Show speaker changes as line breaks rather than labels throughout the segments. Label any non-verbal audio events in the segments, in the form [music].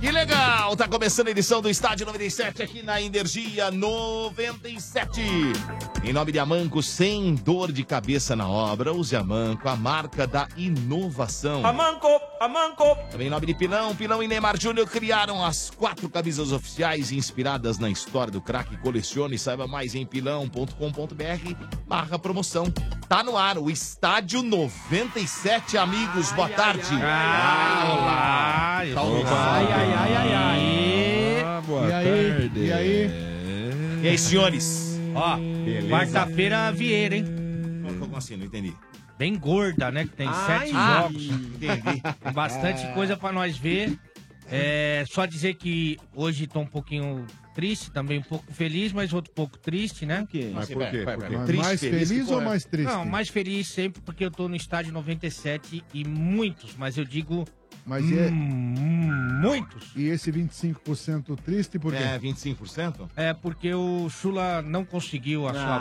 Que legal! Tá começando a edição do Estádio 97 aqui na Energia 97. Em nome de Amanco, sem dor de cabeça na obra, use Amanco, a marca da inovação.
Amanco, Amanco.
Também em nome de Pilão, Pilão e Neymar Júnior criaram as quatro camisas oficiais inspiradas na história do craque. Colecione e saiba mais em pilão.com.br barra promoção. Tá no ar o Estádio 97, amigos. Boa tarde. Ah, olá. Tá
Ai, ai, ai, ai, ai.
boa
e aí? E aí?
E aí, senhores?
Ó, quarta-feira Vieira, hein?
Como assim? Não entendi.
Bem gorda, né? Que tem
Ai.
sete
Ah,
jogos.
Entendi.
Bastante coisa pra nós ver. É, só dizer que hoje tô um pouquinho triste, também um pouco feliz, mas outro pouco triste, né?
Mas por quê? Por quê?
Mas
Triste, feliz, que porra?
Não, mais feliz sempre porque eu tô no estádio 97 e muitos, mas eu digo
Mas é...
Hum,
muitos.
E esse 25% triste por quê?
É,
25%?
É porque o Sula não conseguiu a sua
Ah,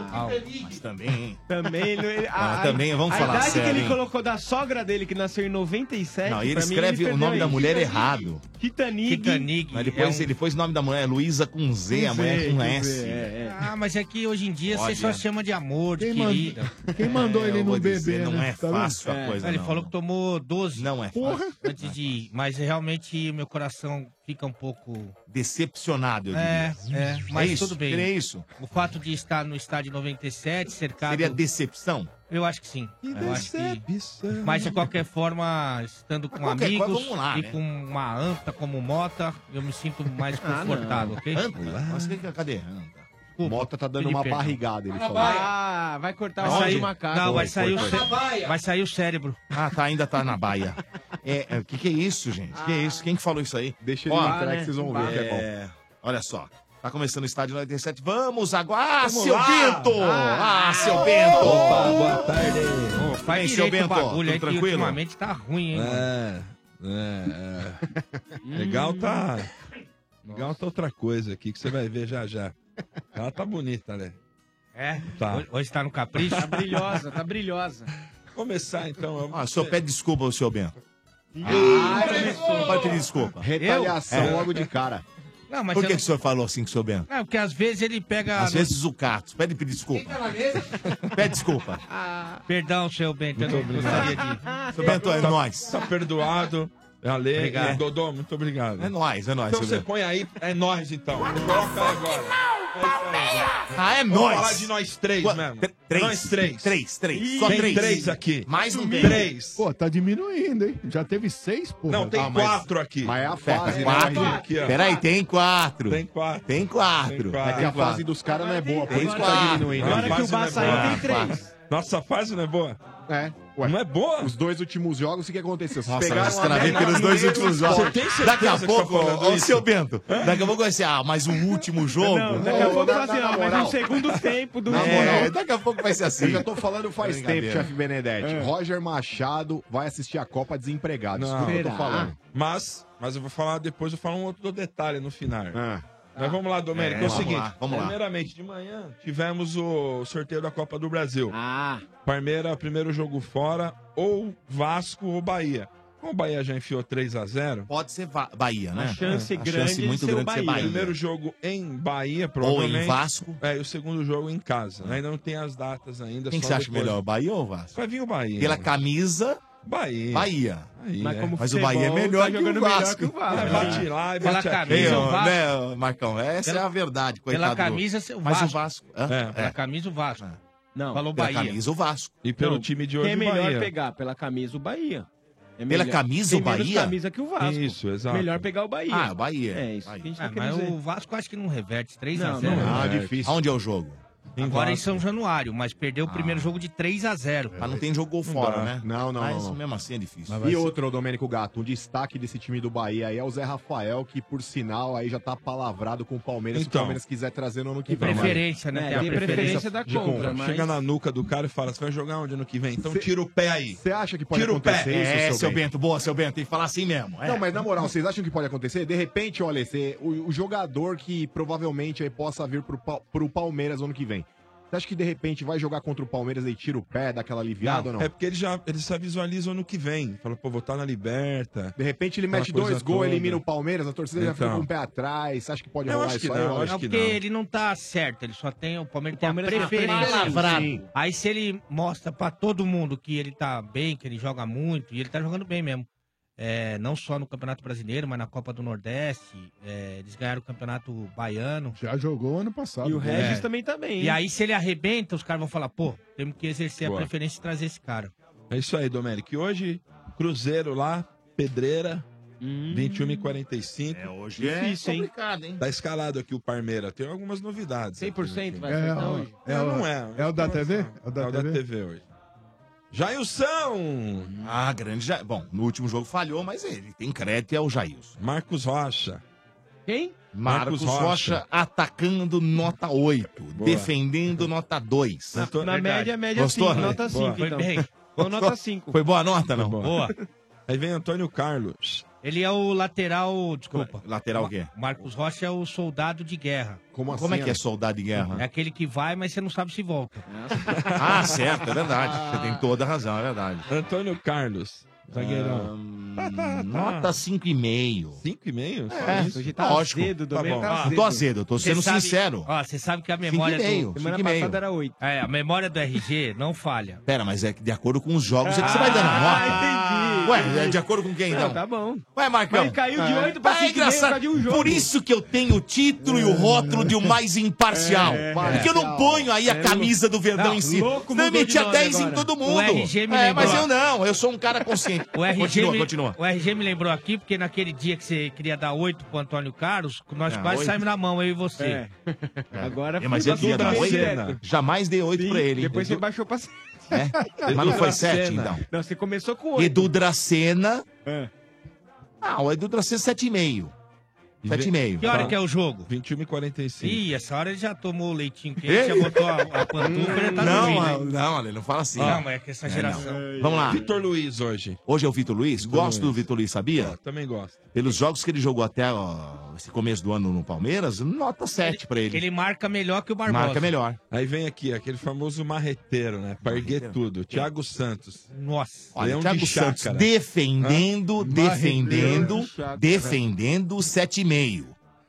volta ao.
Mas também.
Também, ele-
Ah, também, vamos
a
falar
idade
sério,
que ele
hein?
colocou da sogra dele, que nasceu em 97.
Não, e ele
É pra mim,
escreve o
perdeu
nome
aí.
da mulher errado.
Titanic.
Mas depois,
É um-
depois o nome da mulher é Luísa com Z, a
Com
mulher
Z,
é com
com
S.
Z, é,
Ah, mas é que hoje em dia você só
Olha. É,
chama de amor, de
Quem mandou-
querida.
quem mandou ele
eu
não
vou dizer,
beber,
não
né?
é
Tá vendo?
fácil a coisa,
Ele
não,
falou
não.
que tomou 12.
Não é Porra. fácil.
Antes de ir, mas realmente meu coração fica um pouco...
Decepcionado, eu
É,
diria.
é, mas
isso?
tudo bem.
Seria isso?
O fato de estar no estádio 97, cercado...
Seria decepção?
Eu acho que sim. Eu acho que...
decepção.
Mas de qualquer forma, estando com
Qualquer
amigos
coisa, vamos lá,
e
né? Ah,
com uma anta como mota, eu me sinto mais confortável, ok?
Anta? Mas que- é? cadê? Anta.
O
Mota tá dando
pedi
uma
perdão.
barrigada, ele falou.
Ah, vai cortar
Aonde?
o sair uma cara.
Não, vai
Foi,
sair,
foi,
o
foi.
cé- vai sair o cérebro.
Ah, tá, ainda tá na
[laughs]
baia. É, é, o que, que é isso, gente? O Que é isso? Quem que falou isso aí?
Deixa ele entrar que vocês vão ver que é
bom. Olha só. Tá começando o estádio 97. Vamos agora, ah,
Vamos
seu
lá.
Bento! Ah,
Ah.
seu Bento!
Opa, boa tarde.
Ô,
Faz
Faz seu
direito
Bento,
o bagulho aí
tudo
que
tranquilo?
ultimamente tá ruim, hein? mano?
É, é, é. Legal tá. Legal tá outra coisa aqui que você vai ver já já. Ela tá bonita, né?
É?
Tá.
Hoje- Hoje tá
[laughs]
no capricho?
Tá brilhosa, tá brilhosa.
Começar então. eu-
Ah, o senhor pede desculpa ao seu Bento.
Ah,
começou. Pode pedir desculpa.
Retaliação
Eu? É.
logo de cara.
Não, mas
Por
eu
que,
não-
que o senhor falou assim com o seu Bento?
Não, porque às vezes ele pega.
né?
Às vezes o Cato. Pede pedir desculpa.
tá
Pede
[laughs]
desculpa.
Perdão, seu Bento, eu não gostaria de.
Seu Bento, é
tá,
nóis.
Tá perdoado. É a lei.
Obrigado.
É, Dodô, muito obrigado.
É nóis, é nóis.
Então
seu
você
Bento.
põe aí, é nós então. Coloca aí agora.
Ah, é
Vamos
nóis.
falar de nós três
Qua-
mesmo.
tr- Três.
Nós três.
Três, três.
Ih,
Só
tem
três.
três aqui. Hum.
Mais um não tem.
Três.
Pô, tá diminuindo, hein? Já teve seis, porra.
Não, tem
Ah, mas-
quatro aqui.
Mas é a
Pera,
fase, né?
quatro.
Mas
Aqui, ó.
Peraí, tem quatro.
Tem quatro.
Tem quatro.
Tem quatro.
É que a fase dos caras não é boa, por
Tem
isso que
quatro.
tá diminuindo.
Agora
Agora que o
fase não é
Bar saiu, tem
boa.
três.
Nossa fase não é boa?
É.
Não
Ué,
é boa?
os dois últimos jogos, o que aconteceu? Vocês
Nossa,
pegaram
mas
uma
travei
merda
tá pelos
no
dois
meio
últimos
do
jogos.
Você tem certeza
Daqui a
que você
pouco,
tá falando
ó, o
isso?
seu Bento. Daqui a pouco vai ser, ah, mas o último jogo.
Não, daqui a
Ô,
pouco
na-
vai assim,
na
ó, mas
moral.
no segundo tempo do
Na
jogo.
É,
moral.
daqui a pouco vai ser assim.
Eu já tô falando faz tempo,
Brincadeira.
chefe Benedetti.
É.
Roger Machado vai assistir a Copa desempregado. Isso
Não.
tudo que eu tô
Será?
falando.
Mas, mas eu vou falar depois, eu falo um outro detalhe no final.
Ah.
Mas vamos lá, Domênico.
É,
É, o
vamos
seguinte,
lá, vamos lá.
primeiramente, de manhã, tivemos o sorteio da Copa do Brasil.
Ah,
Parmeira, primeiro jogo fora, ou Vasco ou Bahia. Como o Bahia já enfiou 3 a 0
Pode ser Va- Bahia, né?
a chance
A
grande
chance muito
de ser
grande
o
de ser
Bahia.
Bahia.
primeiro jogo em Bahia,
Ou em
provavelmente.
Vasco.
É, e o segundo jogo em casa. né? Ainda não tem as datas ainda.
Quem que
só
você acha
depois.
melhor, Bahia ou Vasco?
Vai vir o Bahia. né?
Pela camisa,
Bahia.
Bahia.
Aí,
Mas
é.
como
Mas o Bahia é
futebol, tá
melhor que o
jogando
Vasco.
que o
É,
Vasco. né?
bate lá e
Pela
bate aqui.
camisa,
Ei,
Pelo
ô,
Vasco.
né, Marcão? Essa
Pela-
é a verdade, coitado.
Pela
do-
camisa, o
Mas
Vasco.
o Vasco. hã?
É,
É,
Pela camisa, o Vasco.
Não,
Falou
Pela
Bahia.
camisa, o Vasco.
E pelo
Não,
time de hoje,
quem é
o
melhor
Bahia.
pegar? Pela camisa, o Bahia. É
Pela
melhor-
camisa,
tem
o
menos
Bahia?
camisa que o Vasco.
Isso, exato.
Melhor pegar o Bahia.
Ah, o Bahia.
É isso que a
Bahia.
gente tá
Ah,
querendo
mas
dizer.
o Vasco acho que não reverte 3
Não,
a
não
0
é.
Ah,
É.
difícil.
Onde é o jogo? Ah.
Agora em
Vasco.
São Januário, mas perdeu o primeiro jogo de 3 a 0
Mas não tem jogo gol fora,
dá.
né?
Não, não,
Mas
não, não.
mesmo assim é difícil.
E outro, Domênico Gato, um destaque desse time do Bahia aí é o Zé Rafael, que por sinal aí já tá palavrado com o Palmeiras, se
Então.
o Palmeiras quiser trazer no ano que
Tem
vem. mano.
preferência, né?
É,
Tem a
tem
preferência.
preferência da
de
compra,
compra.
mas...
Chega na nuca do cara e fala: Você vai jogar onde ano que vem? Então
Cê-
tira o pé aí.
Você acha que pode
Tira o pé.
acontecer isso,
É,
seu,
seu
bem?
Bento, boa, seu Bento, tem que falar assim mesmo. é.
Não, mas na moral, vocês acham que pode acontecer? De repente, olha, cê- o, o jogador que provavelmente aí possa vir pro, Pal- pro Palmeiras no ano que vem. Você Você acha que de repente vai jogar contra o Palmeiras e tira o pé, dá aquela aliviada ou não?
É porque eles já eles só visualizam no que vem. Fala, pô, vou estar na liberta.
De repente ele mete dois gols, elimina o Palmeiras, a torcida já fica
Então.
com o pé atrás. Você acha que pode
Eu
rolar
acho que
isso aí?
não,
Ronaldo?
eu acho
Não, porque ele não tá certo, ele só tem. O Palmeiras, tem a
Palmeiras tem a
preferência.
preferência,
Palavrado.
sim.
Aí se ele mostra pra todo mundo que ele tá bem, que ele joga muito, e ele tá jogando bem mesmo. É, não só no Campeonato Brasileiro, mas na Copa do Nordeste. é, eles ganharam o Campeonato Baiano.
Já jogou É. ano passado. né?
E o
É.
Regis também né?
tá bem.
E aí, se ele arrebenta, os caras vão falar, pô, temos que exercer
Boa.
a preferência e trazer esse cara.
É isso aí, Domérico. E hoje, Cruzeiro lá, Pedreira, 21 e 45. É,
hoje Hum. é Difícil, hein? complicado, hein?
Tá escalado aqui o Parmeira. Tem algumas novidades. né?
100% vai
É,
acertar
ó,
hoje.
é,
não,
ó,
não é.
é o da TV? É o da
É o da
TV?
TV hoje. Jailson!
Ah, grande Jair. Bom, no último jogo falhou, mas ele tem crédito é o Jailson.
Marcos Rocha.
Quem?
Marcos,
Marcos
Rocha.
Rocha.
atacando nota 8, defendendo nota 2.
Na média, média
Gostou,
cinco,
né?
nota
Boa.
cinco, então.
Gostou?
Então, nota cinco.
Foi boa a nota, não?
Boa.
Aí vem Antônio Carlos.
Ele é o lateral. Desculpa.
Lateral o quê?
Marcos Rocha é o soldado de guerra.
Como, é que é soldado de guerra?
É aquele que vai, mas você não sabe se volta.
[laughs] Ah, certo, é verdade. Você tem toda a razão, é verdade.
Antônio Carlos. Zagueirão.
Nota 5,5.
5,5?
É, hoje tá Lógico. azedo,
tá
Domênico
bom.
tá azedo. Tô azedo, eu tô
Cê
sendo
sabe-
sincero.
Ó, você sabe que a
Cinco e
memória
meio,
do...
Semana cinco e meio. passada
era 8.
É, a memória do RG não falha.
Pera, mas é que de acordo com os jogos é que você vai dando a nota.
Ah, entendi.
Ué, é de acordo com quem então?
Tá bom.
Ué, Marcão.
Mas caiu de
É.
oito pra
Ah, é
cinco e meio por
engraçado.
causa de um jogo.
Por isso que eu tenho o título e o rótulo de o mais imparcial.
É,
Porque eu não
imparcial.
ponho aí a
É,
camisa do Verdão
Não,
em si.
louco
Não, eu
mudou de
metia
nome
10 em
agora.
todo mundo.
O RG me
é, mas
lembrou.
eu não, eu sou um cara consciente.
O RG,
continua,
me,
continua.
o RG me lembrou aqui, porque naquele dia que você queria dar oito pro Antônio Carlos, nós
É,
quase
oito.
saímos na mão, eu e você.
É. [laughs] Agora
É, mas
fui
ele ia
pra
dar
tudo
oito?
direto.
né? Jamais dei 8 pra ele. hein?
Depois você
Edu-
baixou pra 7. [laughs]
É? Mas não foi 7, então.
Não, você começou com 8.
Edu Dracena.
É.
Ah, o Edu Dracena 7,5. 7,5.
Que hora que é o jogo?
21 e 45.
Ih, essa hora ele já tomou o leitinho
Ei.
quente, já botou a, a pantufa, ele tá
não,
dormindo. hein?
ah, não, Ale, não fala assim.
Não, mas é que essa
É,
geração...
não. Vamos lá.
Vitor Luiz hoje.
Hoje é o Vitor Luiz. Gosto
Luiz.
do Vitor Luiz,
Ó,
sabia?
também gosto.
Pelos jogos que ele jogou até ó, esse começo do ano no Palmeiras, nota 7 pra ele.
Ele marca melhor que o Barbosa.
Marca Ah, é melhor.
Aí vem aqui, aquele famoso marreteiro, né? Pra erguer tudo. Thiago Santos.
Nossa.
Olha,
Leão
Thiago
de
Santos
chácara.
defendendo, defendendo,
de chácara.
defendendo o 7,5.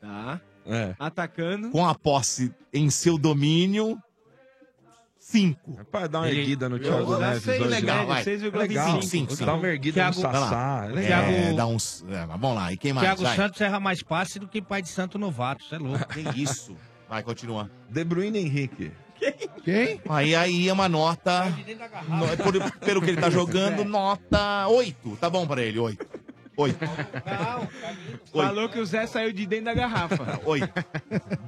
Tá.
É.
Atacando.
Com a posse em seu domínio, 5.
É pra dar uma
Ele-
erguida no
Eu
Thiago
vou dar
Neves
seis,
hoje.
legal,
né?
vai.
É legal.
6,25.
Cinco, cinco.
Dá uma erguida
Thiago-
no Sassá. É legal.
Thiago-
É, dá uns. É, mas vamos lá, e quem mais?
Thiago
Vai.
Santos erra mais passe do que pai de santo novato, isso é louco.
Que isso? Vai, continua.
De Bruyne Henrique.
Quem?
Aí, aí é uma nota. no- é por- pelo que ele tá jogando, nota 8. Tá bom pra ele, 8. 8.
Falou que o Zé saiu de dentro
[laughs]
da garrafa.
8.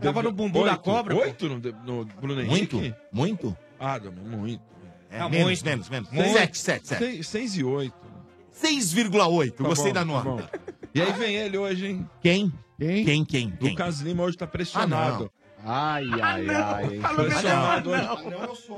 Tava no
Um
bumbum da
Oito.
cobra. pô.
Oito no, De- no Bruno Henrique?
Muito? Muito?
Ah, Dom, muito.
É,
Tá
menos,
muito.
menos, menos,
Muito.
7, 7, 7.
Seis, seis e oito.
6,8.
Tá
Gostei
bom,
da
tá
nota.
bom. E aí vem ele hoje, hein?
Quem?
Quem?
Quem, quem? quem? Ah,
Lucas Lima hoje tá pressionado.
Ai,
Ah,
ai, ai. hein?
pressionado hoje.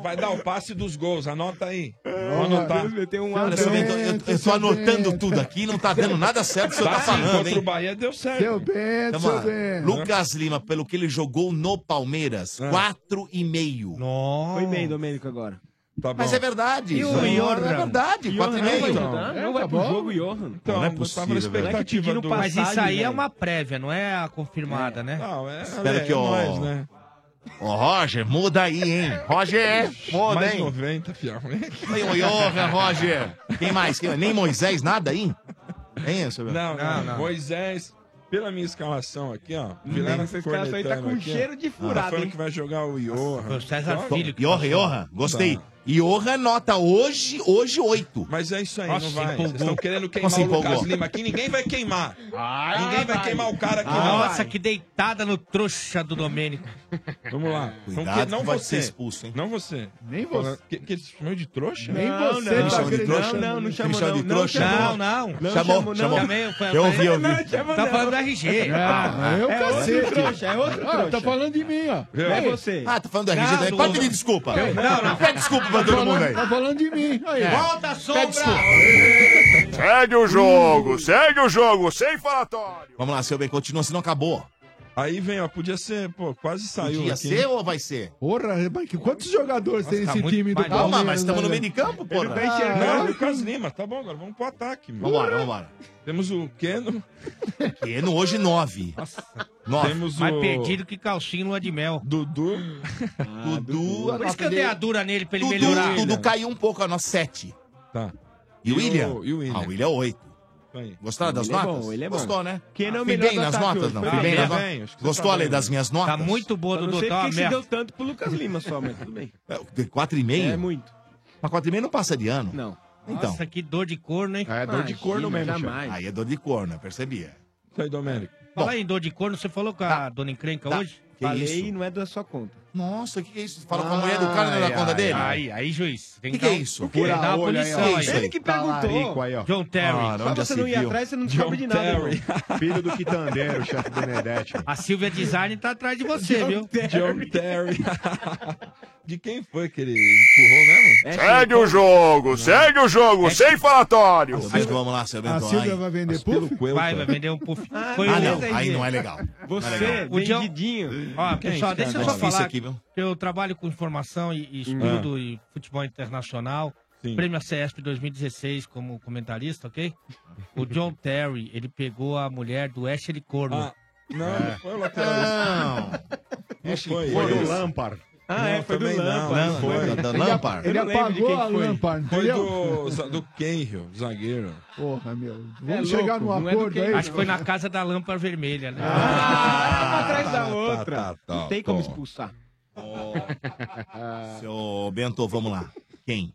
Vai dar o passe dos gols, anota aí. Vou anotar.
Deus, meteu É. um
Olha, só,
azul.
eu, tô- eu- eu tô anotando tudo aqui, não tá dando nada certo o que você tá
Tá, sim,
falando,
contra o
hein?
Bahia deu certo.
Seu Bento,
Então, vamos
seu
lá.
Bento.
Lucas Lima, pelo que ele jogou no Palmeiras,
Ah.
4,5.
Nossa.
Foi bem, Domênico, agora.
Tá bom.
Mas é verdade.
E o
isso aí
Johan?
É verdade,
não vai
4,5.
ajudar,
É,
não vai
tá
pro
bom.
jogo, Johan.
Então,
Não é
eu tava
possível,
na
velho. É que
expectativa
pediram
do...
pra-
Mas isso aí
Passagem,
é uma prévia, não é a confirmada, né?
Não, é,
Espero
é,
que,
é
ó,
mais, né?
Ô, Roger, muda aí, hein? Roger, muda,
Mais
é hein?
90, fião.
Oi, oi, ô, Roger. Quem mais? Quem- Nem Moisés, nada aí? Hein, seu
Não, não,
Não, não.
Moisés, pela minha escalação aqui, ó. Vilela
Essa escalação aí tá
cornetando
com
aqui, ó.
cheiro de
Tá
furado,
falando
hein?
que vai jogar o Johan.
Foi o César
Joga.
Filho que
Iorra,
passou.
Iorra, gostei.
Tá.
Iorra nota hoje, hoje 8.
Mas é isso aí,
Nossa,
não vai.
empolgou.
Vocês estão querendo queimar
Nossa,
o Lucas
empolgou.
Lima aqui, ninguém vai queimar. ninguém vai, queimar o cara aqui, não.
Ah, Nossa, que deitada no trouxa do Domênico.
Vamos lá.
Cuidado,
não
que vai ser
você.
expulso, hein?
Não você.
Nem você.
Que, que ele chamou de trouxa?
Nem você
não,
tá
não,
acreditando.
não, não, não
Chama
chamou
de
não, não
trouxa.
chamou.
Não, não.
Não
chamou,
chamou, não.
chamou.
Também, eu falei-
eu ouvi, eu
Não,
ouvi.
chamou
Tá
não.
falando do RG.
Ah,
um
eu
É outro
cacete.
trouxa, é outro
Ah, tá
trouxa.
falando de mim, ó.
Viu?
É você.
Ah, tá falando do RG
Não,
também.
do-
Pode pedir desculpa.
Não, não.
Pede desculpa É. pra todo mundo aí.
Tá falando de mim. Aí,
Volta, sombra!
Segue o jogo, segue o jogo, sem falatório.
Vamos lá, seu bem, continua, senão acabou.
Aí vem, ó, podia ser, pô, quase saiu.
Podia
aqui,
ser
hein?
ou vai ser?
Porra, é, mas que- quantos jogadores
Nossa,
tem
tá
esse
muito
time do
baixo.
Palmeiras?
Calma,
Calma, mas estamos no meio de campo,
Ele
porra.
tá
Não,
enxergando.
Lucas Lima, tá bom, agora vamos pro ataque, meu.
Vambora, vambora.
Temos o Keno,
Keno hoje nove. Nove.
Tá. temos
Mais
o
perdido que calcinha em lua de mel.
Dudu,
Ah,
Dudu,
Por isso que eu
é
dei a dura nele pra ele
Dudu,
melhorar.
Dudu caiu um pouco, a nós sete.
Tá.
E o William?
e o William. Tá
Ah, o William oito.
Aí.
Gostaram das
Ele é bom,
notas?
ele é bom.
Gostou, né?
Quem não é o
Fui
melhor
bem
do
nas
ataque
notas,
hoje?
não?
Tá
Fui bem
bem,
nas
bem,
notas?
acho que você
Gostou,
tá
Ale,
bem,
das
né?
minhas notas?
Ah, Tá muito boa,
Eu não
Dudu.
sei
Tá uma
porque se deu
merda.
tanto pro Lucas Lima só, mas tudo bem.
É, Quatro e meio?
É muito.
Mas quatro e meio não passa de ano.
Não.
Então,
Nossa, que dor de corno,
Ah,
hein?
É dor de corno mesmo, chefe.
Jamais.
aí é dor de corno, eu percebia.
Isso aí, Domênico.
Fala aí em dor de corno, você falou com a dona encrenca
Tá.
hoje?
Que
Falei,
isso?
não é da sua conta.
Nossa, o que, que é isso? Fala com a mulher do cara não é da conta dele?
Aí, aí, juiz. Tem
Que que
dar
é
um-
isso?
Tem que dar uma
Olha aí,
punição
ó.
aí. Tá
Isso aí.
Ele que perguntou.
Talarico aí, ó.
John Terry.
Cara,
Só
onde já
você
se
não ia
viu?
atrás, você não
John
descobre de nada, irmão.
Terry.
[laughs] Filho do Quitandeiro, chefe Benedetti.
A Silvia Design tá atrás de você, viu?
John Terry. De quem foi que ele empurrou mesmo?
É,
Segue o jogo, segue o jogo,
É
sem falatório.
Mas vamos lá, seu
A
Bento.
Silvia
Ai.
vai vender puff?
Coelho.
Vai, vai
cara.
vender um [laughs] puff.
Ah,
Foi
Ah,
o
não,
Beleza,
aí
Gê.
não é legal.
Você,
O John-
vendidinho.
Ó,
Quem é
pessoal,
esse
deixa
cara?
eu
Nossa,
só
isso
falar
aqui, viu?
que eu trabalho com informação e, e estudo e futebol internacional.
Sim.
Prêmio CESP 2016 como comentarista, ok? O John Terry, ele pegou a mulher do Ashley Corno.
Ah, não, não foi o lateral.
Não.
Não foi.
Foi o
esse.
Lampard.
Ah, é,
Não,
foi do
também não,
Lampa.
não foi.
Da, da Lampard.
Eu
Ele
não lembro de
apagou
quem
a
que foi.
lâmpada,
Foi
entendeu?
do, za- do Kenrio, zagueiro.
Porra, meu. Vamos
louco,
chegar num
não é do
acordo
que-
aí?
Acho que foi na casa da lâmpada vermelha, né?
Ah, uma atrás da
tá,
outra.
tá, tá,
não tem como
tá.
expulsar.
Seu Bento, vamos lá. Quem?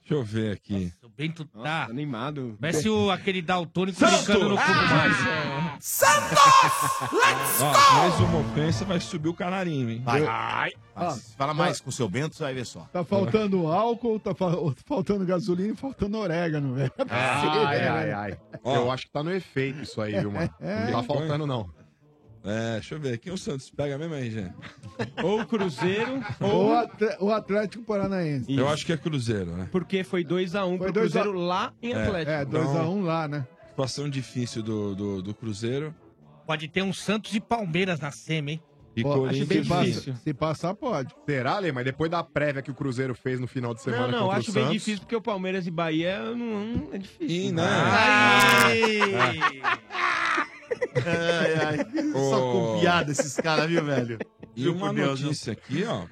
Deixa eu ver aqui.
O Bento
Nossa,
tá.
animado.
Parece o, aquele daltônico brincando no cubo mágico.
Ó, mais uma ofensa, vai subir o canarinho, hein?
Vai. Faz. Fala mais
Ah.
com o seu Bento, você vai ver só.
Tá faltando álcool, tá fa- [laughs] faltando gasolina e faltando orégano, velho.
Ah,
[laughs]
Ai, ai, ai.
Ó.
Eu acho que tá no efeito isso aí, viu,
[laughs]
mano? Não
Então,
tá faltando, não.
É, deixa eu ver. Quem o Santos pega mesmo aí, gente?
Ou o Cruzeiro,
O,
ou.
atle- o Atlético Paranaense.
Eu acho que é Cruzeiro, né?
Porque foi 2x1 um
Foi
pro
2 a-
Cruzeiro lá em Atlético.
É, 2x1 lá, né?
Então, Situação difícil do, do, do Cruzeiro.
Pode ter um Santos e Palmeiras na SEMI, hein?
E
Ó, acho
bem
que se,
Corinthians.
passa,
difícil.
se passar, pode.
Será, Lê? Mas depois da prévia que o Cruzeiro fez no final de semana
Não, não,
contra
acho
o
bem
Santos...
difícil porque o Palmeiras e Bahia não, não- é difícil.
E, né?
[laughs]
É.
Só
Ô.
com piada esses caras, viu, velho?
E
Juro
uma
por Deus,
notícia aqui, ó.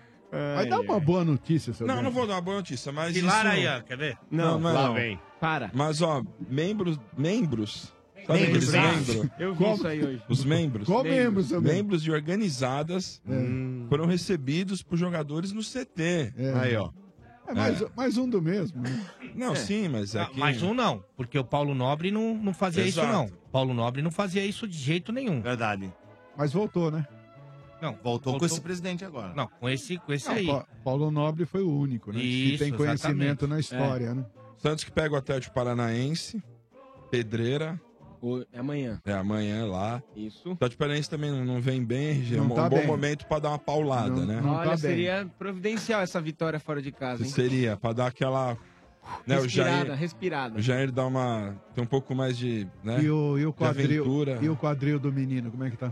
Vai dar uma boa notícia, seu
Não,
Bento.
não vou dar uma boa notícia, mas.
Pilar
isso...
aí, ó, quer ver?
Não,
Não,
não, é
Lá
não.
vem.
para.
Mas, ó, membros. Membros. Sabe
Membros,
aqueles
Ah,
né?
membros?
Eu vi
Como?
isso aí hoje.
Os membros.
Qual
Membros.
membro, É. seu Bento?
Membros de organizadas hum, foram recebidos por jogadores no CT.
É.
Aí, ó.
É mais, mais um do mesmo. né?
Não, sim, mas
Ah,
aqui.
Mais um não, porque o Paulo Nobre não, não fazia
Exato.
isso, não. Paulo Nobre não fazia isso de jeito nenhum.
Verdade.
Mas voltou, né?
Não,
Voltou, com
Voltou.
esse presidente agora.
não com esse, com esse
Não,
É aí.
Pa- Paulo Nobre foi o único, né? que
Isso,
tem conhecimento
exatamente. É.
na história, né?
Santos que pega o Atlético Paranaense. Pedreira.
O- É amanhã.
É amanhã lá.
Isso.
O Atlético Paranaense também não- não vem bem, RG. É
Não
um
tá
bom
bem.
momento pra dar uma paulada,
Não-
né?
não
Olha,
tá bem.
seria providencial essa vitória fora de casa, hein?
Seria, pra dar aquela. Né, o
respirada,
Jair.
respirada.
O Jair dá uma. Tem um pouco mais de. Né?
E o, e o
De
quadril.
aventura.
E o quadril do menino, como é que tá?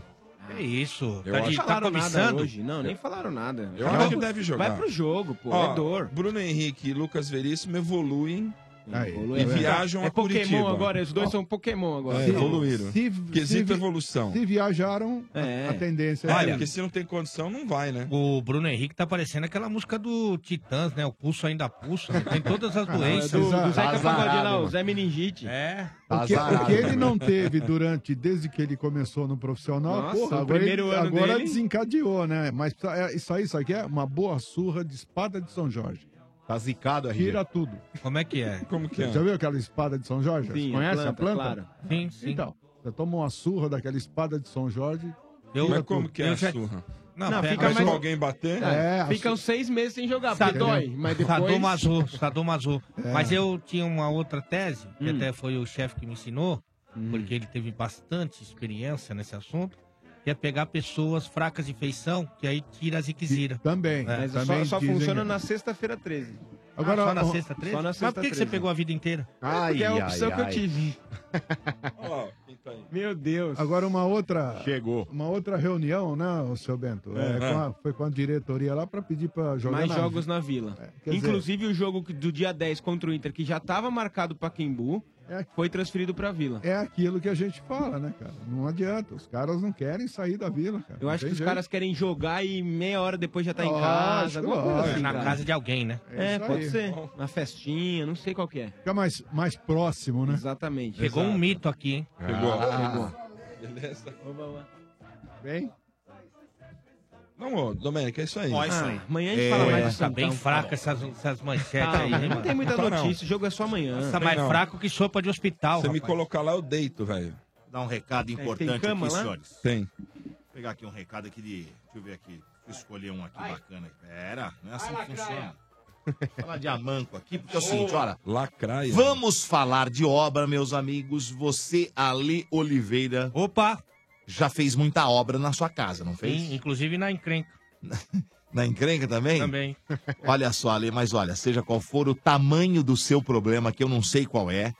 É isso.
Eu
Tá,
acho-
de,
Nem
tá
falaram nada
cobiçando?
hoje. Não, nem falaram nada.
Eu
Vai
acho
pro-
que deve jogar.
Vai pro jogo, pô.
Ó,
é dor.
Bruno Henrique e Lucas Veríssimo evoluem
Aí.
Evoluiu,
e
é verdade.
viajam
É
a
Pokémon
Curitiba.
agora, os dois são Pokémon agora.
É, evoluíram.
Se, se,
Quesito
vi-
evolução.
se viajaram, a-
É.
a, tendência
Olha,
é.
porque se não tem condição, não vai, né?
O Bruno Henrique tá parecendo aquela música do Titãs, né? O pulso ainda pulsa. né? Tem todas as
Não, é do,
doenças.
do né, Zeca
Azarado,
Pagodinho lá, o
mano.
Zé Meningite.
É.
Tá
O que,
azarado,
o que ele
né?
não teve durante, desde que ele começou no profissional,
Nossa,
porra,
o
agora,
primeiro
ele-
ano
agora
dele-
desencadeou, né? Mas tá- é- isso aí, isso aqui é uma boa surra de espada de São Jorge.
Tá zicado, RG.
Tira tudo.
Como é que é?
Como que é?
Já viu aquela espada de São Jorge? Você
Sim,
conhece a planta?
Claro.
Sim, sim.
Então, você toma uma surra daquela espada de São Jorge.
eu,
Mas como que é
eu
a
já-
surra?
Não,
Não,
pega-
fica
Mas
mais-
pra alguém bater?
É, a
Ficam seis meses sem jogar, porque
Sabe-
dói. Mas depois...
Sadomaso, sadomaso. Mas eu tinha uma outra tese, que
Hum.
até foi o chefe que me ensinou, porque ele teve bastante experiência nesse assunto, que é pegar pessoas fracas de feição, que aí tira a ziquezira. É.
Também.
Mas
também
só, só
dizem-
funciona na sexta-feira 13.
Agora,
só na
ó,
sexta treze?
só na
Mas por que, que você
sexta-treze.
pegou a vida inteira?
Ai,
que é a opção
ai,
que eu
ai.
tive.
então
Olha lá, ó, quem tá aí.
Meu Deus. Agora uma outra.
Chegou.
Uma outra reunião, né, o seu Bento? É,
Uhum.
com a- foi com a diretoria lá pra pedir pra jogar.
Mais
na- É,
jogos na Vila.
quer dizer-
Inclusive o jogo que- do dia 10 contra o Inter, que já estava marcado para Quimbu, foi transferido para Vila.
É aquilo que a gente fala, né, cara? Não adianta. Os caras não querem sair da vila, cara.
Eu acho que os caras querem jogar e meia hora depois já tá em
Lógico,
casa. alguma coisa
lógico.
assim,
Na
cara.
casa de
alguém, né?
É,
É isso
pode
aí.
ser. Uma festinha, não sei qual que é.
Fica mais, mais próximo, né? Ah,
Exatamente.
Pegou um mito aqui, hein?
Pegou.
Ah,
Beleza.
Vamos lá.
Bem?
Não, ô, Domênico, é isso aí.
Ó, é isso aí. Ah, amanhã a gente fala mais disso, Tá bem então. fraca essas- essas manchetes aí, hein, mano? Tá não.
é
Tá mais fraco que sopa de hospital,
Você me
rapaz.
colocar lá, eu deito, velho.
Dá um
É,
recado importante aqui, senhores.
Tá
Tem.
Vou pegar aqui um recado aqui de. Deixa eu ver aqui. Deixa eu escolher um aqui bacana. Pera, não é assim que funciona. Vou falar de amanco aqui, porque é o seguinte, olha.
Lacraia.
Vamos falar de obra, meus amigos. Você, Ale Oliveira.
Opa!
Já fez muita obra na sua casa, não fez?
Sim, inclusive na encrenca.
Na encrenca também?
Também.
[laughs] Olha só, Ale, mas olha, seja qual for o tamanho do seu problema, que eu não sei qual é,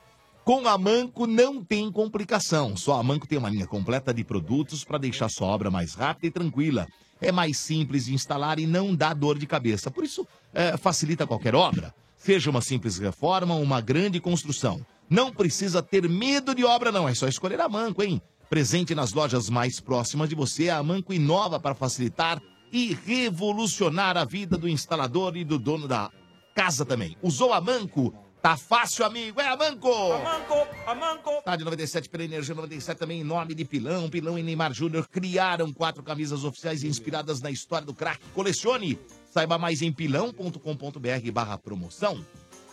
com a Manco não tem complicação. Só a Manco tem uma linha completa de produtos para deixar sua obra mais rápida e tranquila. É mais simples de instalar e não dá dor de cabeça. Por isso, é, facilita qualquer obra. Seja uma simples reforma ou uma grande construção. Não precisa ter medo de obra, não. É só escolher a Manco, hein? Presente nas lojas mais próximas de você, a Manco inova para facilitar e revolucionar a vida do instalador e do dono da casa também. Usou a Manco? Tá fácil, amigo. É a Manco!
a manco.
Estádio 97 pela Energia 97 também em nome de Pilão. Pilão e Neymar Júnior criaram quatro camisas oficiais inspiradas na história do craque. Colecione! Saiba mais em pilão.com.br barra promoção.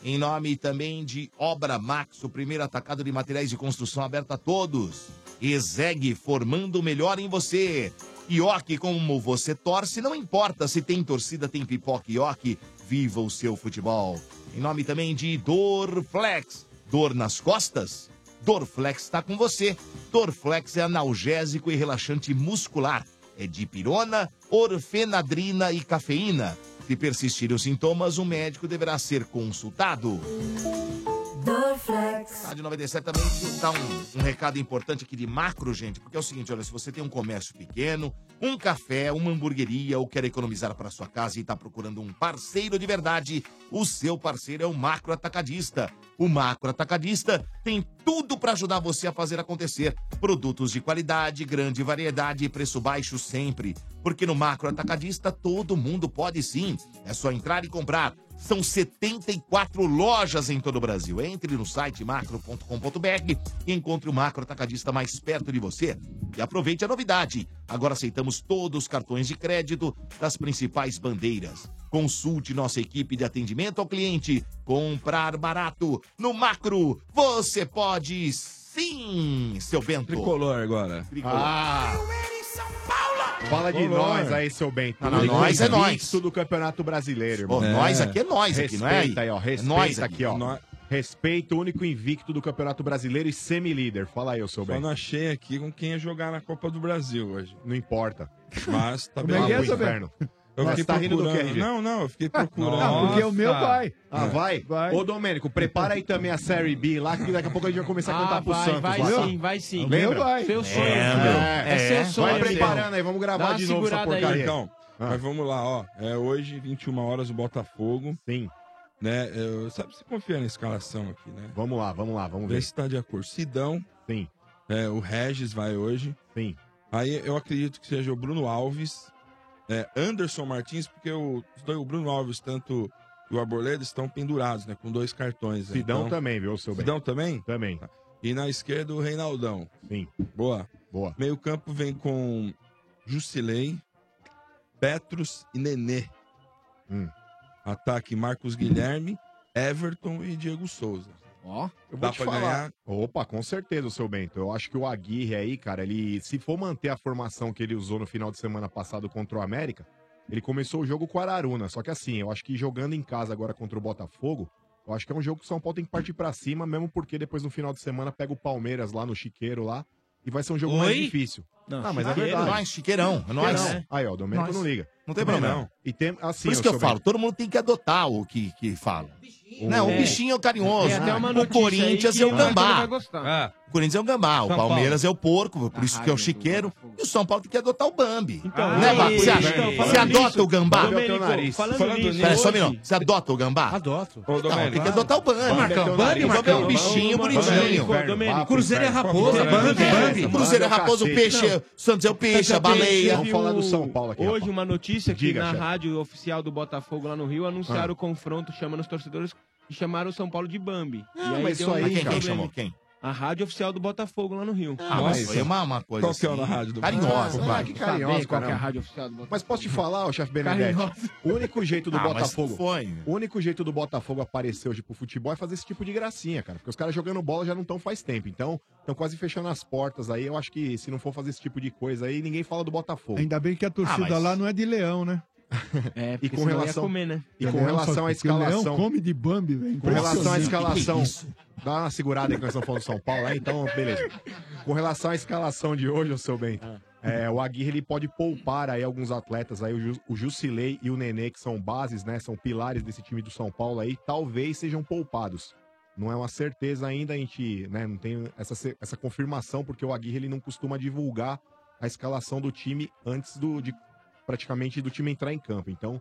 Em nome também de Obra Max, o primeiro atacado de materiais de construção aberto a todos. Exeg, formando o melhor em você. Ioki, como você torce, não importa se tem torcida, tem pipoca, Ioki. Viva o seu futebol. Em nome também de Dorflex. Dor nas costas? Dorflex está com você. Dorflex é analgésico e relaxante muscular. É dipirona, orfenadrina e cafeína. Se persistirem os sintomas, o médico deverá ser consultado.
Dorflex.
Rádio 97 também deixa eu dar um, um recado importante aqui de macro, gente, porque é o seguinte, olha, se você tem um comércio pequeno, um café, uma hamburgueria ou quer economizar para sua casa e está procurando um parceiro de verdade, o seu parceiro é o Macro Atacadista. O Macro Atacadista tem tudo para ajudar você a fazer acontecer. Produtos de qualidade, grande variedade e preço baixo sempre. Porque no Macro Atacadista todo mundo pode sim. É só entrar e comprar. São 74 lojas em todo o Brasil. Entre no site macro.com.br e encontre o macro atacadista mais perto de você. E aproveite a novidade. Agora aceitamos todos os cartões de crédito das principais bandeiras. Consulte nossa equipe de atendimento ao cliente. Comprar barato no macro. Você pode sim, seu Bento.
Tricolor agora.
Tricolor.
Fala de
Color.
nós aí, seu bem.
Não, não, nós é nós.
do Campeonato Brasileiro, irmão.
Ô, nós aqui é nós aqui, não é aí?
Respeita aí, ó.
É
Respeita
nós
aqui,
aqui.
ó.
Nó-
Respeita o único invicto do Campeonato Brasileiro e semi-líder. Fala aí, ô, seu
Só
bem.
não achei aqui com quem ia jogar na Copa do Brasil hoje.
Não importa.
Mas tá
Como
bem.
é que é,
Ah, pro
seu bem?
inferno. Eu
Mas
fiquei
tá rindo do
procurando.
quê, RG?
não, não, eu fiquei procurando.
Não, porque o meu vai. Ah,
É.
vai? Ô, Domênico, prepara aí também a Série B lá, que daqui a pouco a gente vai começar a cantar
Ah,
pro
vai,
Santos.
vai
lá. tá?
sim, vai sim.
Lembra?
Meu vai. Seu sonho. É, é seu sonho,
Vai
meu.
preparando aí, vamos
Dá
gravar
uma
de novo essa
segurada aí.
porcaria.
Então,
Ah.
mas vamos lá, ó. É hoje, 21 horas, o Botafogo.
Sim.
Né? Eu, sabe se confia na escalação aqui, né?
Vamos lá, vamos lá, vamos
Vê
ver.
se tá de acordo. Sidão.
Sim.
É, o Regis vai hoje.
Sim.
Aí eu acredito que seja o Bruno Alves, é, Anderson Martins, porque o, os dois- o Bruno Alves, tanto e o Arboleda, estão pendurados, né? Com dois cartões. né?
Sidão
Então-
também, viu, seu bem?
Sidão também?
Também.
E na esquerda o Reinaldão.
Sim.
Boa.
Boa.
Meio campo vem com Jusilei, Petros e Nenê.
Hum.
Ataque Marcos Guilherme, Everton e Diego Souza.
Ó,
Eu
Dá
vou te
pra
falar.
ganhar.
Opa, com certeza, seu Bento. Eu acho que o Aguirre aí, cara, ele se for manter a formação que ele usou no final de semana passado contra o América, ele começou o jogo com o Araruna. Só que assim, eu acho que jogando em casa agora contra o Botafogo, eu acho que é um jogo que o São Paulo tem que partir pra cima, mesmo porque depois no final de semana pega o Palmeiras lá no Chiqueiro lá e vai ser um jogo mais
Oi?
difícil. Não, ah, mas é verdade.
Nós, chiqueirão. É nós.
Aí, ó, o Domênico
Nós.
não liga.
Não tem problema.
E tem, assim,
Por isso que eu
seu Bento,
falo, todo mundo tem que adotar o que, que fala. Não, o
É.
bichinho é o carinhoso.
Tem até uma
o
notícia
Corinthians
aí que
é o
o Marcos
gambá.
vai gostar. Ah.
O Corinthians é o gambá, o
São
Palmeiras é o porco, por isso que é o
Ai,
chiqueiro. E o São Paulo tem que adotar o Bambi.
Então,
né,
aí,
Baco? Você, acha-
então,
você
falando
adota
nisso,
o gambá?
Domênico, Até o nariz. falando nisso,
Peraí, só um
hoje-
minuto. Você adota o gambá?
Adoto.
Não, tem que adotar o Bambi.
Ô, Marcão,
O
Bambi,
Bambi é um
Marcão.
bichinho
Bambi,
bonitinho.
Bambi, Domênico. Cruzeiro é raposa, Bambi, Bambi.
Cruzeiro é raposa, o
Cacete.
peixe, é-
Não. Tá
o Santos é o peixe, a baleia.
Teve o- Hoje, uma notícia que
Diga,
na
chefe.
rádio oficial do Botafogo lá no Rio anunciaram
Ah.
o confronto, chamando os torcedores e chamaram o São Paulo de Bambi.
Ah,
e
mas
deu
isso
um
aí,
problema.
cara. Quem chamou? Quem?
A rádio oficial do Botafogo lá no Rio.
Ah, mas isso aí é uma- uma coisa
Qual que é
assim,
o da rádio do
Carinhosa,
Botafogo?
claro.
que carinhosa, qual que é a
caramba.
rádio oficial do Botafogo?
Mas posso te falar, ó, chefe Benedetti?
Carinhosa.
O único jeito do
Ah, mas
Botafogo.
foi.
O único jeito do Botafogo aparecer hoje pro futebol é fazer esse tipo de gracinha, cara. Porque os caras jogando bola já não estão faz tempo. Então, estão quase fechando as portas aí. Eu acho que se não for fazer esse tipo de coisa aí, ninguém fala do Botafogo.
Ainda bem que a torcida
Ah, [laughs] mas-
lá não é de leão, né?
É,
porque senão ia comer, né? E com
Leão,
relação
é só-
à
porque o
escalação-
Leão come de Bambi, velho.
Com relação à
Impressionante. é
escalação, dá uma segurada aí que nós estamos falando do São Paulo, né? Então, beleza. Com relação à escalação de hoje, ô seu bem, é, o Aguirre ele pode poupar aí alguns atletas aí, o, Ju, o Jusilei e o Nenê, que são bases, né? São pilares desse time do São Paulo aí, talvez sejam poupados. Não é uma certeza ainda, a gente né, não tem essa, cer- essa confirmação, porque o Aguirre ele não costuma divulgar a escalação do time antes do, de praticamente do time entrar em campo. Então,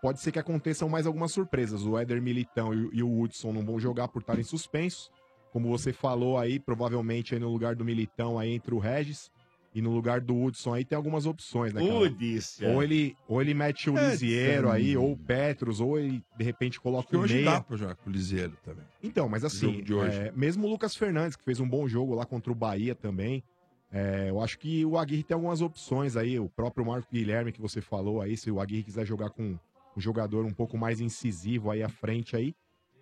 pode ser que aconteçam mais algumas surpresas. O Éder Militão e, o- e o Hudson não vão jogar por estarem suspensos. Como você falou aí, provavelmente aí no lugar do Militão aí entra o Regis. E no lugar do Hudson aí tem algumas opções, né, cara?
Hudícia.
é.
Ou ele, ou ele mete o
Hudson.
Lisiero aí, ou o Petros, ou ele de repente coloca
é. Que
o
hoje
Meia.
dá pra jogar com o Liseiro também.
Então, mas assim,
Jogo de hoje.
é, mesmo o Lucas Fernandes, que fez um bom jogo lá contra o Bahia também, é, eu acho que o Aguirre tem algumas opções aí. O próprio Marco Guilherme, que você falou aí, se o Aguirre quiser jogar com um jogador um pouco mais incisivo aí à frente aí,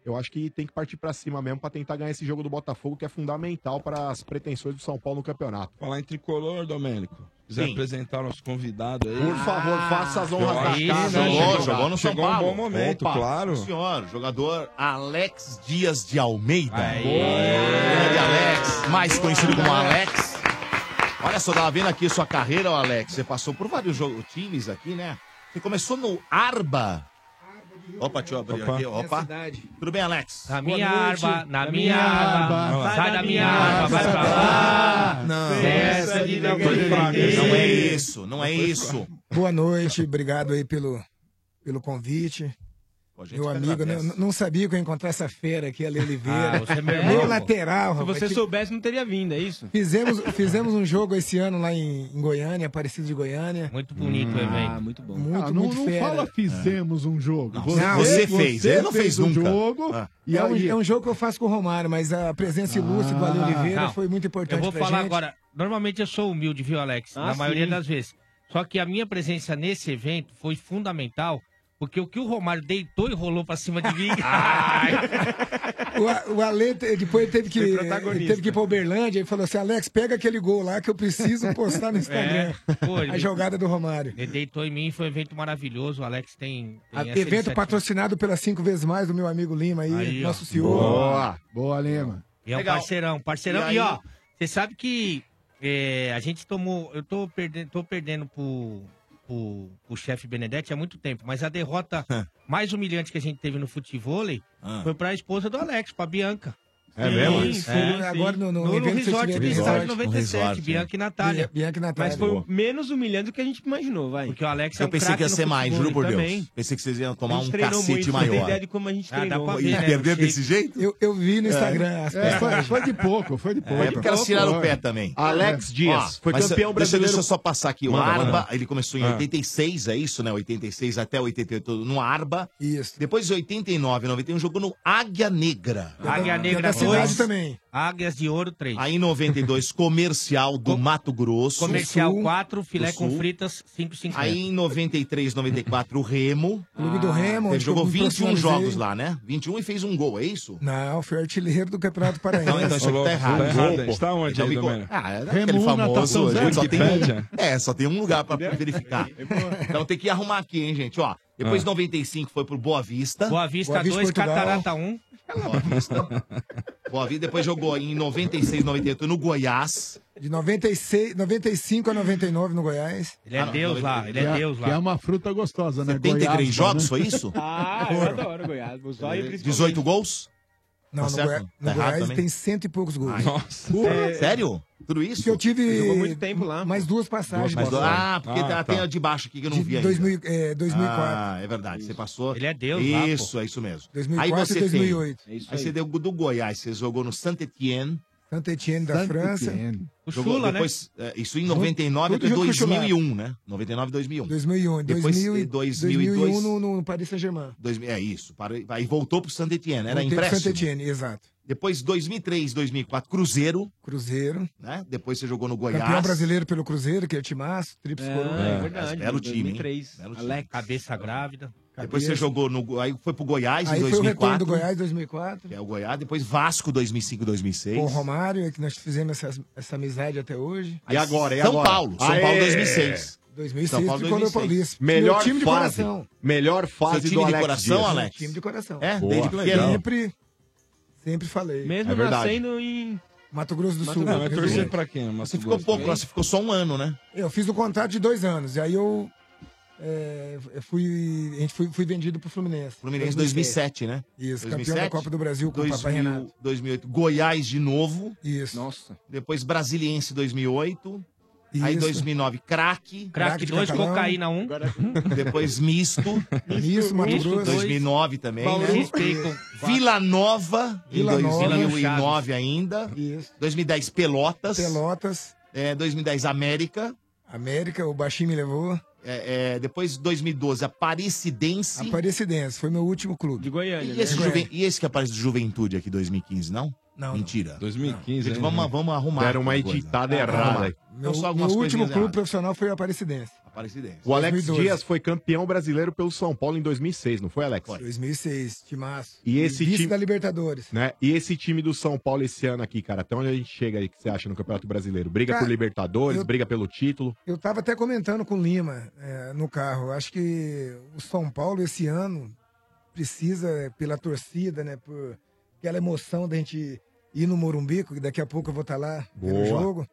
eu acho que tem que partir pra cima mesmo pra tentar ganhar esse jogo do Botafogo, que é fundamental para as pretensões do São Paulo no campeonato.
Falar em tricolor, Domênico. Quiser
Sim.
apresentar o nosso convidado aí.
Por favor, faça as honras
Eu
da
acho
casa.
que
Jogou,
Tá, chegou-
jogou no São
chegou
Paulo.
um bom momento,
Opa,
claro.
sim, Senhor, jogador Alex Dias de Almeida. Grande Alex, mais conhecido como Alex. Olha só, tava vendo aqui sua carreira, ó, Alex. Você passou por vários jo- times aqui, né? Você começou no Arba. Opa, deixa eu abrir
Opa.
aqui. Opa. Tudo bem, Alex?
Na
Boa
minha
noite.
arma, na minha arma, sai da minha arma, vai pra lá. Não,
é
essa de não
Não é isso, não é isso.
[laughs] Boa noite, obrigado aí pelo, pelo convite.
gente que
Meu amigo, né?
agradece.
não, não sabia que eu ia encontrar essa fera aqui, a Lê Oliveira.
Ah, você
[laughs]
é meu
meu
irmão, pô.
lateral,
Se
rapaz,
você
que-
soubesse, não teria vindo, é isso?
Fizemos, fizemos um jogo esse ano lá em, em Goiânia, Aparecido de Goiânia. Hum.
Muito bonito o evento.
Ah, muito bom.
Muito,
Ah, não,
muito
não
fera.
fala fizemos um jogo.
Não, você fez, ele não fez
um
nunca.
jogo.
Ah.
E
é, um,
aí,
é um jogo que eu faço com o Romário, mas a presença ilustre do Ale Oliveira
Não.
foi muito importante
Ah, Eu vou
pra
falar
gente.
agora. Normalmente eu sou humilde, viu, Alex?
Ah,
Na
sim.
maioria das vezes. Só que a minha presença nesse evento foi fundamental, porque o que o Romário deitou e rolou pra cima de mim.
[laughs] O, A- o Ale te- depois teve que,
Foi protagonista.
ele teve que ir pra Uberlândia e falou assim: Alex, pega aquele gol lá que eu preciso postar no Instagram.
É, pô, ele-
a jogada do Romário.
Ele deitou em mim, foi um evento maravilhoso. O Alex tem. tem
A-
essa
Ah, evento
iniciativa.
patrocinado pela cinco vezes mais do meu amigo Lima aí,
Aí, ó.
nosso senhor.
Boa.
Boa, Lima.
E é um
Legal.
parceirão, parceirão. E,
E aí-
ó, você sabe que é, a gente tomou. Eu tô perdendo, tô perdendo pro, pro, pro chefe Benedetti há muito tempo, mas a derrota mais humilhante que a gente teve no futebol
Ah.
foi pra esposa do Alex, pra Bianca.
É mesmo?
Foi agora no- no evento que você
resort,
tiver
no
resort. é.
resort
No
97,
resort,
Bianca e
né?
Natália.
Bia- Bianca e Natália.
Mas foi
Boa.
menos humilhante do que a gente imaginou, vai. Porque
o Alex
Eu pensei que ia ser mais, juro por Deus. Pensei que vocês iam tomar um cacete
Não tem
maior. Ah,
ideia de como a gente treinou.
E perder desse jeito?
Eu, eu vi no Instagram as
É, foi,
passagens.
foi de pouco, foi de pouco.
É porque elas tiraram o pé também.
Alex
Dias,
Ó,
foi
mas
campeão
deixa-
brasileiro.
Deixa eu só passar aqui. O
Manda,
Arba,
manda.
ele começou em
Ah.
86, é isso, né? 86 até 88 no Arba.
Isso.
Depois de 89, 91, jogou no Águia Negra.
Águia Negra
da cidade
2.
também.
Águias de Ouro 3.
Aí em 92, Comercial do Mato Grosso.
Comercial 4, filé
Do
com
Sul.
fritas 5,50.
Aí em 93, 94, o Remo.
Ah.
Clube do Remo,
Ele
onde
jogou
eu me
21
profissionalizei.
jogos lá, né? 21 e fez um gol, é isso?
Não, foi artilheiro do Campeonato Paraense.
Então, então isso aqui tá errado.
Tá errado,
Gol,
hein? Tá onde
Então
aí,
me co-
Domênico?
Ah, é aquele
Remuna,
famoso.
Tação
a gente só
Zero,
tem um,
Wikipédia.
é, só tem um lugar pra verificar. Então tem que arrumar aqui, hein, gente? Ó, depois
Ah.
de 95 foi pro Boa Vista.
Boa Vista 2, Catarata 1.
Boa Vista. Boa Vista. Depois jogou em 96, 98 no Goiás.
De 96, 95 a 99 no Goiás.
Ele é Deus lá, ele é,
Que
Deus lá.
Que é uma fruta gostosa, né?
70
Goiaba,
gringiotos,
né?
foi
é [laughs]
isso?
Ah, eu adoro Goiás. O Zóio, principalmente.
18 gols?
Não,
Tá
no,
certo?
Goi-
Tá
no
errado
Goiás
também.
tem cento e poucos gols.
Ai,
Nossa.
Porra.
É. Sério? Tudo isso?
Que eu tive
Jogou
muito tempo lá.
mais duas passagens.
Mas, ah, porque
Ah,
tá-
tá.
tem a de baixo aqui que eu não
De
vi ainda.
2000, é, 2004.
Ah, é verdade. Você passou.
Ele é Deus lá, pô.
Isso, é isso mesmo.
2004
aí você
e 2008.
Tem,
É isso
aí,
aí.
você deu do Goiás, você jogou no Saint-Etienne.
Saint-Etienne da França.
O
Jogou
Chula, né?
depois, é, isso em 99
Tudo
até
junto com o Chula.
2001, né? 99 2001.
2001,
Depois, é
2000, e-
2002.
2001 no, no Paris Saint-Germain.
2000 é isso. Para, aí voltou pro Saint-Etienne, era
Voltei pro
empréstimo.
Saint-Etienne, exato.
Depois 2003, 2004 Cruzeiro,
Cruzeiro.
né? Depois você jogou no Goiás.
Campeão brasileiro pelo Cruzeiro, que é timaço, tríplice
É,
coroa.
é verdade. Belo time, hein?
2003.
Belo time.
Alex.
Cabeça grávida.
Depois você
Cabeça.
jogou no aí foi pro Goiás
Aí
em
foi o retorno
2004.
do Goiás 2004.
que É o Goiás, depois Vasco 2005, 2006.
Com o Romário, é que nós fizemos essa, essa amizade até hoje.
E agora, e
São
agora?
Paulo,
São
Aê!
Paulo 2006.
2006,
São Paulo
tricolor
2006.
paulista. Meu time de coração.
Melhor
Seu time de coração,
Meu
Alex?
Time de coração.
É,
Boa.
desde pequeno.
Sempre, sempre falei.
Mesmo
É verdade.
nascendo em.
Mato Grosso do
Mato
Sul.
Grosso.
Não, é
Rio
torcer
do Sul.
pra quem? Mas
Você ficou pouco lá, você ficou só um ano, né?
Eu fiz o contrato de dois anos, e aí eu é, eu fui, a gente fui, fui vendido pro Fluminense.
Fluminense 2007, né?
Isso, campeão da Copa do Brasil com o Papai
2000,
Renato.
2008. Goiás de novo.
Isso.
Nossa.
Depois Brasiliense 2008. Aí
Isso.
2009, craque.
Crack
Crack de
2,
Catalão.
cocaína 1. Um.
Depois misto.
[laughs]
Isso, Mato
Isso,
Grosso.
dois.
2009 também,
Bauru.
né? Vila Nova, em
Vila Nova.
2009 ainda.
Isso.
2010, Pelotas.
Pelotas,
É, 2010, América.
América, o Baixinho me levou.
É, é, depois, 2012, Aparecidense.
Aparecidense, foi meu último clube.
De Goiânia.
E esse,
né?
juven- e esse que aparece do Juventude aqui 2015, não?
Não,
Mentira.
2015,
Gente,
hein?
vamos, vamos arrumar.
Era uma
alguma coisa. Ah,
editada
não.
errada.
Calma. Meu,
só
meu
algumas
último
coisinhas
clube
erradas.
profissional foi o Aparecidense.
Aparecidense.
O Alex
2012.
Dias foi campeão brasileiro pelo São Paulo em 2006, não foi, Alex?
2006, Timaço.
E esse
Vice
time-
da Libertadores.
Né? E esse time do São Paulo esse ano aqui, cara, até onde a gente chega aí que você acha no Campeonato Brasileiro? Briga
Cara,
por Libertadores,
eu-
briga pelo título.
Eu tava até comentando com o Lima eh, no carro. Acho que o São Paulo esse ano precisa, eh, pela torcida, né? Por aquela emoção da gente ir no Morumbi, que daqui a pouco eu vou estar lá vendo
Boa.
o jogo.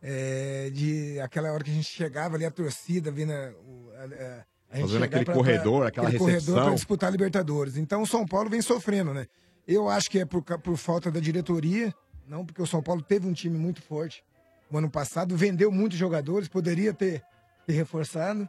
eh, de aquela hora que a gente chegava ali, a torcida vindo. A, a- a gente
Fazendo
chegar
aquele corredor, aquela recepção.
corredor para disputar a Libertadores. Então o São Paulo vem sofrendo, né? Eu acho que é por, ca- por falta da diretoria, não porque o São Paulo teve um time muito forte no ano passado, vendeu muitos jogadores, poderia ter, ter reforçado.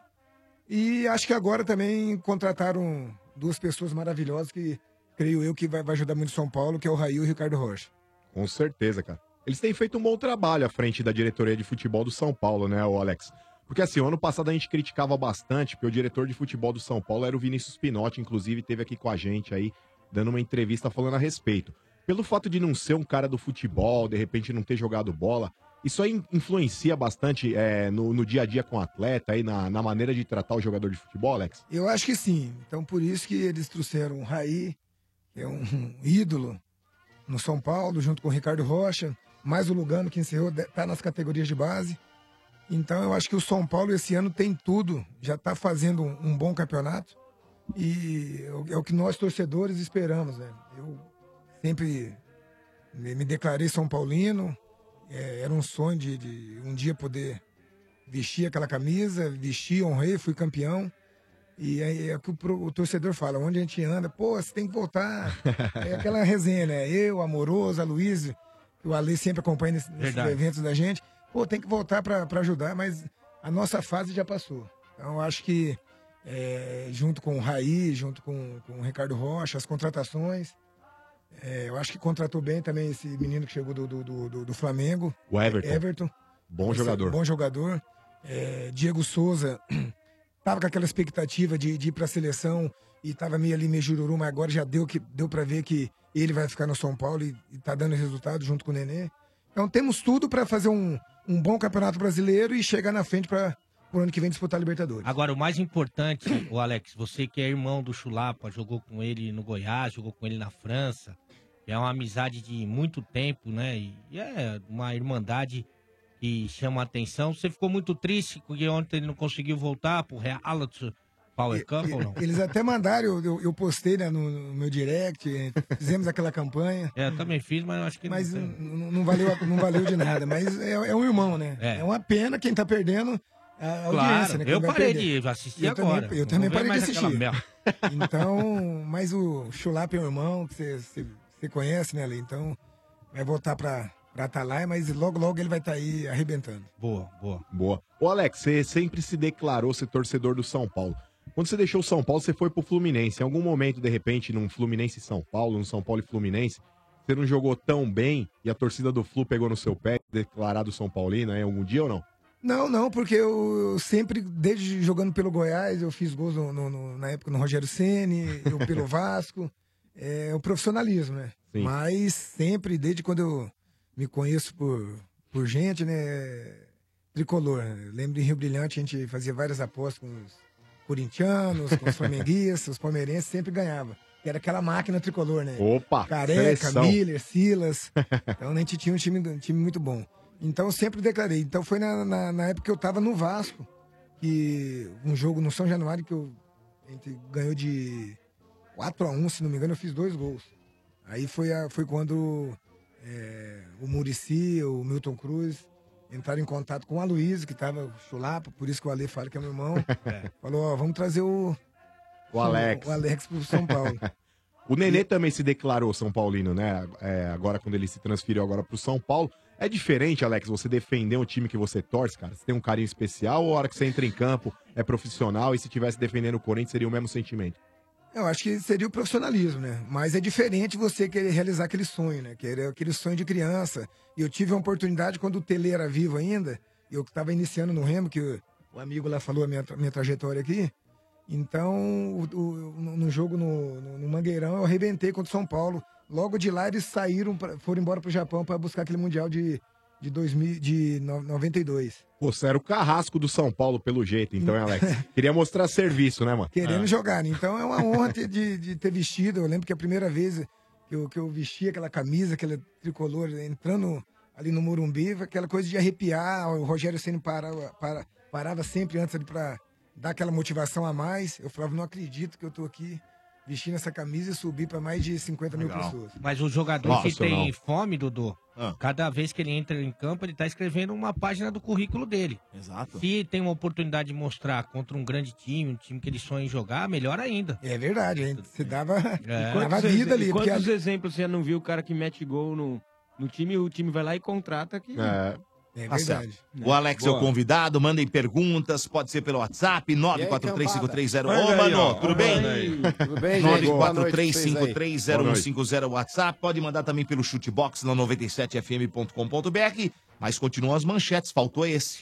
E acho que agora também contrataram duas pessoas maravilhosas que creio eu que vai, vai ajudar muito o São Paulo, que é o Raí e o Ricardo Rocha.
Com certeza, cara. Eles têm feito um bom trabalho à frente da diretoria de futebol do São Paulo, né, o Alex? Porque assim, o ano passado a gente criticava bastante, porque o diretor de futebol do São Paulo era o Vinícius Pinotti, inclusive teve aqui com a gente aí, dando uma entrevista falando a respeito. Pelo fato de não ser um cara do futebol, de repente não ter jogado bola, isso aí influencia bastante é, no, no dia a dia com o atleta, aí na, na maneira de tratar o jogador de futebol, Alex?
Eu acho que sim. Então por isso que eles trouxeram o Raí, que é um, [laughs] um ídolo no São Paulo, junto com o Ricardo Rocha, mais o Lugano que encerrou, está nas categorias de base. Então eu acho que o São Paulo esse ano tem tudo, já está fazendo um, um bom campeonato e é o- é o que nós torcedores esperamos, né? Eu sempre me me declarei São Paulino, é, era um sonho de, de um dia poder vestir aquela camisa, vesti, honrei, fui campeão. E aí é o que o, pro- o torcedor fala, onde a gente anda, pô, você tem que voltar. [laughs] É aquela resenha, né? Eu, Amoroso, a Luiz, o Ale sempre acompanha nesse- nesses
Verdade.
eventos da gente. Pô, tem que voltar para ajudar, mas a nossa fase já passou. Então eu acho que é, junto com o Raí, junto com, com o Ricardo Rocha, as contratações. É, eu acho que contratou bem também esse menino que chegou do, do, do, do- do Flamengo,
O Everton,
Everton.
bom
Esse é um
jogador.
Bom jogador. É, Diego Souza [clears throat] tava com aquela expectativa de, de ir para a seleção e tava meio ali meio jururu, mas agora já deu que deu para ver que ele vai ficar no São Paulo e, e tá dando resultado junto com o Nenê. Então temos tudo para fazer um, um bom campeonato brasileiro e chegar na frente para o ano que vem disputar a Libertadores.
Agora, o mais importante, o Alex, você que é irmão do Chulapa, jogou com ele no Goiás, jogou com ele na França, é uma amizade de muito tempo, né? E e é uma irmandade que chama a atenção. Você ficou muito triste porque ontem ele não conseguiu voltar pro Real Power Cup ou não?
Eles até mandaram, eu, eu, eu postei né, no, no meu direct, eh, fizemos aquela campanha.
É, eu também fiz, mas eu acho que
Mas
não. tem.
Não, não valeu, não valeu de nada, mas é, é um irmão, né?
É.
É. uma pena quem tá perdendo a audiência,
Claro,
né? Quem
eu
vai
parei
perder.
de assistir
eu
agora.
Também, eu
Não
também
vou ver
parei de
mais aquela
assistir.
merda. [laughs]
Então, mas o Chulapa é um irmão que você- você você conhece, né, Lê? Então, vai voltar pra, pra Atalaia, mas logo, logo ele vai estar aí arrebentando.
Boa, boa.
Boa. Ô, Alex, você sempre se declarou ser torcedor do São Paulo. Quando você deixou o São Paulo, você foi pro Fluminense. Em algum momento, de repente, num Fluminense e São Paulo, num São Paulo e Fluminense, você não jogou tão bem e a torcida do Flu pegou no seu pé, declarado São Paulino, é algum dia ou não?
Não, não, porque eu eu sempre, desde jogando pelo Goiás, eu fiz gols no- no- no- na época no Rogério Ceni, eu pelo
[laughs]
Vasco. É o profissionalismo, né?
Sim.
Mas sempre, desde quando eu me conheço por, por gente, né? Tricolor. né? Lembro em Rio Brilhante, a gente fazia várias apostas com os corintianos,
[laughs]
com os flamenguistas, os palmeirenses, sempre ganhava. Era aquela máquina tricolor, né?
Opa!
Careca,
seleção. [laughs]
Miller, Silas. Então a gente tinha um time, um time muito bom. Então eu sempre declarei. Então foi na, na- na época que eu tava no Vasco, que um jogo no São Januário que eu, a gente ganhou de 4 a 1 se não me engano, eu fiz dois gols. Aí foi, a- foi quando é, o Murici, o Milton Cruz entraram em contato com o Aloysio, que tava chulapa, por isso que o Ale fala que é meu
[laughs]
irmão. Falou, ó, vamos trazer o,
O Alex.
o Alex pro São Paulo.
[laughs] O Nenê também se declarou São Paulino, né? É, agora, quando ele se transferiu agora pro São Paulo. É diferente, Alex, você defender um time que você torce, cara? Você tem um carinho especial ou a hora que você entra em campo é profissional e se tivesse defendendo o Corinthians seria o mesmo sentimento?
Eu acho que seria o profissionalismo, né? Mas é diferente você querer realizar aquele sonho, né? Que era aquele sonho de criança. E eu tive uma oportunidade quando o Tele era vivo ainda, eu que estava iniciando no Remo, que o- o amigo lá falou a minha, tra- minha trajetória aqui. Então, o- o- no no jogo no, no- no Mangueirão, eu arrebentei contra o São Paulo. Logo de lá, eles saíram, pra- foram embora para o Japão para buscar aquele Mundial de, de, 2000, de no- 92.
Pô, você era o carrasco do São Paulo, pelo jeito, então, hein, Alex?
[laughs]
Queria mostrar serviço, né, mano?
Ah.
querendo jogar. né? Então é uma honra ter- de, de ter vestido. Eu lembro que a primeira vez que eu, que eu vesti aquela camisa, aquela tricolor, entrando ali no Morumbi, foi aquela coisa de arrepiar. O Rogério Ceni parava, para- parava sempre antes ali para dar aquela motivação a mais. Eu falava, não acredito que eu tô aqui vestindo essa camisa e subir para mais de 50 mil pessoas.
Mas o jogador
Nossa,
que tem
não. Ah.
fome, Dudu, cada vez que ele entra em campo, ele tá escrevendo uma página do currículo dele.
Exato.
Se tem uma oportunidade de mostrar contra um grande time, um time que ele sonha em jogar, melhor ainda.
É verdade, hein? Você dava,
É.
dava
Quantos,
vida ali.
e
porque
quantos
a-
exemplos você não viu o cara que mete gol no, no time, o time vai lá e contrata
Uhum.
que.
É
Tá certo.
verdade.
O Alex é o
Boa.
convidado, mandem perguntas, pode ser pelo WhatsApp, 9435301.
E aí,
Ô,
cambada?
mano,
Olha
tudo
então, aí,
bem?
ó. Tudo bem, gente? Boa noite pra vocês aí.
943530150 o um WhatsApp, pode mandar também pelo chutebox na 97fm.com.br, mas continuam as manchetes, faltou esse.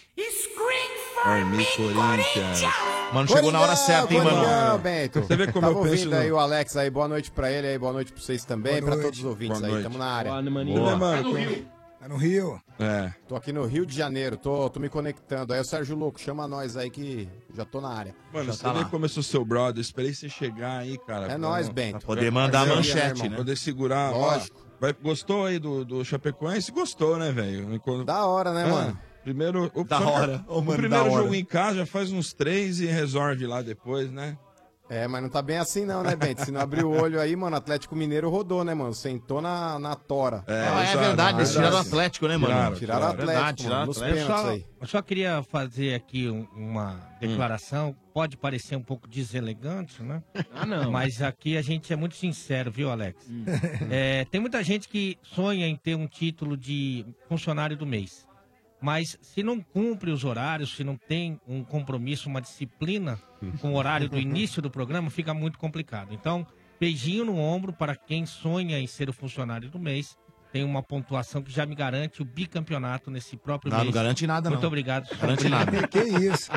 Arme Corinthians. Mano, chegou na hora certa, hein, mano?
Não, Bento.
Você vê como
Tava
eu penso,
Tá ouvindo
né?
aí
não?
o Alex aí, boa noite pra ele aí, boa noite pra vocês também, pra todos os ouvintes
Boa
aí,
noite.
tamo na área.
Boa, maninho. Tudo bem, mano? Tá no Rio.
Tá no Rio.
[laughs] É.
Tô aqui no Rio de Janeiro, tô, tô me conectando. Aí o Sérgio Louco, chama nós aí que já tô na área.
Mano,
Já
você
tá
vê
lá.
como eu sou seu brother. Esperei você chegar aí, cara.
É
pra
nóis,
não-
Bento.
pra
Poder mandar a
Parceria,
manchete,
irmão,
né?
Poder segurar. ó.
Lógico.
Vai- gostou aí do, do Chapecoense? Gostou, né, velho? Ah,
Da hora, né, mano?
Primeiro, o,
Da
só-
hora. Ô,
o
mano,
primeiro
da hora.
jogo em casa já faz uns três e resolve lá depois, né?
É, mas não tá bem assim não, né, Bento? Se não abrir o olho aí, mano, Atlético Mineiro rodou, né, mano? Sentou na, na tora.
Ah, é exato, verdade, eles verdade. tiraram o Atlético, né, mano?
Tiraram,
Tiraram
tiraram
o
o
Atlético,
Atlético,
Verdade, tiraram
mano,
o
nos
Atlético.
pênaltis
só,
aí.
eu só queria fazer aqui um- uma declaração. Pode parecer um pouco deselegante, né?
Ah, não. Hum.
Mas aqui a gente é muito sincero, viu, Alex? [laughs] É, tem muita gente que sonha em ter um título de funcionário do mês. Mas se não cumpre os horários, se não tem um compromisso, uma disciplina com o horário do início do programa, fica muito complicado. Então, beijinho no ombro para quem sonha em ser o funcionário do mês. Tem uma pontuação que já me garante o bicampeonato nesse próprio
Não,
mês.
não garante nada, não.
Muito obrigado.
Garante nada.
que isso?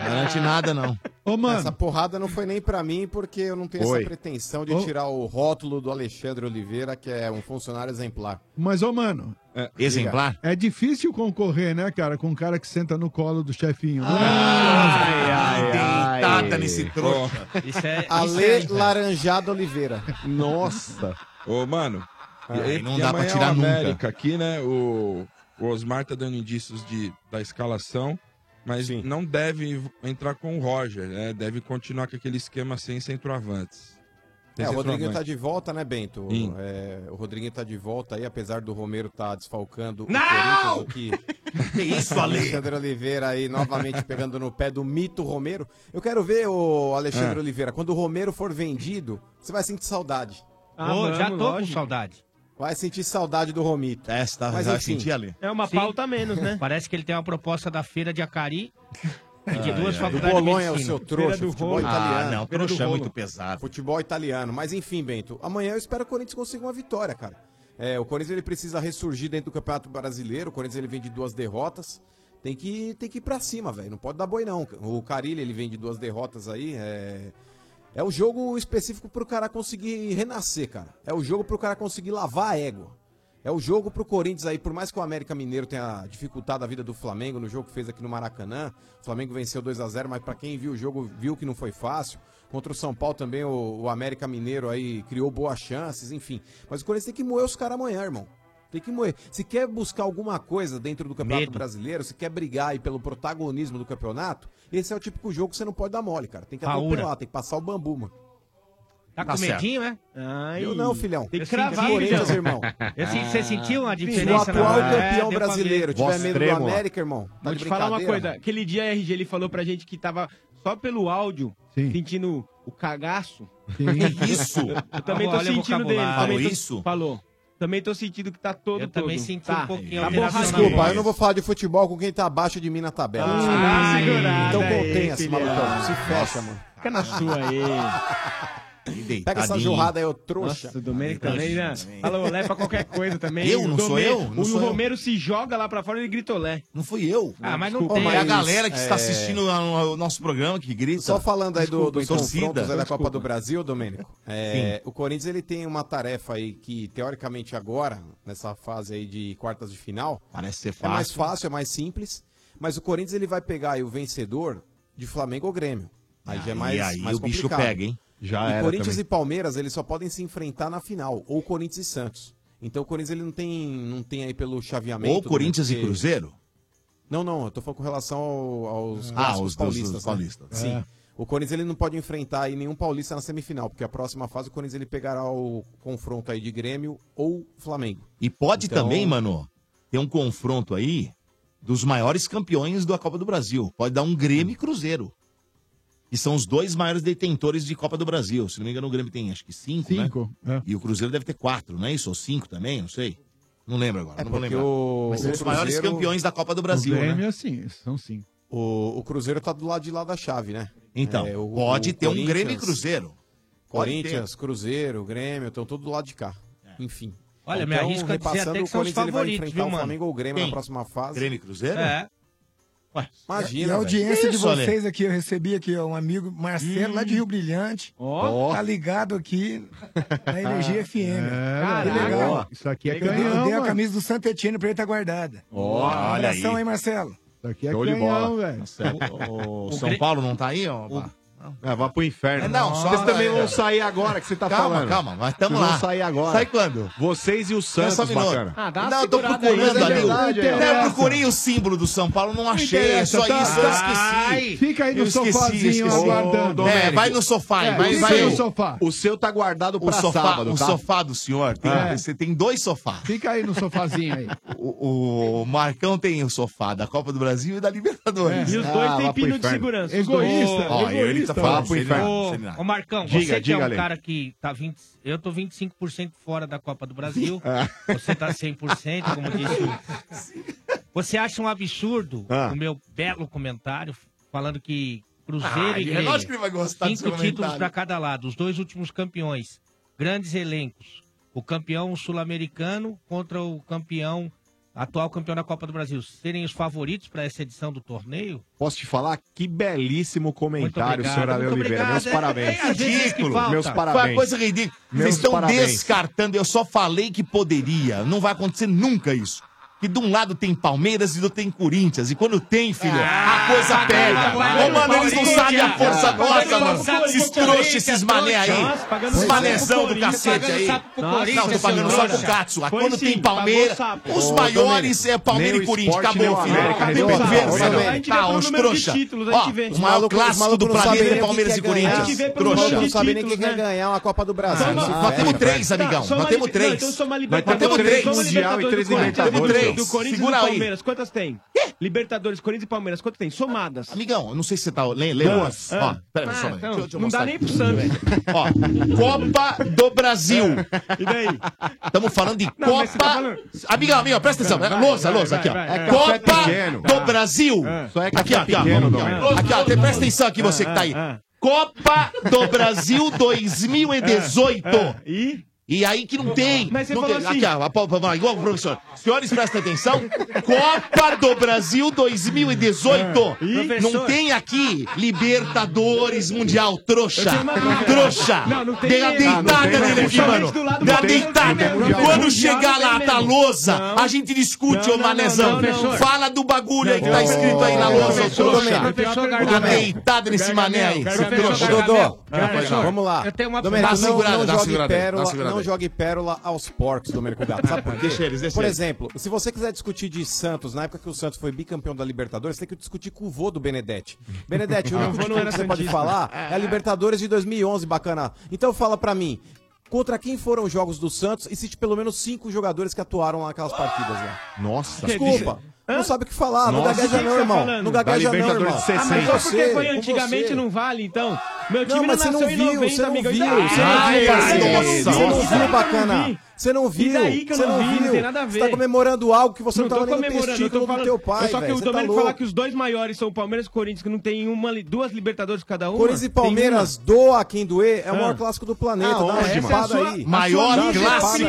Garante nada, não.
Ô, mano. Essa porrada não foi nem pra mim, porque eu não tenho
Foi.
essa pretensão de
Ô.
tirar o rótulo do Alexandre Oliveira, que é um funcionário exemplar.
Mas, ô, mano.
exemplar?
É difícil concorrer, né, cara, com um cara que senta no colo do chefinho. tá né?
Ai, ai, ai.
Deitada nesse trouxa.
[laughs]
Isso é,
Ale Laranjado Oliveira.
Nossa. Ô, mano.
Ah, aí não
e
dá pra
amanhã
tirar
o
nunca.
América aqui, né? O, o Osmar tá dando indícios de, da escalação. Mas não deve entrar com o Roger, né? Deve continuar com aquele esquema sem centroavantes. Sem
É, o Rodriguinho
centroavante.
tá de volta, né, Bento?
Sim.
É, o Rodriguinho tá de volta aí, apesar do Romero tá desfalcando
Não!
o Corinthians aqui.
Que isso, Ale?
Alexandre Oliveira aí, novamente pegando no pé do mito Romero. Eu quero ver, o Alexandre
É.
Oliveira, quando o Romero for vendido, você vai sentir saudade.
Ah, Ô, vamos, já tô com lógico. saudade.
Vai sentir saudade do Romito.
Essa,
vai sentir, Ale? É uma pauta a
menos,
né? Parece que ele tem uma proposta da feira de Acari e de
Ah,
duas
é.
faculdades
Do Bolonha,
de
o
medicina.
seu trouxa, futebol italiano.
não,
Feira do
trouxa é
rolo.
muito pesado.
Futebol italiano. Mas enfim, Bento, amanhã eu espero que o Corinthians consiga uma vitória, cara. É, o Corinthians ele precisa ressurgir dentro do Campeonato Brasileiro. O Corinthians ele vem de duas derrotas. Tem que, tem que ir pra cima, velho. Não pode dar boi, não. O Carilli, ele vem de duas derrotas aí. É, é o jogo específico pro cara conseguir renascer, cara. É o jogo pro cara conseguir lavar a égua. É o jogo pro Corinthians aí, por mais que o América Mineiro tenha dificultado a vida do Flamengo no jogo que fez aqui no Maracanã. O Flamengo venceu 2 a 0 mas pra quem viu o jogo, viu que não foi fácil. Contra o São Paulo também, o, o América Mineiro aí criou boas chances, enfim. Mas o Corinthians tem que moer os caras amanhã, irmão. Tem que moer. Se quer buscar alguma coisa dentro do Campeonato Brasileiro, se quer brigar aí pelo protagonismo do campeonato, esse é o típico jogo que você não pode dar mole, cara. Tem que
Raura.
atropelar, tem que passar o bambu, mano.
Tá com medinho, é?
Eu não, filhão.
Tem que
cravar,
cravar,
Corinthians, irmão.
irmão. Eu senti- você sentiu a diferença
O atual
na- É, deu
campeão
pra ver.
brasileiro. Tiver
Voz
medo do
trêmula.
América, irmão. Tá
Vou
de
te falar uma
brincadeira,
coisa. Aquele dia, RG, ele falou pra gente que tava só pelo áudio sentindo o cagaço. [laughs] É
Que isso?
Eu também tô
Olha o
sentindo dele.
vocabulário.
Também
Falou
tô-
isso?
Falou. Também tô sentindo que tá todo Eu
também senti um pouquinho
Tá
a
bom,
alteração na
desculpa,
voz.
eu não vou falar de futebol com quem tá abaixo de mim na tabela.
Ah,
Desculpa.
dá uma segurada
então
aí,
contenha-se,
filhão.
malucão. Se fecha,
Nossa.
mano.
Fica na sua aí.
Pega essa jorrada aí, ô trouxa.
Nossa, o Domênico
Ai,
também, né?
também.
Fala olé pra qualquer coisa também.
Eu? Não
O
sou
Domênico-
eu? Não
o
sou eu.
Romero se joga lá pra fora e ele grita olé.
Não fui eu.
Ah, mas
Desculpa, mas é a galera que está assistindo a- o nosso programa que grita.
Só falando aí do, dos confrontos aí da
Desculpa.
Copa do Brasil, Domênico. é, o Corinthians ele tem uma tarefa aí que, teoricamente, agora, nessa fase aí de quartas de final,
Parece ser
é
fácil. né?
mais fácil, é mais simples. Mas o Corinthians ele vai pegar aí o vencedor de Flamengo ou Grêmio. Aí já é mais,
E aí
mais
o bicho
complicado.
pega, hein? Já
e
era
Corinthians
também.
e Palmeiras eles só podem se enfrentar na final, ou Corinthians e Santos. Então o Corinthians ele não tem, não tem aí pelo chaveamento. né,
Ou Corinthians e
porque-
Cruzeiro?
não, não, eu tô falando com relação ao- aos
Ah,
clássicos
aos dos-
paulistas.
dos
né?
paulistas.
Sim.
É.
O Corinthians ele não pode enfrentar aí nenhum paulista na semifinal, porque a próxima fase o Corinthians ele pegará o confronto aí de Grêmio ou Flamengo.
E pode
Então-
também, mano, ter um confronto aí dos maiores campeões da Copa do Brasil. Pode dar um Grêmio e Cruzeiro. Que são os dois maiores detentores de Copa do Brasil. Se não me engano, o Grêmio tem acho que cinco,
Cinco, é.
né? E o Cruzeiro deve ter quatro, não é isso? Ou cinco também, não sei. Não lembro agora,
É
não vou
porque
lembrar.
o-
Mas são
o
os maiores
Cruzeiro-
campeões da Copa do Brasil,
o Grêmio,
né?
assim, são sim.
O, o Cruzeiro tá do lado de lá da chave, né?
Então, pode ter um Grêmio e Cruzeiro. Pode
Corinthians, Cruzeiro, Grêmio, estão todo do lado de cá.
É.
Enfim. Então,
Olha, me arrisco a dizer até que
o
são os
Corinthians ele vai
favoritos,
enfrentar
viu,
o
mano?
Flamengo ou o Grêmio
Quem?
na próxima fase.
Grêmio e Cruzeiro?
É.
Imagina.
E a
velho.
audiência de
Isso, Ale.
vocês aqui, eu recebi aqui ó, um amigo, Marcelo, lá de Rio Brilhante.
Ó.
Tá ligado aqui
[laughs]
na Energia FM.
É,
que legal.
ó, isso aqui é
Eu dei-
canhão,
eu dei a
mano.
camisa do Santo Etienne pra ele tá guardada.
Ó,
Um
olha
abração
aí.
aí, Marcelo.
Isso aqui é
Show de
canhão,
bola.
velho.
Marcelo. Tá
[laughs]
O,
O
São
Grê-
Paulo não tá aí, ó? Vá.
É, vá pro inferno.
É, não, só-
Vocês também vão
é.
sair agora que você tá
Calma,
falando.
calma, mas tamo
Vocês
lá.
vão sair agora.
Sai quando?
Vocês e o Santos,
Só um minuto.
bacana.
Ah,
dá uma
não, eu tô
segurada aí,
procurando
mas é
ali.
verdade,
o-
é.
Não, eu procurei o símbolo do São Paulo, não achei. É
interessa,
só
tá-
isso, eu
tá-
esqueci.
Fica aí no
Eu esqueci,
sofazinho
esqueci.
aguardando.
Ô, É, vai no sofá,
É,
vai,
fica
vai
aí no
eu.
sofá.
O seu tá guardado
O
pra
sofá,
sábado,
o
tá?
sofá do senhor, tem-
É.
você tem dois sofás.
Fica aí no sofazinho aí.
[laughs] O, o Marcão tem o sofá da Copa do Brasil e da Libertadores.
É. E os dois Ah, têm vá pro pino de inferno. segurança. Egoísta,
Ó, ele
egoísta.
tá falando,
Vá pro
sei lá,
inferno.
sei lá.
Ô, Marcão,
Diga,
você que
diga,
é um
Ale.
cara que tá 20... Eu tô 25% fora da Copa do
[laughs]
Brasil.
Ah.
você tá 100%, como disse o... Você acha um absurdo
Ah.
o meu belo comentário falando que
Ah,
Cruzeiro
é
e Grêmio...
lógico que ele vai gostar do
Cinco
seu
títulos
comentário.
pra cada lado. Os dois últimos campeões. Grandes elencos. O campeão sul-americano contra o campeão... Atual campeão da Copa do Brasil. Serem os favoritos para essa edição do torneio?
Posso te falar? Que belíssimo comentário, senhor Ale
muito
Oliveira.
obrigado.
Meus
É-
parabéns.
é às vezes que falta.
Meus parabéns.
Foi uma coisa ridícula.
Meus
Vocês estão
parabéns.
descartando. Eu só falei que poderia. Não vai acontecer nunca isso. Que de um lado tem Palmeiras e do outro tem Corinthians. E quando tem, filho,
Ah,
a coisa
tá
pega.
é
Ô, mano, eles não sabem a força nossa, mano. Esses trouxas, esses mané aí. Esses manézão do cacete aí. Não, tô pagando só pro Gatsu. Quando tem Palmeiras, os maiores é Palmeiras e Corinthians. Acabou, filho. Acabou o verde. Tá, uns trouxa. Ó, o maior clássico do planeta é Palmeiras e Corinthians.
Trouxa. Não
Trouxa.
sabe nem quem
né?
quer ganhar uma Copa do
Ah,
Brasil.
Nós
é.
temos três,
Tá,
amigão. Nós temos três.
então
Nós temos três. Temos três.
Do Corinthians e
Segura
do
aí.
Palmeiras, quantas tem? Libertadores, Corinthians e Palmeiras, quantas tem? Somadas. Ah.
Amigão, eu não sei se você tá lendo. Duas. Ó, peraí, só um minuto. Deixa eu- deixa eu
então, Não
mostrar
dá nem
aqui.
pro Sam, velho.
Ó, Copa do Brasil.
[laughs] E daí?
Estamos falando de
Não, mas você tá
Copa.
falando-
Amigão, amigão, presta atenção. né?
Vai,
lousa,
vai,
lousa,
vai,
aqui, ó.
vai, vai. É café
Copa
pequeno.
do Brasil.
Só é
aqui,
café
ó, aqui, ó.
pequeno, Ah,
Aqui, ó.
Dom.
Aqui, ó, te- Presta atenção aqui, você que tá aí. Copa do Brasil 2018.
É, E?
aí que não tem.
Mas você
não
falou
tem.
assim-
Aqui, ó, a pau- pau- pau- igual o professor. Senhores, prestem atenção. Copa do Brasil
É,
2018. Não
Professor.
tem aqui Libertadores Mundial, trouxa. Trouxa.
Não, não tem-
Dei a
Ah, não
deitada
tem,
nele
não.
aqui, mano.
Principalmente do lado do
Dei a
Palmeiras,
deitada.
não tem mesmo.
Quando
Mundial
chegar
não
lá,
tem
tá
mesmo.
lousa, a gente discute, ô
não,
manezão.
não, não.
Fala do bagulho aí que tá
Não.
escrito aí na lousa, ô
Professor,
trouxa.
professor
Vou dar
Gargamel.
deitada nesse mané aí.
Gargamel,
seu trouxa.
Gargamel.
Dodô.
Professor, Vamos lá.
Eu tenho uma
Domênico,
Dá
não,
segurada,
não
dá
jogue
segurada aí, dá
pérola,
segurada
Não
aí.
jogue pérola aos porcos, Domênico Gato. Sabe por quê?
Deixa eles, deixa
por
eles.
exemplo, se você quiser discutir de Santos, na época que o Santos foi bicampeão da Libertadores, você tem que discutir com o vô do Benedetti. Benedetti, o
Ah, o
único
vô
título
não era
que você pode
santista.
falar é a Libertadores de 2011, bacana. Então fala pra mim, contra quem foram os jogos do Santos e cite pelo menos cinco jogadores que atuaram naquelas partidas lá.
Nossa.
Desculpa. Não sabe o que falar, não
Nossa.
gagueja
De quem
não,
você tá
irmão.
falando?
Não gagueja
Da
não, irmão.
Libertadores de
Ah, mas
Só
você,
porque foi
com
antigamente
você.
não vale, então. Meu time
Não,
não,
mas você
nasceu
não
em
viu,
90,
você não
amigo.
viu,
E daí?
você não
Ah,
viu,
e daí que eu não
parceiro. Você não
vi, e daí que eu
viu,
não
bacana.
vi.
Você não viu.
E daí que eu
você
não vi, não tem nada a
Você tá
ver.
comemorando algo que você não
não
Então
tava
tô
nem no
comemorando, eu
testículo do
tô falando.
teu pai,
Eu só que
velho.
o
Você tá
Domênico falar
louco.
que os dois maiores são o Palmeiras e o Corinthians, que não tem uma, li- duas Libertadores cada uma.
Corinthians e
Tem uma.
Palmeiras, doa a quem doer, é o
Ah.
maior clássico do planeta. Dá uma
Aonde, mano?
chupada
Essa é a
aí.
sua- Maior
Dá uma
clássico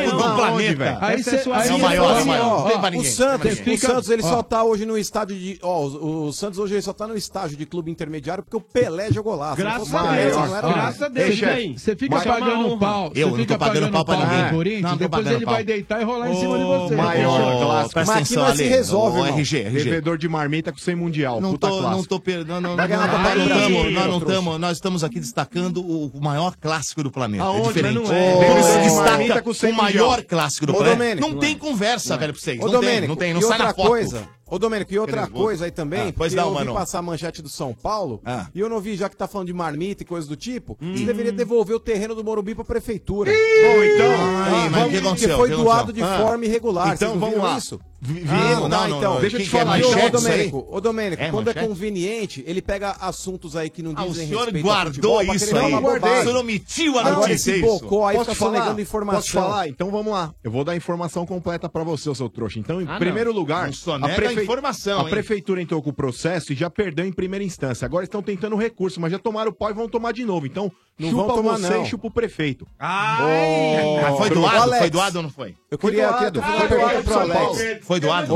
chupada aí.
do
Aonde,
planeta.
velho?
Aí
Essa
cê-
é a sua-
aí
Sim,
cê fala
assim,
assim,
ó,
ó,
ó,
tem pra
O
ninguém,
Santos,
tem pra
o
ninguém.
Santos, ele
Ó.
só tá hoje no estádio de. Ó, o, o Santos hoje ele só tá no estádio de clube intermediário porque o Pelé jogou lá. Se não
Graças
fosse o
a
Pelé,
Deus,
não era
graças
nada.
a Deus.
Ei, chefe,
aí.
você
fica
Mas é uma
pagando
honra.
pau. Você
Eu não tô
fica
pagando pau pra ninguém.
pro Corinthians,
Não, tô
depois
pagando
ele
pau.
vai deitar e rolar em cima de você.
Ô, presta
Mas aqui
atenção,
nós se
Ale.
resolve,
Ô,
irmão.
RG, RG.
Devedor de marmita com 100 mundial.
Não
puta
tô,
clássico.
não tô perdendo. Não, não,
Vai ganhar
não,
uma Copa
não
do
tamo,
Brasil,
nós não
trouxa.
estamos, nós estamos aqui destacando o, o maior clássico do planeta.
Aonde?
É diferente.
Mas não é.
Por isso
Ô,
destaca
Marmita com cem
o maior
mundial.
clássico do
Ô,
planeta.
Domênico,
não
não
tem conversa, velho, pra vocês.
Ô,
não tem,
Domênico,
não tem, não
e
sai
outra
na foto.
coisa. Ô, Domênico, e outra
nervoso.
coisa aí também,
Ah, pois
que
não,
eu ouvi
mano.
passar a manchete do São Paulo,
Ah. Hum.
e eu não vi, já que tá falando de marmita e coisa do tipo, você deveria devolver o terreno do Morumbi pra prefeitura.
Bom, então.
Ai, mas o que
Porque
aconteceu?
foi
O que
doado de
aconteceu? Ah.
forma irregular.
Então,
Vocês não
vamos
viram
lá.
Isso?
Vi-
Ah,
Vimos,
não,
não,
tá,
não,
então.
não.
Deixa eu
Que
te
que é
falar,
manchete
Ô,
isso aí?
Domênico, ô, Domênico
É
quando é
manchete?
conveniente, ele pega assuntos aí que não
Ah, o
dizem
senhor
respeito ao
guardou
futebol, pra
isso
querer
aí.
falar bobagem.
O senhor omitiu a
Agora
notícia.
esse
isso.
bocó aí
é Posso
fica
falar?
sonegando informação.
Posso falar? Então vamos lá. Eu vou dar a informação completa pra você, seu trouxa. Então, em
Ah, não.
primeiro lugar,
Não sonega a informação,
a
hein?
prefeitura entrou com o processo e já perdeu em primeira instância. Agora estão tentando recurso, mas já tomaram o pau e vão tomar de novo. Então,
Não
chupa
vão tomar,
você
não.
e chupa o prefeito.
Ai!
Mas Ah, foi
Ô,
doado?
Alex.
Foi doado ou não foi?
Eu queria, eu queria
doado,
fazer uma
foi
pergunta
doado
pro
pro São Paulo.
Alex.
Foi doado?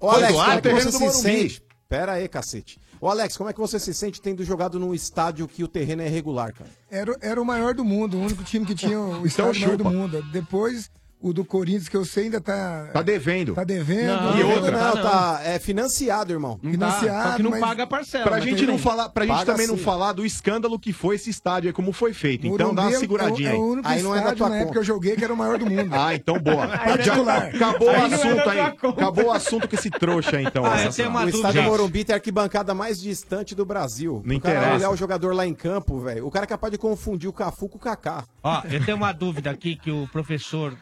Ô, Alex,
Eduardo,
como é que
terreno
você
do
se
Morumbi.
sente? Pera aí, cacete. Ô, Alex, como é que você se sente tendo jogado num estádio que o terreno é irregular, cara?
Era, era o maior do mundo, o único time que tinha o estádio maior do
chupa.
mundo. Depois, o do Corinthians, que eu sei, ainda tá,
Tá devendo.
tá devendo.
Não,
E
devendo,
outra?
Não,
Ah, não.
tá. É financiado, irmão.
Não tá, Só que não
mas-
paga a parcela.
Uhum.
né?
Pra
mas
gente
tudo
não
bem.
falar, pra gente
Paga
também não
sim.
falar do escândalo que foi esse estádio aí, como foi feito. Então dá
Morumbi
uma
é o-
seguradinha
é o,
aí.
único
Aí não é da
estádio
tua
na época
conta.
que eu joguei que era o maior do mundo.
Ah, então boa. Já,
Particular.
acabou o
Aí não é da
assunto
tua
aí.
conta.
Acabou o assunto com esse trouxa, então.
Ah,
Essa-
eu tenho uma
o
dúvida.
estádio Morumbi tem a arquibancada mais distante do Brasil.
Não
o cara
interessa.
olhar o jogador lá em campo, velho. O cara é capaz de confundir o Cafu com o Kaká.
Ó, eu tenho uma dúvida aqui que o professor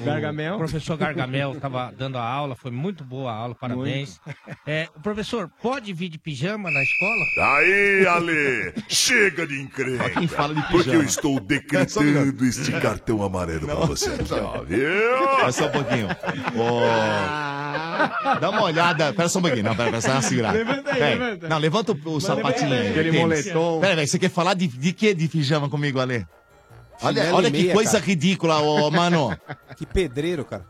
o
Gargamel.
professor Gargamel estava dando a aula, foi muito boa a aula, parabéns. É, o professor, pode vir de pijama na escola?
Aí, Ale, chega de encrenca.
Quem fala de
Porque eu
pijama?
estou
[laughs]
decretando este cartão amarelo pra você aqui, ó. Viu?
Olha tá só um pouquinho. Ô, Dá uma olhada. Pera só um pouquinho. Não, pera, pera, só uma segurada.
Levanta aí,
Peraí.
levanta.
Não, levanta o, o sapatinho. aí,
Aquele
o tênis.
moletom.
Pera, velho, você quer falar de, de quê de pijama comigo, Ale? Olha,
Chinelo
olha
e
que
meia,
coisa
cara.
ridícula, ô, mano.
Que pedreiro, cara.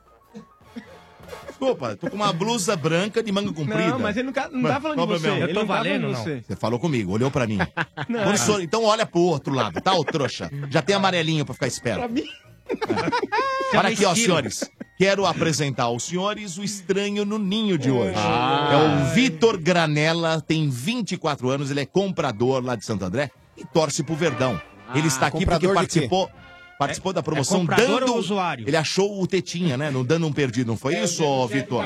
Desculpa, tô com uma blusa branca de manga comprida.
Não, mas ele não, ca- não
Mano,
tá falando de
problema.
você.
Eu
Ele
tô
não tá
valendo,
falando de
não.
você.
Você falou comigo, olhou
[laughs]
pra mim. Quando o senhor- então olha pro outro lado, tá, ô trouxa? Já tem amarelinho pra ficar esperto. Olha aqui, ó, senhores. Quero apresentar aos senhores o estranho no ninho de hoje.
Ah.
É o Vitor Granella, tem 24 anos, ele é comprador lá de Santo André e torce pro Verdão. Ele
Ah,
está aqui
comprador
porque
de quê?
participou,
É,
participou da promoção
comprador
dando
ou usuário?
Ele achou o Tetinha, né? Não dando um perdido, não
É,
foi isso, ô, Vitor?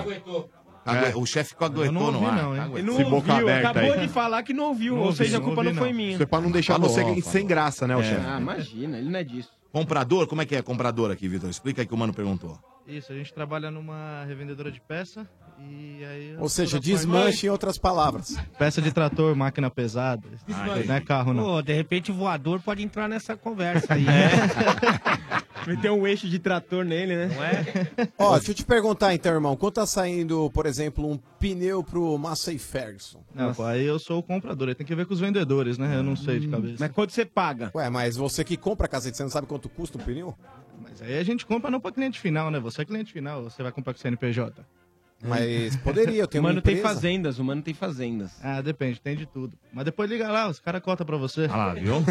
Agué- O chefe ficou aguentou
não ouvi,
no ar.
não, hein?
Aguentou.
Ele não ouviu, acabou de falar que não ouviu,
Não
ou
ouvi,
seja, a
não
culpa
ouvi,
não, foi
não.
minha.
Isso é pra não deixar Falou, você falou. sem graça, né, o chefe?
Ah, imagina, ele não é disso.
Comprador, como é que é comprador aqui, Vitor? Explica aí que o mano perguntou.
Isso, a gente trabalha numa revendedora de peça e aí...
Ou seja, desmanche em outras palavras.
Peça de trator, máquina pesada,
Desmanche.
não é carro não.
Pô, de repente o voador pode entrar nessa conversa aí.
[laughs] Meter um eixo de trator nele, né? Não é?
Ó, deixa eu te perguntar então, irmão, quanto tá saindo, por exemplo, um pneu pro Massey Ferguson?
Não, pô, aí eu sou o comprador, aí tem que ver com os vendedores, né? Eu não sei de cabeça.
Hum, Mas quanto você paga?
Ué, mas você que compra a caseta, você não sabe quanto custa um pneu?
Mas aí a gente compra não pra cliente final, né? Você é cliente final, você vai comprar com CNPJ.
Mas poderia,
[laughs]
eu tenho
Mano
uma empresa.
fazendas, o mano tem fazendas.
Ah, depende, tem de tudo. Mas depois liga lá, os caras cotam pra você. Ah
lá,
[laughs]
viu?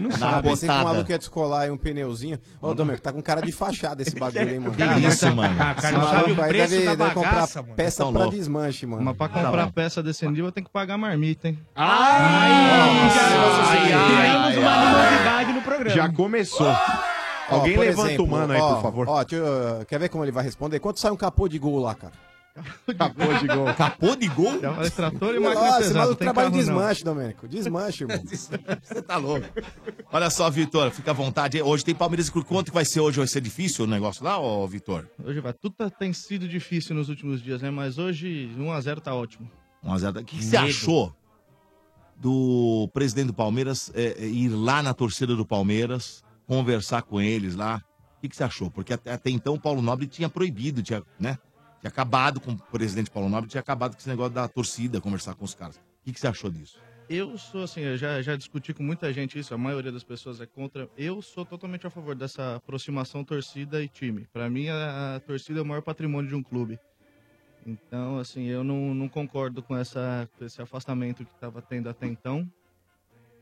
Não
Na
sabe, pensei que o
botada.
um maluco ia descolar aí um pneuzinho. Ô, Domingo, tá com cara de fachada esse bagulho, hein, mano?
Que isso, mano?
Esse
Ah, cara, não
maluco
sabe o
aí
preço
deve-
da
deve comprar
bagaça, mano.
peça
Tão
pra
louco. Tá
desmanche, mano.
Mas pra comprar peça desse nível eu tenho que pagar marmita, hein?
ai, ai, uma ai. novidade no programa.
Já começou.
Ó,
Alguém
por
levanta
exemplo,
o mano aí,
ó,
por favor.
Ó, deixa eu- quer ver como ele vai responder? Quanto sai um capô de gol lá, [laughs] cara?
Capô de gol.
Capô de gol?
trator
e máquina pesada, não tem carro, não. Domênico. [laughs] Desmanche, irmão.
Você tá louco. Olha só, Vitor, fica à vontade. Hoje tem Palmeiras e Cru. Quanto que vai ser hoje? Vai ser difícil o negócio lá, ô Vitor?
Hoje vai. Tudo tá- tem sido difícil nos últimos dias, né? Mas hoje 1x0 tá ótimo.
1 a 0. O que, que você
Medo.
achou do presidente do Palmeiras eh, eh, ir lá na torcida do Palmeiras, conversar com eles lá? O que, que você achou? Porque até, até então o Paulo Nobre tinha proibido, tinha, né? Tinha acabado com o presidente Paulo Nobre, tinha acabado com esse negócio da torcida, conversar com os caras. O que, que você achou disso?
Eu sou assim, eu já, já discuti com muita gente isso, a maioria das pessoas é contra. Eu sou totalmente a favor dessa aproximação torcida e time. Pra mim, a, a torcida é o maior patrimônio de um clube. Então, assim, eu não, não concordo com, essa, com esse afastamento que estava tendo até então.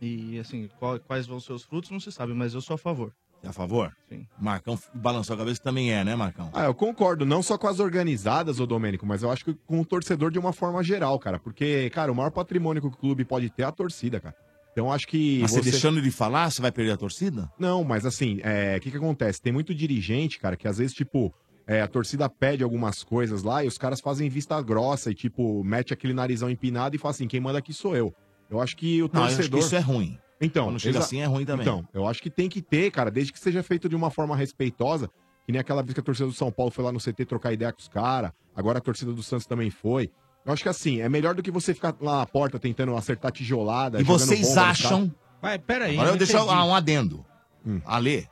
E, assim, qual- quais vão ser os frutos, não se sabe, mas eu sou a favor.
É a favor?
Sim.
Marcão balançou a cabeça também é, né, Marcão?
Ah, eu concordo, não só com as organizadas, ô Domênico, mas eu acho que com o torcedor de uma forma geral, cara. Porque, cara, o maior patrimônio que o clube pode ter é a torcida, cara. Então acho que.
Mas você deixando de falar, você vai perder a torcida?
Não, mas assim, é, o que, que acontece? Tem muito dirigente, cara, que às vezes, tipo, é, a torcida pede algumas coisas lá e os caras fazem vista grossa e, tipo, mete aquele narizão empinado e fala assim: quem manda aqui sou eu. Eu acho que o
Não, eu acho
torcedor.
que isso é ruim.
Então.
Quando chega
exa-
assim, é ruim também.
Então, eu acho que tem que ter, cara, desde que seja feito de uma forma respeitosa. Que nem aquela vez que a torcida do São Paulo foi lá no CT trocar ideia com os caras, agora a torcida do Santos também foi. Eu acho que assim, é melhor do que você ficar lá na porta tentando acertar tijolada.
E
jogando
vocês
bomba nos
acham.
caras.
Vai, peraí.
Agora eu
não
deixo
entendi.
ah, um adendo. Ale,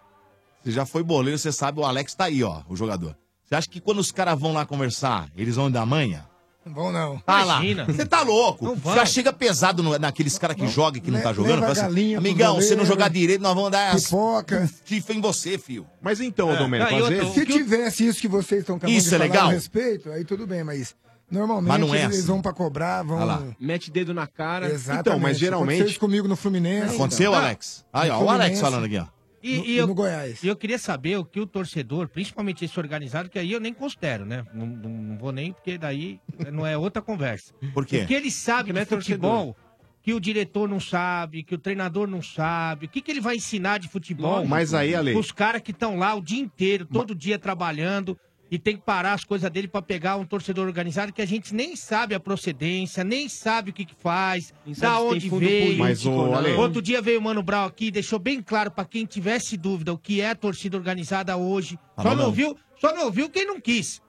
você já foi boleiro, você sabe, o Alex tá aí, ó, o jogador. Você acha que quando os caras vão lá conversar, eles vão dar manha?
Bom, não.
Ah lá, você tá louco. Já chega pesado no- naqueles caras que joga e que não tá jogando.
leva
fala assim,
galinha pros
Amigão, se não
goleiros,
jogar direito, nós vamos dar as...
pipoca.
Tifa em você, filho.
Mas então,
É. Domênico, Não, e às outra, vezes- o
Se
que eu-
tivesse isso que vocês estão acabando
Isso
de
é
falar
legal?
a respeito, aí tudo bem, mas normalmente
Mas não é
eles
assim.
vão pra cobrar, vão...
Ah lá.
Mete dedo na cara.
Exatamente.
Então, mas geralmente-
Aconteceu isso comigo no Fluminense.
Aconteceu, Alex? Aí, ó, o Alex falando aqui, ó.
E,
No-
e
e
eu,
no Goiás.
e eu queria saber o que o torcedor, principalmente esse organizado, que aí eu nem considero, né? Não, não- não vou nem, porque daí não é outra conversa.
[laughs] Por quê?
O que ele sabe
é
de futebol, que o diretor não sabe, que o treinador não sabe, o que, que ele vai ensinar de futebol?
Lógico. Mas aí, Ale-
Os caras que estão lá o dia inteiro, todo dia trabalhando, e tem que parar as coisas dele pra pegar um torcedor organizado que a gente nem sabe a procedência, nem sabe o que, que faz,
sabe
da
se tem
onde
fundo
veio.
político Mas, ô, ou não. Ale-
Outro dia veio o Mano Brown aqui e deixou bem claro pra quem tivesse dúvida o que é a torcida organizada hoje. Só
Falou
não
mesmo.
viu, só não viu quem não quis.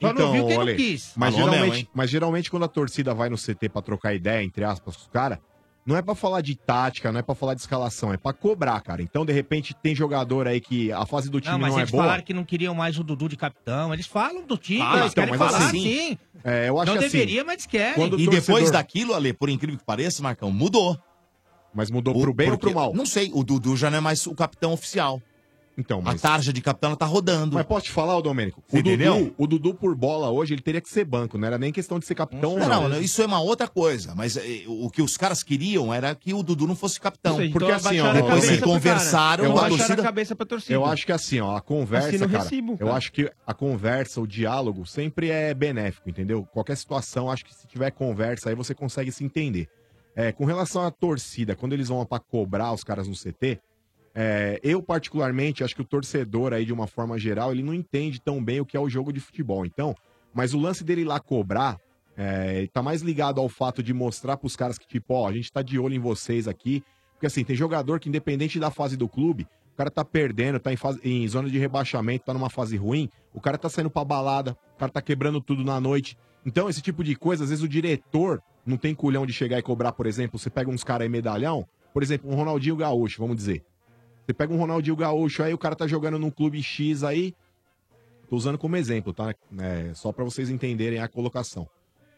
Só não viu quem
olha
não
aí.
quis.
Então, Mas
Falou
geralmente,
mesmo, hein?
mas geralmente quando a torcida vai no CT pra trocar ideia, entre aspas, com os caras, não é pra falar de tática, não é pra falar de escalação, é pra cobrar, cara. Então, de repente, tem jogador aí que a fase do time
Não,
não,
mas
é
eles
boa.
falaram que não queriam mais o Dudu de capitão. Eles falam do time,
Ah,
eles
então,
querem
mas
falar
assim,
sim.
É, eu acho
não
assim,
deveria, mas querem.
quando o
E depois
torcedor-
daquilo, Ale, por incrível que pareça, Marcão, mudou.
Mas mudou pro bem ou pro mal?
Não sei, o Dudu já não é mais o capitão oficial.
Então,
A tarja de capitão, ela tá rodando.
Mas posso te falar, ô Domênico?
Você
O Dudu,
entendeu?
o Dudu por bola hoje, ele teria que ser banco. Não era nem questão de ser capitão.
Não, não, isso é uma outra coisa. Mas eh, o que os caras queriam era que o Dudu não fosse capitão.
Então, porque assim, ó,
depois se conversaram,
eu
a
acho-
torcida-
Eu acho que assim, ó, a conversa,
Assina o
cara,
recibo,
Eu
cara.
acho que a conversa, o diálogo sempre é benéfico, entendeu? Qualquer situação, acho que se tiver conversa aí você consegue se entender. É, com relação à torcida, quando eles vão pra cobrar os caras no CT, é, eu particularmente acho que o torcedor aí de uma forma geral, ele não entende tão bem o que é o jogo de futebol. Então, mas o lance dele ir lá cobrar, é, ele tá mais ligado ao fato de mostrar pros caras que, tipo, ó, a gente tá de olho em vocês aqui. Porque assim, tem jogador que, independente da fase do clube, o cara tá perdendo, tá em, fase- em zona de rebaixamento, tá numa fase ruim, o cara tá saindo pra balada, o cara tá quebrando tudo na noite. Então, esse tipo de coisa, às vezes o diretor não tem culhão de chegar e cobrar, por exemplo, você pega uns caras aí medalhão, por exemplo, um Ronaldinho Gaúcho, vamos dizer. Você pega um Ronaldinho Gaúcho aí, o cara tá jogando num clube X aí, Tô usando como exemplo, tá? É, só pra vocês entenderem a colocação.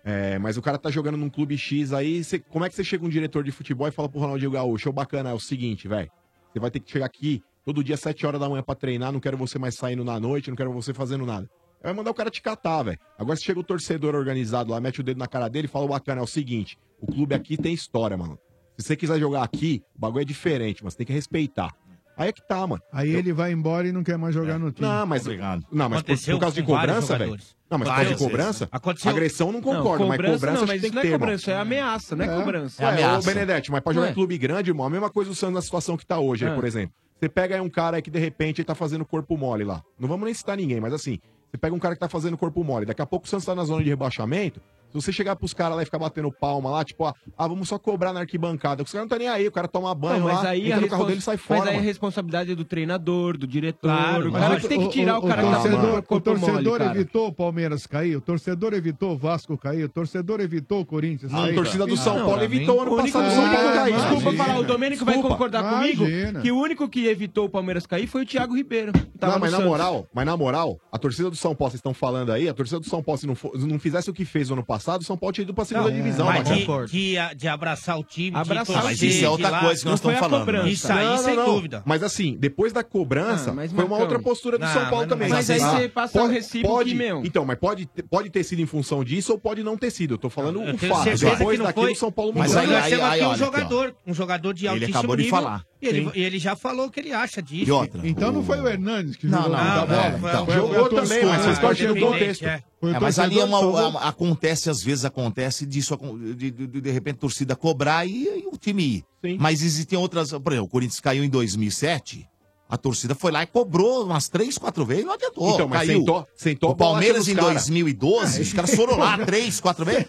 É, mas o cara tá jogando num clube X aí, cê- como é que você chega um diretor de futebol e fala pro Ronaldinho Gaúcho, ô bacana, é o seguinte, velho, você vai ter que chegar aqui todo dia 7 horas da manhã pra treinar, não quero você mais saindo na noite, não quero você fazendo nada. Aí Vai mandar o cara te catar, velho. Agora se chega o torcedor organizado lá, mete o dedo na cara dele e fala, ô bacana, é o seguinte, o clube aqui tem história, mano. Se você quiser jogar aqui, o bagulho é diferente, mas tem que respeitar. Aí é que tá, mano.
Aí ele vai embora e não quer mais jogar no time.
Não, mas, não, mas por,
Aconteceu
por causa de
com vários
cobrança, velho.
jogadores.
Não, mas por
Várias
causa de
vezes,
cobrança,
né? Aconteceu-
agressão não concordo, mas cobrança acho que
mas
tem
isso
que
não
ter,
é
mano.
cobrança, é ameaça, não é, cobrança.
É, Ô, Benedetti, mas pra jogar
Ué.
em clube grande, irmão, a mesma coisa o Santos na situação que tá hoje, aí,
É.
por exemplo. Você pega aí um cara aí que de repente ele tá fazendo corpo mole lá. Não vamos nem citar ninguém, mas assim, você pega um cara que tá fazendo corpo mole, daqui a pouco o Santos tá na zona de rebaixamento. Se você chegar pros caras lá e ficar batendo palma lá, tipo, ah, ah, vamos só cobrar na arquibancada. Os caras não tá nem aí, o cara toma banho
Não, mas
lá,
aí
entra
a
no carro
respons-
dele e sai fora.
Mas aí a
mano.
responsabilidade é do treinador, do diretor.
Claro,
o
mas
cara
o-
que tem que tirar o, cara
o
que tá
torcedor,
com
o
corpo
torcedor
mole, cara.
evitou o Palmeiras cair, o torcedor evitou o Vasco cair, o torcedor evitou o Corinthians.
Ah,
cair. Ah,
a torcida do São Paulo evitou ano
único-
passado o São Paulo cair.
Imagina.
Desculpa falar, o Domênico vai
Desculpa.
concordar
Ah,
Imagina.
comigo que o único que evitou o Palmeiras cair foi o Thiago Ribeiro. que tava
não,
no
mas na
Santos.
moral, mas na moral, a torcida do São Paulo, vocês estão falando aí, a torcida do São Paulo, se não, fo- não fizesse o que fez o ano passado, o São Paulo tinha ido pra segunda divisão,
mas
Marcão.
de, de a- de abraçar o time,
Abraçar
de
o time. Mas isso é outra coisa que nós estamos falando, né?
Isso aí,
Não, não,
sem
não.
dúvida.
Mas assim, depois da cobrança,
Ah, mas,
foi uma
Marcão,
outra postura do
não,
São Paulo
mas não
também. assim, ah,
faz Mas isso. aí você
passa o recibo
pode,
aqui mesmo.
Então, mas pode, ter- pode ter sido em função disso ou pode não ter sido. Eu tô falando
Ah, Eu
Um
o
tenho
fato.
certeza
Depois
que não
daquilo,
foi.
o São Paulo
Mas
mudou.
aí, nós temos aqui um jogador, um jogador de
Ele
altíssimo
acabou de
nível,
falar.
E ele,
Sim.
e ele já falou o que ele acha disso.
E outra,
Então não foi o Hernandes que jogou muita bola.
é, então.
Foi o torcedor.
né?
Foi o torcedor. Foi o
É, mas ali é uma,
torcedor
a- acontece, às vezes acontece disso, acon- de, de, de, de repente, torcida cobrar e, e o time ir. Mas existem outras, por exemplo, o Corinthians caiu em 2007, a torcida foi lá e cobrou umas três, quatro vezes, não adiantou.
Então, mas
caiu.
sentou- sentou a
o Palmeiras em
bolacha nos cara. É.
2012, os caras foram lá três,
[laughs]
quatro vezes,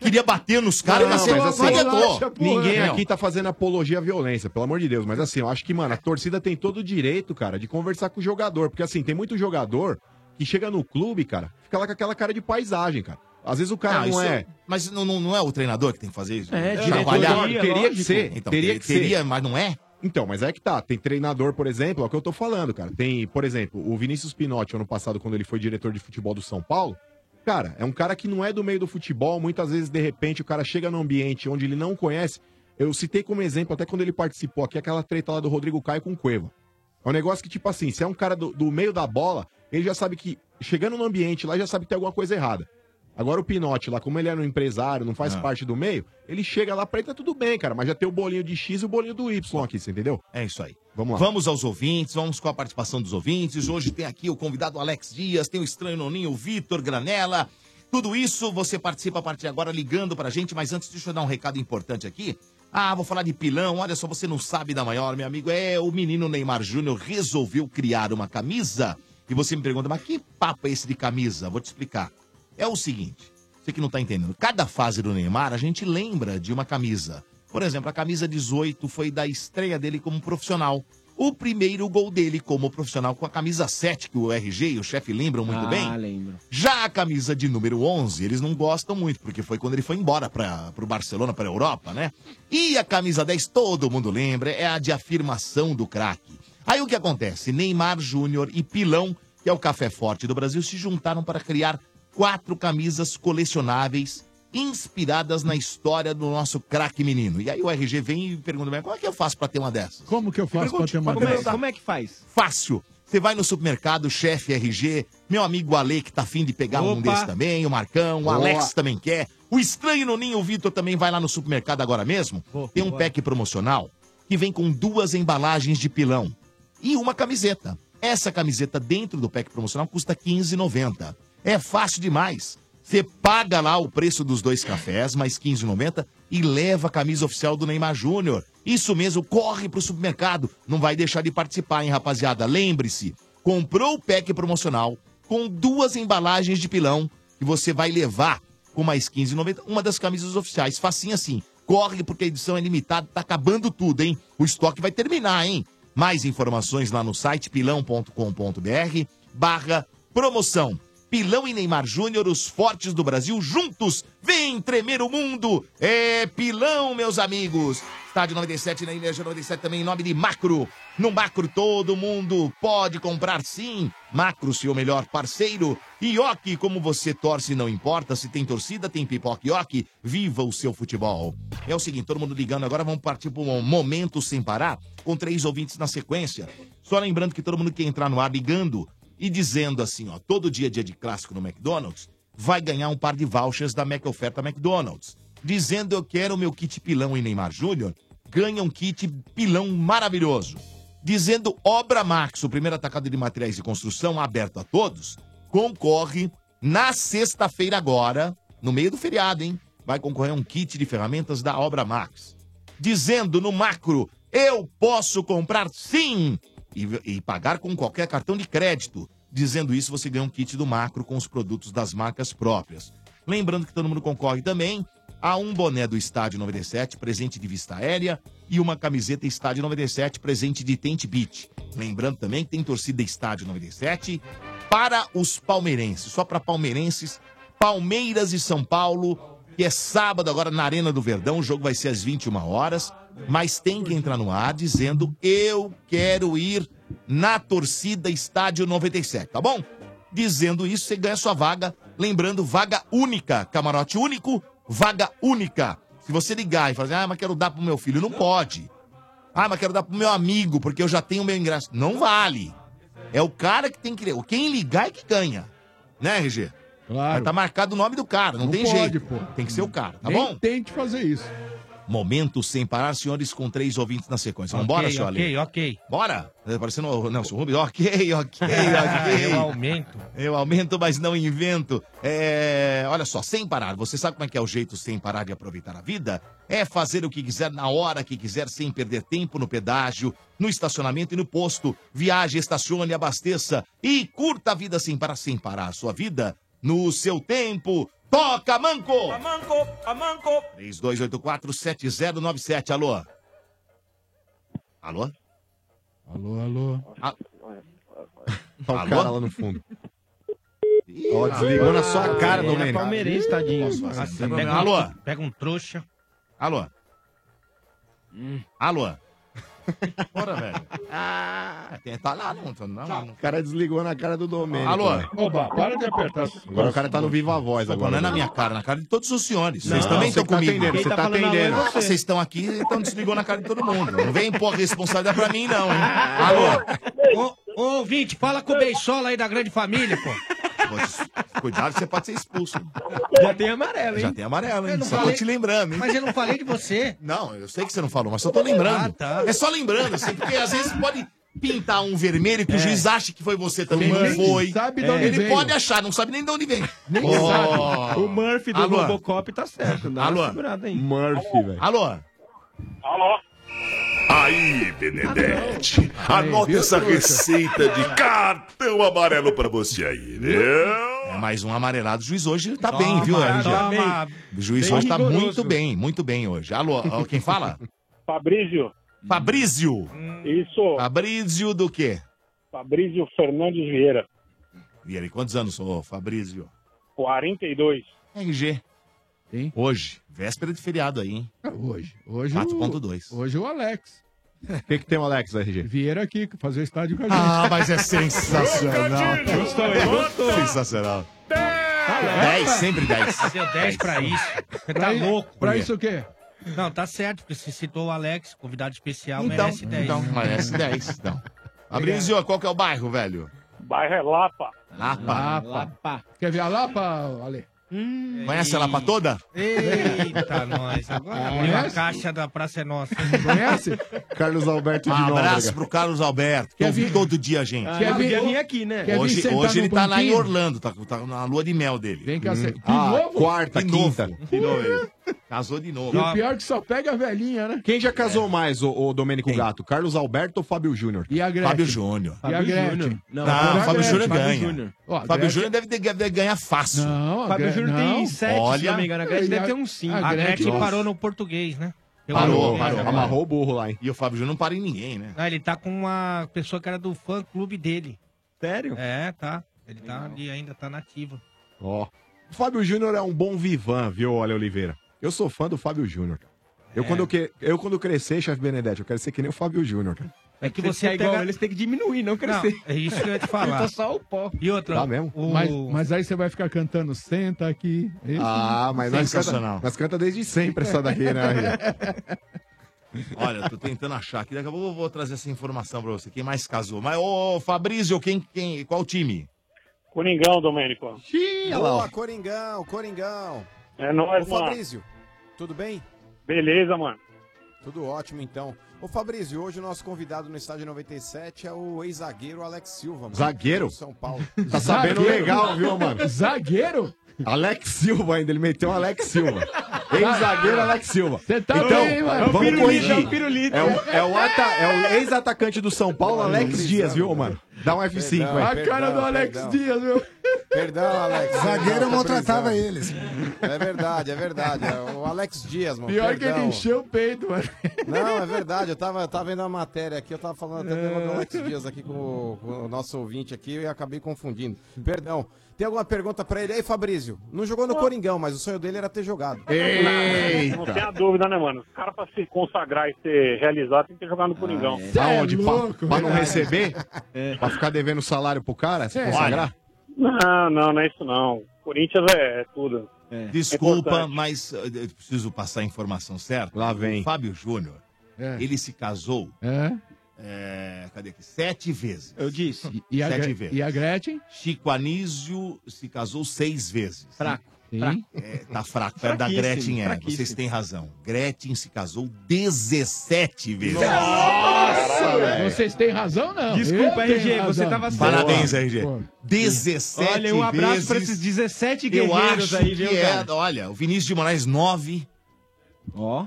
queria bater nos caras e
Não,
não,
mas
acertou,
assim,
não adiantou.
ninguém
Não.
aqui tá fazendo apologia à violência, pelo amor de Deus. Mas assim, eu acho que, mano, a torcida tem todo o direito, cara, de conversar com o jogador. Porque assim, tem muito jogador que chega no clube, cara, fica lá com aquela cara de paisagem, cara. Às vezes o cara não,
isso-
é.
Mas não, não- não é o treinador que tem que fazer isso?
É,
Trabalhar?
teria que ser.
Então,
teria que
teria,
ser.
mas não é?
Então, mas é que tá. Tem treinador, por exemplo, é o que eu tô falando, cara. Tem, por exemplo, o Vinícius Pinotti, ano passado, quando ele foi diretor de futebol do São Paulo. Cara, é um cara que não é do meio do futebol. Muitas vezes, de repente, o cara chega num ambiente onde ele não conhece. Eu citei como exemplo, até quando ele participou aqui, aquela treta lá do Rodrigo Caio com o Cueva. É um negócio que, tipo assim, se é um cara do, do meio da bola, ele já sabe que, chegando no ambiente lá, já sabe que tem alguma coisa errada. Agora o Pinote lá, como ele era um empresário, não faz
Ah.
parte do meio, ele chega lá pra ele, tá tudo bem, cara, mas já tem o bolinho de X e o bolinho do Y aqui, você entendeu?
É isso aí.
Vamos lá.
Vamos aos ouvintes, vamos com a participação dos ouvintes. Hoje tem aqui o convidado Alex Dias, tem o estranho Noninho, o Vitor Granella. Tudo isso você participa a partir de agora ligando pra gente, mas antes deixa eu dar um recado importante aqui. Ah, vou falar de pilão. Olha só, você não sabe da maior, meu amigo. É, o menino Neymar Júnior resolveu criar uma camisa. E você me pergunta, mas que papo é esse de camisa? Vou te explicar. É o seguinte, você que não tá entendendo. Cada fase do Neymar, a gente lembra de uma camisa. Por exemplo, a camisa 18 foi da estreia dele como profissional. O primeiro gol dele como profissional com a camisa 7, que o RG e o chefe lembram muito
Ah,
bem.
lembro.
Já a camisa de número 11, eles não gostam muito, porque foi quando ele foi embora para o Barcelona, para a Europa, né? E a camisa 10, todo mundo lembra, é a de afirmação do craque. Aí o que acontece? Neymar Júnior e Pilão, que é o café forte do Brasil, se juntaram para criar quatro camisas colecionáveis inspiradas na história do nosso craque menino. E aí o RG vem e pergunta, "Mas como é que eu faço para ter uma dessas?
Como que eu faço pra ter uma
Pergunte,
dessa?
como é que faz? Fácil. Você vai no supermercado, chefe RG, meu amigo Ale, que tá afim de pegar um
Opa.
desses também, o Marcão, o
Boa.
Alex também quer. O Estranho no Ninho, o Vitor também vai lá no supermercado agora mesmo. Tem um
boa.
pack promocional que vem com duas embalagens de pilão e uma camiseta. Essa camiseta dentro do pack promocional custa R$15,90. É fácil demais. Você paga lá o preço dos dois cafés, mais R$15,90, e leva a camisa oficial do Neymar Júnior. Isso mesmo, corre pro supermercado. Não vai deixar de participar, hein, rapaziada? Lembre-se, comprou o pack promocional com duas embalagens de pilão que você vai levar com mais 15,90. Uma das camisas oficiais. Facinho assim. Corre, porque a edição é limitada, tá acabando tudo, hein? O estoque vai terminar, hein? Mais informações lá no site pilão.com.br barra promoção. Pilão e Neymar Júnior, os fortes do Brasil, juntos, vem tremer o mundo. É Pilão, meus amigos. Estádio 97 na Energia 97 também em nome de Macro. No Macro todo mundo pode comprar sim. Macro, seu melhor parceiro. Ioki, como você torce, não importa. Se tem torcida, tem pipoca Ioki. Viva o seu futebol. É o seguinte, todo mundo ligando agora, vamos partir para um momento sem parar, com três ouvintes na sequência. Só lembrando que todo mundo que entrar no ar ligando e dizendo assim, ó, todo dia é dia de clássico no McDonald's, vai ganhar um par de vouchers da Mac Oferta McDonald's. Dizendo eu quero meu kit pilão e Neymar Júnior, ganha um kit pilão maravilhoso. Dizendo Obra Max, o primeiro atacado de materiais de construção aberto a todos, concorre na sexta-feira agora, no meio do feriado, hein? Vai concorrer um kit de ferramentas da Obra Max dizendo no macro: eu posso comprar sim e, e pagar com qualquer cartão de crédito. Dizendo isso, você ganha um kit do macro com os produtos das marcas próprias. Lembrando que todo mundo concorre também a um boné do Estádio 97, presente de vista aérea, e uma camiseta Estádio 97, presente de Tente Beat. Lembrando também que tem torcida Estádio 97 para os palmeirenses, só para palmeirenses, Palmeiras e São Paulo, que é sábado agora na Arena do Verdão, o jogo vai ser às 21 horas, mas tem que entrar no ar dizendo eu quero ir na torcida Estádio 97, tá bom? Dizendo isso, você ganha sua vaga, lembrando, vaga única, camarote único, vaga única. Se você ligar e falar, assim, ah, mas quero dar pro meu filho, não pode. Ah, mas quero dar pro meu amigo, porque eu já tenho meu ingresso. Não vale. É o cara que tem que. Quem ligar é que ganha. Né, RG? Claro. Mas tá marcado o nome do cara, não,
Não
tem
pode,
jeito.
pô.
Tem que ser o cara, tá
Nem
bom? Tente fazer isso. Momento sem parar, senhores, com três ouvintes na sequência.
Ok,
Vambora, senhor
ok,
Ale? Ok, Bora? Tá Parecendo o Nelson Rubens. Ok, ok, ok.
[laughs] Eu aumento.
Eu aumento, mas não invento. É, Olha só, sem parar. Você sabe como é que é o jeito sem parar de aproveitar a vida? É fazer o que quiser na hora que quiser, sem perder tempo no pedágio, no estacionamento e no posto. Viaje, estacione, abasteça e curta a vida sem parar, sem parar a sua vida no seu tempo. Toca, Manco!
Amanco, amanco.
3284-7097. Alô? Alô?
Alô, alô.
A-
Olha o
Alô?
cara lá no fundo. Ó,
desligou na
sua cara,
Ele
Domênico.
É palmeirense, tadinho. Nossa, pega um-
assim, né? Alô?
Pega um trouxa.
Alô? Alô? Bora, velho. [laughs] Tem- tá lá, não, tá- não, não.
O cara desligou na cara do Domênico.
Alô?
né? Agora o cara tá no Viva Voz
Opa,
agora.
não é na
né?
minha cara, na cara de todos os senhores.
Não,
Vocês também
você
estão
tá
comigo.
atendendo, você
Quem
tá
falando alô é
atendendo.
você. Vocês estão aqui, então desligou na cara de todo mundo. Não vem pôr responsabilidade pra mim, não, hein? Alô?
Ô, ouvinte, fala com o Beisola aí da grande família, pô.
Cuidado, você pode ser expulso.
Já tem amarelo,
Já tem amarelo, hein?
Eu não
Só tô
falei-
te lembrando, hein?
Mas eu não falei de você.
[laughs] Não, eu sei que você não falou, mas só tô lembrando.
Ah, tá.
É só lembrando, assim, porque às vezes pode pintar um vermelho que o
É.
juiz acha que foi você também.
Quem
Não
nem
foi.
sabe de onde
Ele
veio.
pode achar, não sabe nem de onde vem.
Nem
Oh.
sabe.
O Murphy do
Alô?
Robocop tá certo. Dá
Alô?
uma segurada aí.
Murphy, velho.
Alô?
Alô?
Aí, Benedetti, anota
viu,
essa
trouxa?
receita de cartão amarelo pra você aí, viu?
É mais um amarelado. O juiz hoje tá
Toma,
bem, viu, RG?
toma.
O juiz
Bem
hoje tá
rigoroso.
muito bem, muito bem hoje. Alô, ó, quem fala?
Fabrício.
Fabrício.
Isso.
Fabrício do quê?
Fabrício Fernandes Vieira,
Vieira, quantos anos, ô Fabrício?
42.
RG. Hoje. Véspera de feriado aí, hein?
Hoje. Hoje
4.2.
O, hoje o Alex.
O que, que tem o Alex, RG?
Vieira aqui fazer estádio com a gente.
Ah, mas é sensacional.
Gostou, hein? Gostou.
Sensacional. 10, sempre 10.
Deu 10 pra isso. Você tá
Pra i-
louco.
pra
mulher.
isso o quê?
Não, tá certo, porque você citou o Alex, convidado especial,
Então,
merece 10. [laughs]
então, merece 10. Então. Abrizio, qual que é o bairro, velho?
Bairro é Lapa.
Lapa.
Lapa.
Quer ver a Lapa, Ale?
Conhece a Lapa toda?
Eita, nós. Agora abriu a caixa da Praça é Nossa.
Conhece?
Carlos Alberto
de
Um abraço
Nóbrega.
pro Carlos Alberto, que ouve todo dia, gente.
Ah, Quer vir- podia vir aqui, né? quer vir
Hoje,
sentar
hoje
no
ele tá lá em
banquinho?
Orlando, tá, tá na lua de mel dele. Vem
cá, você- de novo?
Quarta,
De
quinta.
novo.
De novo. ele. Casou de novo.
E o pior é que só pega a velhinha, né?
Quem já
É.
casou mais, o, Domênico Gato? Carlos Alberto ou Fábio Júnior?
E a Gretchen?
Fábio Júnior.
E a Gretchen?
Não,
agora
o
a
Fábio
Gretchen,
Júnior
Fábio
ganha.
Júnior.
Ó, a
Fábio
Gretchen-
Júnior deve, ter- deve ganhar fácil.
Não, a
Fábio
Gre- Júnior tem não. sete, se
Olha,
não me engano, a Gretchen deve ter uns cinco.
A Gretchen
Nossa.
parou no português, né? Eu
Parou,
acho, né?
parou.
Amarrou.
o burro lá, hein? E o Fábio Júnior não para em ninguém, né? [laughs]
Ah, ele tá com uma pessoa que era do fã clube dele. Sério? É, tá. Ele tá ali, ainda tá nativa.
Ó. O Fábio Júnior é um bom vivan, viu, olha, Oliveira? Eu sou fã do Fábio Júnior. cara. Eu, quando eu, que- eu, quando crescer, chefe Benedetti, eu quero ser que nem o Fábio Júnior. cara.
É que
Você
você
é
pega...
igual, eles têm que diminuir, não crescer.
Não, é isso que eu ia te falar.
Tá só o pó.
E outra,
Tá mesmo?
o-
Mas, mas aí você vai ficar cantando Senta aqui. Esse-
Ah, mas nós canta, nós canta desde sempre essa daqui, né? Ria?
Olha, eu tô tentando achar aqui. Daqui a pouco eu vou trazer essa informação pra você. Quem mais casou? Mas, ô, Fabrício, quem, quem, qual time?
Coringão, Domênico.
Boa, Coringão, Coringão.
É nóis,
Ô,
mano.
Fabrício, tudo bem?
Beleza, mano.
Tudo ótimo, então. Ô, Fabrício, hoje o nosso convidado no estádio 97 é o ex-zagueiro Alex Silva. Mano,
Zagueiro?
Do São Paulo.
Tá sabendo legal, viu, mano?
Zagueiro?
Alex Silva ainda, ele meteu um Alex Silva. Ex-zagueiro Alex Silva.
Você tá
então,
bem, mano. É o
vamos
pirulito,
corrigir.
é o pirulito.
É o, é o ata- é o ex-atacante do São Paulo, Alex Dias, viu, mano? Dá um F5 aí.
a cara do Alex Dias, viu?
Perdão, Alex.
[laughs] Zagueiro
Perdão, tô
maltratava
brisando.
eles.
É verdade, é verdade. É O Alex Dias, mano.
Pior que
perdão.
ele encheu o peito, mano.
Não, é verdade. Eu tava, tava vendo a matéria aqui, eu tava falando até do
É.
negócio do Alex Dias aqui com o, com o nosso ouvinte aqui e acabei confundindo. Perdão. Tem alguma pergunta pra ele aí, Fabrício? Não jogou no Coringão, mas o sonho dele era ter jogado.
Não tem a dúvida, né, mano? Os caras pra se consagrar e ser realizado tem que jogar no
Ah,
Coringão.
é.
é
Aonde? Tá pra, pra não receber? Pra ficar devendo salário pro cara? Se
É.
consagrar?
Não, não, não é isso não. Corinthians é, é tudo.
Desculpa,
É
mas eh, eu preciso passar a informação certa. Lá
vem.
O Fábio Júnior,
É.
ele se casou. eh, cadê aqui? Sete vezes. Eu
disse.
E a,
Sete
Gre-
vezes.
e a Gretchen?
Chico Anísio se casou seis vezes.
Fraco. Sim.
É, tá fraco, perto da
Fraquíssimo,
Gretchen é.
fraquíssimo.
Vocês têm razão. Gretchen se casou 17 vezes.
Nossa,
velho.
Vocês têm razão, não.
Desculpa,
Eu tenho
RG, você
razão.
tava
Parabéns, RG. 17
Olha, um abraço
vezes.
pra esses 17
Eu
guerreiros
acho
aí, viu,
que é,
cara? Então
olha, o Vinícius de Moraes, 9. Ó.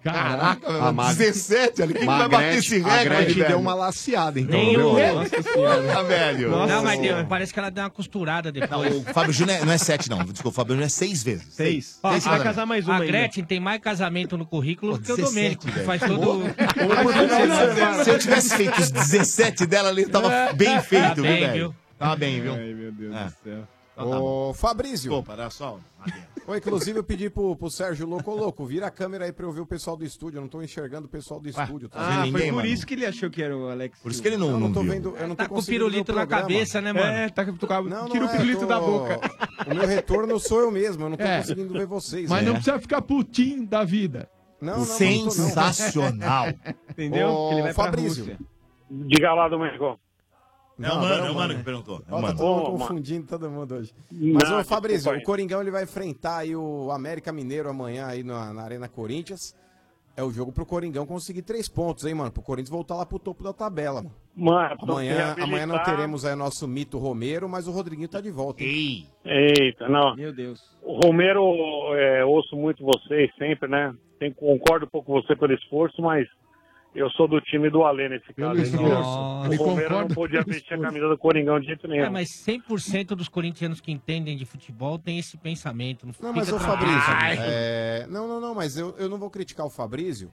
Caraca,
A
velho,
Mag-
17, olha, quem que
Mas
vai
a
bater
Gretchen-
esse
A
recorde,
Gretchen
velho?
deu uma laceada, então.
Nem
viu?
eu. Nossa
Tá
Senhora. Puta, velho.
Não, mas deu-
Nossa.
parece que ela deu uma costurada
Não,
depois.
o Fábio Júnior é- não é 7, não. Desculpa, o Fábio Júnior é 6 vezes.
Seis.
Ó, a-
uma
A
ainda.
Gretchen né? tem mais casamento no currículo do que o
17,
Domênico, que
Ah, velho.
faz todo... [laughs]
Se eu tivesse feito os 17 dela ali, tava bem feito,
Tá
viu,
bem,
velho?
viu?
Tava bem, viu?
Ai,
meu Deus do céu.
Tá,
tá.
Ô, Fabrício.
Desculpa,
né?
era só.
Ou, inclusive, eu pedi pro, pro Sérgio Louco, ô, Louco, vira a câmera aí pra eu ver o pessoal do estúdio. Eu não tô enxergando o pessoal do estúdio. Tá?
Ah, foi por isso que ele achou que era o Alex. Por
isso que ele
Não,
não,
não
não
tô
viu.
vendo, eu não
Tá
tô
com o
conseguindo ver
pirulito na
programa.
cabeça, né, mano? É, tá com- tô com a- tira o pirulito
eu
da boca.
[laughs] O meu retorno sou eu mesmo, eu não tô
É.
conseguindo ver vocês.
Mas
né?
não precisa ficar putinho da vida.
Não, não, não tô, não.
Sensacional.
[laughs] Entendeu? Ô, Que ele vai pra Fabrício. Rússia.
Diga lá, Domênico.
É o
Não, agora
mano, é
é
o
o
mano
mano.
que perguntou. É o
Ó, tá
mano.
todo mundo
Ô, mano.
confundindo todo mundo hoje. Mas,
Não,
ô, Fabrício,
desculpa aí.
o Coringão ele vai enfrentar aí o América Mineiro amanhã aí na, na Arena Corinthians. É o jogo pro Coringão conseguir três pontos, hein, mano? Pro Corinthians voltar lá pro topo da tabela. mano.
Mano, se
amanhã,
reabilitar.
amanhã não teremos aí o nosso mito Romero, mas o Rodriguinho tá de volta. Hein?
Eita, Tá não.
Meu Deus.
O Romero, é, ouço muito vocês sempre, né? Tem- concordo um pouco com você pelo esforço, mas eu sou do time do Alê nesse caso. então,
esforço.
o Romero
Eu
não
concordo
podia
pelo
vestir a
esforço.
camisa do Coringão de jeito nenhum.
É, mas 100% dos corintianos que entendem de futebol tem esse pensamento. Não,
Não, mas
fica
o
tranquilo.
Fabrício. é, Não, não, não, mas eu, eu não vou criticar o Fabrício,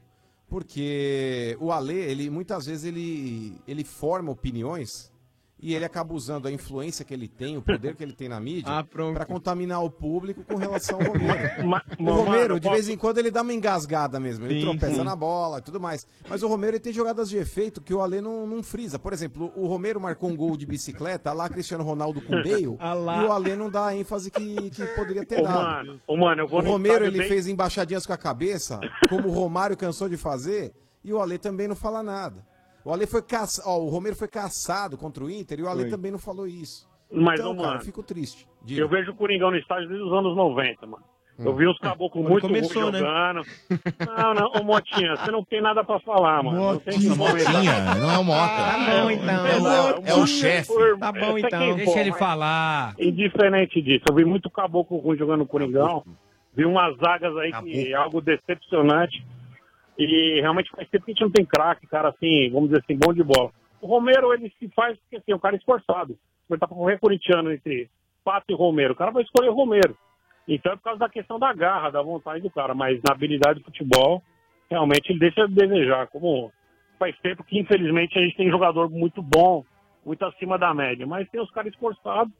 porque o Alê, ele muitas vezes ele, ele forma opiniões e ele acaba usando a influência que ele tem, o poder que ele tem na mídia, pra contaminar o público com relação ao Romero. o
mas,
Romero,
mano,
de vez em quando, ele dá uma engasgada mesmo, ele
Sim,
tropeça
sim.
na bola e tudo mais. Mas o Romero ele tem jogadas de efeito que o Alê não, não frisa. Por exemplo, o Romero marcou um gol de bicicleta, lá Cristiano Ronaldo com o Bale,
Ah lá.
e o Alê não dá a ênfase que, que poderia ter
Ô,
dado.
mano, ô, mano, eu vou
O
no
Romero
estádio
ele
bem-
fez embaixadinhas com a cabeça, como o Romário cansou de fazer, e o Alê também não fala nada. O Ale foi caça... ó, o Romero foi caçado contra o Inter e o Ale
Foi.
também não falou isso.
Mas,
então,
ô,
cara,
mano,
eu fico triste.
Eu vejo o Coringão no estádio desde os anos 90, mano.
Hum.
Eu vi uns caboclos
Quando
muito
começou,
ruins
né?
jogando. Não, não, ô Motinha, você não tem nada pra falar, mano. Não tem o que comentar.
né?
Motinha, não é o Mota.
Tá bom, então.
É o- é o chefe.
Tá bom,
Essa é quem
então.
for,
Deixa ele
mas-
falar.
Indiferente disso, eu vi muito caboclo ruim jogando no Coringão. Vi umas zagas aí que é algo decepcionante. E realmente faz tempo que a gente não tem craque, cara, assim, vamos dizer assim, bom de bola. O Romero, ele se faz porque assim, o cara é esforçado. Ele tá pra correr corintiano entre Pato e Romero. O cara vai escolher o Romero. Então é por causa da questão da garra, da vontade do cara. Mas na habilidade de futebol, realmente ele deixa a desejar. Como faz tempo que, infelizmente, a gente tem jogador muito bom, muito acima da média. Mas tem os caras esforçados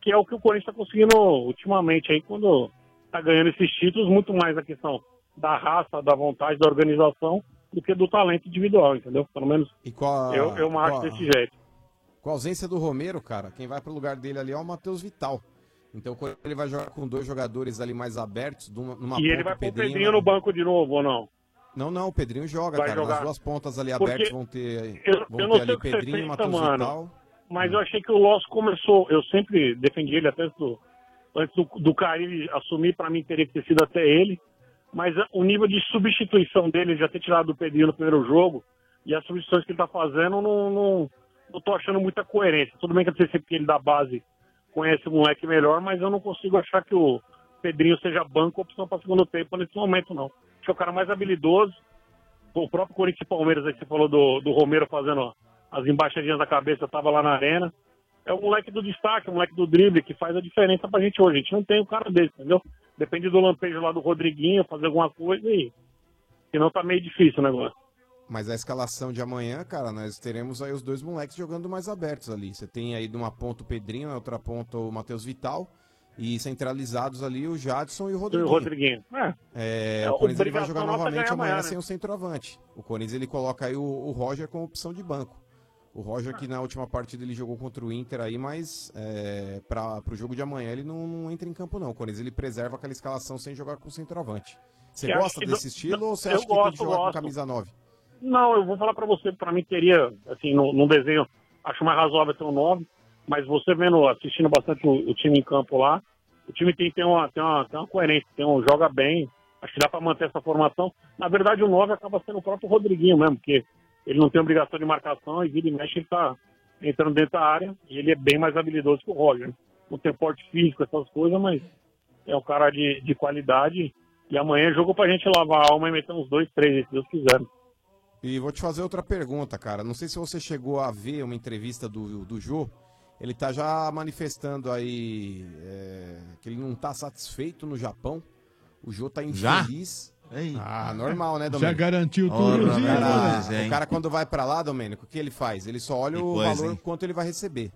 que é o que o Corinthians está conseguindo ultimamente aí, quando está ganhando esses títulos, muito mais a questão da raça, da vontade, da organização, do que do talento individual, entendeu? Pelo menos
qual a-
eu, eu marco
Ah, qual a-
desse jeito.
Com a ausência do Romero, cara, quem vai pro lugar dele ali é o Matheus Vital. Então, quando ele vai jogar com dois jogadores ali mais abertos, numa, numa
E ele
ponta,
vai
o
com o Pedrinho no banco de novo ou não?
Não, não, o Pedrinho joga,
Vai
cara.
jogar.
As duas pontas ali
Porque
abertas vão ter,
Eu,
vão
eu não sei
ter ali
o que você
Pedrinho e
pensa,
Matheus
mano,
Vital. Hum.
mas eu achei que o Loss começou, eu sempre defendi ele até do, antes do, do Carille assumir, pra mim teria que ter sido até ele, mas a- o nível de substituição dele, já ter tirado o Pedrinho no primeiro jogo, e as substituições que ele tá fazendo, não, não, não tô achando muita coerência. Tudo bem que eu não sei se é porque ele da base conhece o moleque melhor, mas eu não consigo achar que o Pedrinho seja banco ou opção para segundo tempo nesse momento, não. Acho que é o cara mais habilidoso. O próprio Corinthians e Palmeiras aí que você falou do, do Romero fazendo ó, as embaixadinhas da cabeça, eu tava lá na arena. É o moleque do destaque, o moleque do drible, que faz a diferença pra gente hoje. A gente não tem um cara desse, entendeu? Depende do lampejo lá do Rodriguinho, fazer alguma coisa e. Senão tá meio difícil o negócio.
Mas a escalação de amanhã, cara, nós teremos aí os dois moleques jogando mais abertos ali. Você tem aí de uma ponta o Pedrinho, na outra ponta o Matheus Vital. E centralizados ali o Jadson e o Rodriguinho.
Rodriguinho, é.
É,
É,
o Corinthians ele vai
obrigação
jogar
nossa é
novamente
ganhar
amanhã
amanhã, né?
sem o centroavante. O Corinthians ele coloca aí o, o Roger como opção de banco. O Roger que na última partida ele jogou contra o Inter aí, mas é, para o jogo de amanhã ele não, não entra em campo não. O Corinthians ele preserva aquela escalação sem jogar com o centroavante. Você
Eu acho
gosta
que
desse
do-
estilo ou você
eu
acha que tem
gosto,
que jogar com
gosto.
camisa 9?
Não, eu vou falar pra você, pra mim teria, assim, num, num desenho, acho mais razoável ter um 9, mas você vendo, assistindo bastante o, o time em campo lá, o time tem, tem, uma, tem, uma, tem uma coerência, tem um, joga bem, acho que dá pra manter essa formação. Na verdade, o 9 acaba sendo o próprio Rodriguinho mesmo, porque ele não tem obrigação de marcação e vira e mexe, ele tá entrando dentro da área e ele é bem mais habilidoso que o Roger. né? Não tem porte físico, essas coisas, mas é um cara de, de qualidade. E amanhã é jogo pra gente lavar a alma e meter uns dois, três, se Deus quiser.
E vou te fazer outra pergunta, cara. Não sei se você chegou a ver uma entrevista do, do Jô. Ele tá já manifestando aí é, que ele não tá satisfeito no Japão. O Jô tá
Já?
infeliz. Ah, normal, né,
Já
Domênico?
garantiu tudo, né?
Ora,
Zinho,
cara,
Domênico.
O cara, quando vai pra lá, Domênico, o que ele faz? Ele só olha
Que
o
coisa,
valor
hein?
quanto ele vai receber.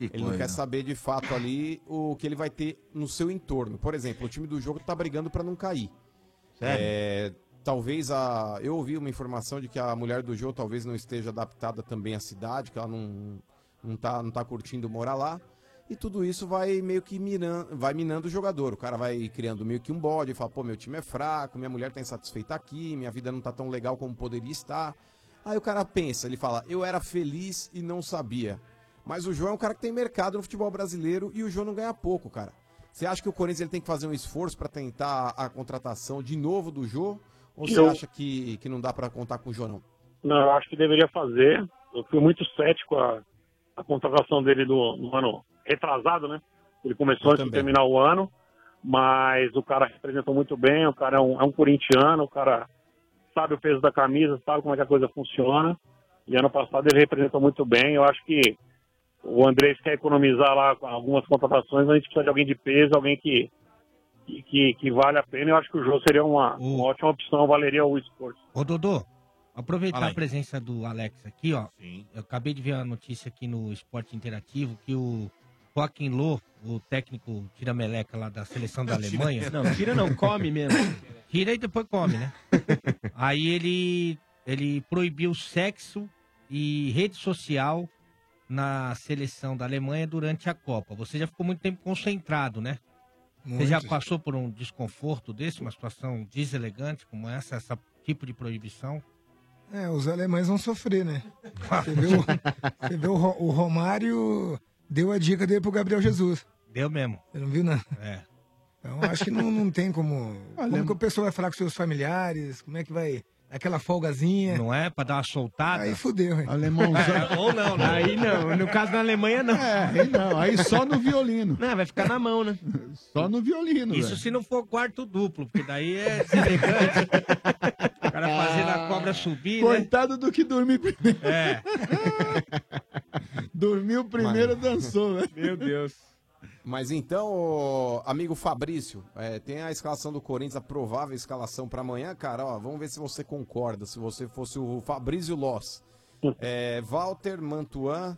ele não
coisa.
quer saber de fato ali o que ele vai ter no seu entorno. Por exemplo, o time do jogo tá brigando pra não cair.
Sério?
É, talvez a. Eu ouvi uma informação de que a mulher do Jô talvez não esteja adaptada também à cidade, que ela não, não, tá, não tá curtindo morar lá. E tudo isso vai meio que minando, vai minando o jogador. O cara vai criando meio que um bode, fala, pô, meu time é fraco, minha mulher tá insatisfeita aqui, minha vida não tá tão legal como poderia estar. Aí o cara pensa, ele fala, eu era feliz e não sabia. Mas o João é um cara que tem mercado no futebol brasileiro e o João não ganha pouco, cara. Você acha que o Corinthians ele tem que fazer um esforço pra tentar a contratação de novo do Jô? Ou você
Eu-
acha que, que não dá pra contar com o Jô, não?
Não, eu acho que deveria fazer. Eu fui muito cético a, a contratação dele do, no ano retrasado, né? Ele começou
Eu
antes de
também.
terminar o ano, mas o cara representou muito bem, o cara é um, é um corintiano, o cara sabe o peso da camisa, sabe como é que a coisa funciona. E ano passado ele representou muito bem. Eu acho que o Andrés quer economizar lá com algumas contratações, a gente precisa de alguém de peso, alguém que, que, que, que vale a pena. Eu acho que o Jô seria uma, uma ótima opção, valeria o esforço.
Ô, Dodô, aproveitar
Fala aí.
a presença do Alex aqui, ó. Eu acabei de ver a notícia aqui no Esporte Interativo que o Joaquim Loh, o técnico tira-meleca lá da seleção
[laughs]
da Alemanha.
Não, tira não, come mesmo.
Tira e depois come,
[laughs]
né? Aí ele, ele proibiu sexo e rede social na seleção da Alemanha durante a Copa. Você já ficou muito tempo concentrado, né? Você já
Muito.
passou por um desconforto desse, uma situação deselegante como essa, esse tipo de proibição?
É, os alemães vão sofrer, né? Você vê, o, você vê o Ro- o Romário deu a dica dele pro Gabriel Jesus.
Deu mesmo.
Você não viu, não?
É.
Então acho que não, não tem como.
Olha,
como que o pessoal vai falar com seus familiares? Como é que vai. Aquela folgazinha.
Não é? Pra dar uma soltada?
Aí fudeu, hein? [laughs]
É, ou não, né?
Aí não, no caso da Alemanha não.
É, aí não, aí só no violino.
Não, vai ficar na mão, né?
Só no violino,
né?
Isso
velho.
se não for quarto duplo, porque daí é deselegante. o cara fazendo a cobra subir, né?
Coitado do que dormir primeiro.
É.
Dormiu primeiro, dançou,
[laughs]
né?
né?
velho.
[laughs] Meu Deus. Mas então, ô, amigo Fabrício, é, tem a escalação do Corinthians, a provável escalação para amanhã, cara. Ó, vamos ver se você concorda. Se você fosse o Fabrício
[laughs]
Loss. É, Walter, Mantuan,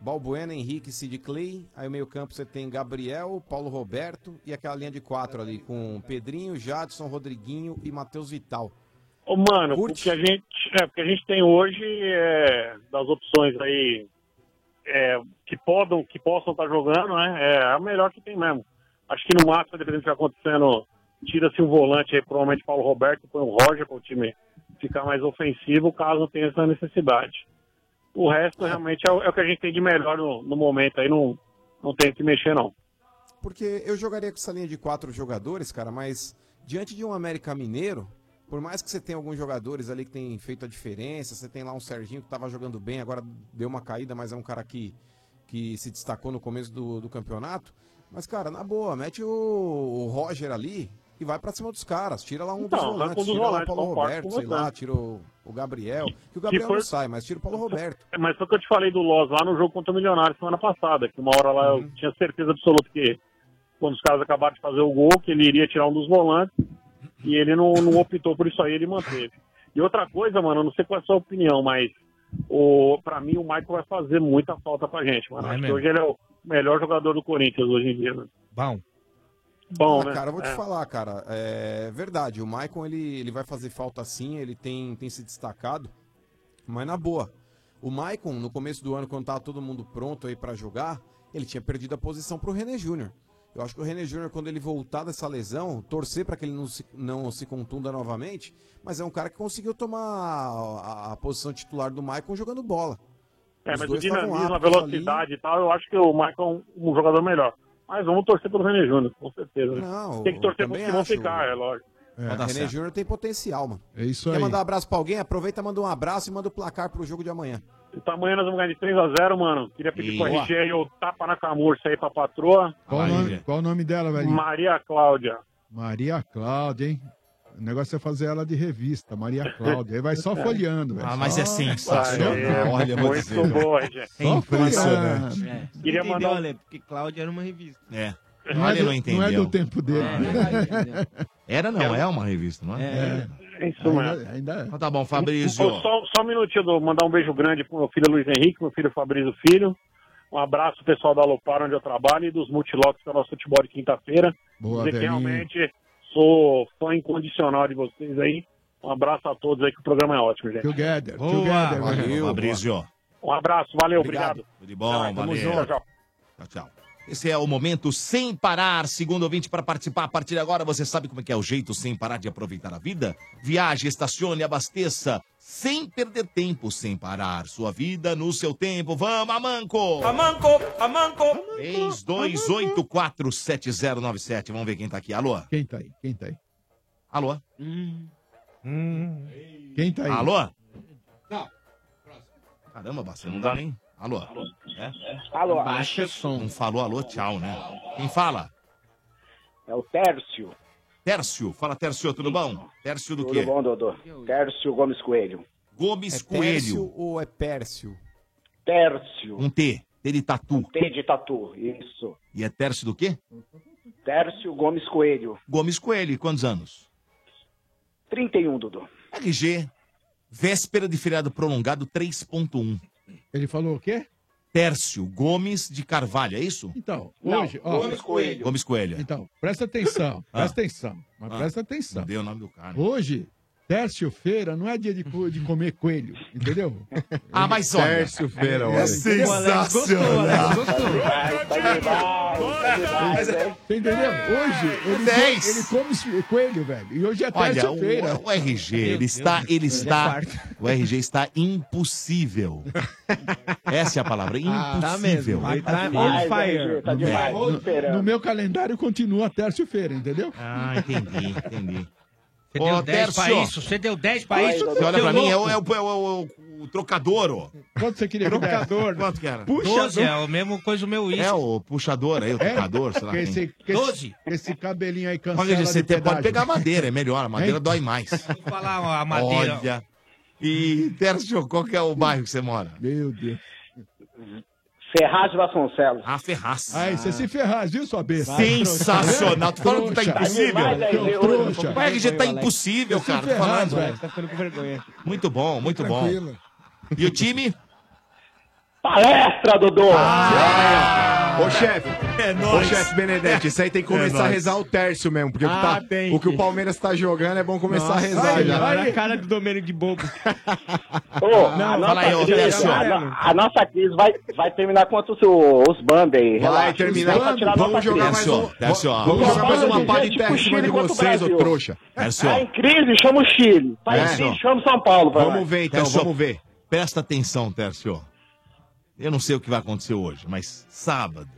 Balbuena, Henrique, Sid Clay. Aí o meio-campo você tem Gabriel, Paulo Roberto e aquela linha de quatro ali com Pedrinho, Jadson, Rodriguinho e Matheus Vital.
Ô, mano, o que a gente, é, o que a gente tem hoje é, das opções aí é, que, podam, que possam estar jogando, né? É a melhor que tem mesmo. Acho que no máximo, dependendo do que está acontecendo, tira-se um volante aí, provavelmente Paulo Roberto, põe o Roger para o time ficar mais ofensivo, caso tenha essa necessidade. O resto realmente é o, é o que a gente tem de melhor no, no momento aí, não, não tem o que mexer, não.
Porque eu jogaria com essa linha de quatro jogadores, cara, mas diante de um América Mineiro, por mais que você tenha alguns jogadores ali que tem feito a diferença, você tem lá um Serginho que tava jogando bem, agora deu uma caída, mas é um cara que, que se destacou no começo do, do campeonato. Mas, cara, na boa, mete o, o Roger ali e vai pra cima dos caras. Tira lá um
Então,
dos
vai com um
volantes,
dos
tira lá o
volantes,
Paulo
concordo
Roberto,
com
sei
você.
lá, tira o, o Gabriel. Que o Gabriel
for-
não sai, mas tira o Paulo Roberto.
Mas foi o que eu te falei do Loz lá no jogo contra o Milionário semana passada, que uma hora lá eu tinha certeza absoluta que quando os caras acabaram de fazer o gol, que ele iria tirar um dos volantes, e ele não, não optou por isso aí, ele manteve. E outra coisa, mano, eu não sei qual é a sua opinião, mas o, pra mim o Michael vai fazer muita falta pra gente, mano.
Vai
Acho que
mesmo.
hoje ele é o melhor jogador do Corinthians hoje em dia, né?
Bom.
Bom,
Ah,
né?
Cara, eu vou te
É.
falar, cara. É verdade, o Maicon ele, ele vai fazer falta sim, ele tem, tem se destacado, mas na boa. O Maicon, no começo do ano, quando tava todo mundo pronto aí pra jogar, ele tinha perdido a posição pro René Júnior. Eu acho que o René Júnior, quando ele voltar dessa lesão, torcer pra que ele não se, não se contunda novamente, mas é um cara que conseguiu tomar a, a- a posição titular do Maicon jogando bola.
É,
Os
mas o
dois estavam
dinamismo, a
aptos ali.
velocidade e tal, eu acho que o Michael é um, um jogador melhor. Mas vamos torcer pelo René Júnior, com certeza. Né?
Não,
Tem que torcer pros
também
que vão
acho.
ficar, é lógico.
O René Júnior tem potencial, mano.
É isso
Quer
aí.
mandar um abraço pra alguém? Aproveita, manda um abraço e manda o placar pro jogo de amanhã.
Então amanhã nós vamos ganhar de 3x0, mano. Queria pedir pro
Boa.
RG aí o tapa na camurça aí pra patroa.
Qual, o nome, qual o nome dela, velho?
Maria Cláudia.
Maria Cláudia, hein? O negócio é fazer ela de revista, Maria Cláudia. Aí vai só folheando, velho.
Ah, mas é
Só-
sensacional.
É,
Olha, eu vou
muito
dizer,
bom,
velho.
gente.
É impressionante.
É.
Queria
Ah, Entendeu,
mandar um-
Ale? Porque Cláudia era uma revista.
É.
Não é
Olha,
do-
não entendeu.
não é do tempo dele.
Era não, é uma revista, não é?
É. É isso, mano.
Então tá bom, Fabrício.
Ô, Só, só um minutinho, Dô. Mandar um beijo grande pro meu filho Luiz Henrique, meu filho Fabrício Filho. Um abraço, pessoal da Alopar, onde eu trabalho, e dos multilotes que é o nosso futebol de quinta-feira.
Boa,
Dizer que
velhinho.
realmente sou fã incondicional de vocês aí. Um abraço a todos aí, que o programa é ótimo, gente.
Together,
Boa,
together,
valeu,
velho.
Fabrício.
Um abraço, valeu, obrigado.
Tudo de bom,
Tamo
valeu.
junto, tchau.
Tchau, tchau. Esse é o momento sem parar. Segundo ouvinte, para participar a partir de agora, você sabe como é que é o jeito sem parar de aproveitar a vida? Viaje, estacione, abasteça, sem perder tempo, sem parar. Sua vida no seu tempo. Vamos, Amanco!
Amanco, Amanco.
32847097. Vamos ver quem tá aqui. Alô?
Quem tá aí? Quem tá aí?
Alô?
Quem tá aí?
Hum. Alô? Caramba, Bastão, não dá nem. Alô? É?
Alô?
Baixa o som. Não falou alô, tchau, né? Quem fala?
É o Tércio.
Tércio. Fala, Tércio, tudo bom? Tércio do quê?
Tudo bom, Dodô? Tércio Gomes Coelho.
Gomes
Tércio
Coelho.
ou é Pércio?
Tércio.
Um T. T de tatu.
T de tatu, isso.
E é Tércio do quê?
Tércio Gomes Coelho.
Gomes Coelho. E quantos anos?
31, Dodô.
RG. Véspera de feriado prolongado 3.1.
Ele falou o quê?
Tércio Gomes de Carvalho, é isso?
Então, hoje, ó.
Gomes Coelho.
Então, presta atenção,
Ah.
presta atenção, mas
Ah,
presta atenção.
Deu o nome do cara.
Hoje Tércio-feira não é dia de, co- de comer coelho, entendeu?
[laughs] Ah, mas olha.
Tércio-feira,
É
olha.
sensacional.
Alex gostou, Alex gostou.
demais, hein?
Você entendeu? Hoje, ele,
Dez.
ele come esse coelho, velho. E hoje é
Olha,
tércio-feira.
o, o RG, ele está,
é
ele é está, o RG está impossível. Essa é a palavra,
Ah,
tá
impossível.
mesmo. Ele tá
É.
on fire.
tá
É.
No, no meu calendário continua tércio-feira, entendeu?
Ah, entendi, entendi.
Você deu 10 pra isso, você deu 10 pra isso.
Você olha
seu
pra mim, é o,
louco.
é o, é o, é o trocadouro.
Quanto você queria?
Trocador. Quanto que era?
Puxador. 12, é o mesmo coisa o meu uísque.
É o puxador aí, o trocador, sei lá.
Que
quem.
esse, que esse, esse cabelinho aí cancela
Olha, você
de
tem- pode
pedágio.
pegar madeira, é melhor. A madeira
Hein?
dói mais.
Vou falar ó, a madeira.
Olha. E, Tércio, qual que é o bairro que você mora?
Meu Deus.
Ferraz Vasconcelos.
Ah, Ferraz.
Aí,
é
você se ferrar, viu, sua besta?
Sensacional. Tu falando que tá
Trouxa. um
impossível?
Seu Trouxa.
Como é que já tá impossível,
Você se
cara? Tô
ferrar,
falando.
velho.
Tá ficando com vergonha.
Muito bom, muito bom.
Tranquilo.
E o time?
Palestra, Dodô!
Ô, chefe.
Ah! É
Ô,
nóis.
chefe Benedetti, isso aí tem que
É
começar a
nóis.
rezar o tércio mesmo. Porque o que
Ah,
tá-
tem
o que
que.
o Palmeiras tá jogando é bom começar a rezar
aí,
já.
olha
a cara do Domênico de bobo.
Ô,
Não,
a
fala
nossa
aí, ô,
crise-
Décio.
a no- A nossa crise vai, vai terminar contra os, os Bambi aí.
Vai
relaxa.
terminar.
Vem pra tirar nossa
Vamos jogar
crise.
mais um.
Tércio, ó.
Vamos jogar mais uma
Gente,
palha de
tipo
tércio
Chile
de
contra o
vocês, ô
Brasil.
trouxa.
Tércio.
Tá em crise, chama o Chile. Tá em
Tércio. então,
crise, chama o São Paulo. pra lá.
Tércio, Presta atenção, Tércio. Eu não sei o que vai acontecer hoje, mas sábado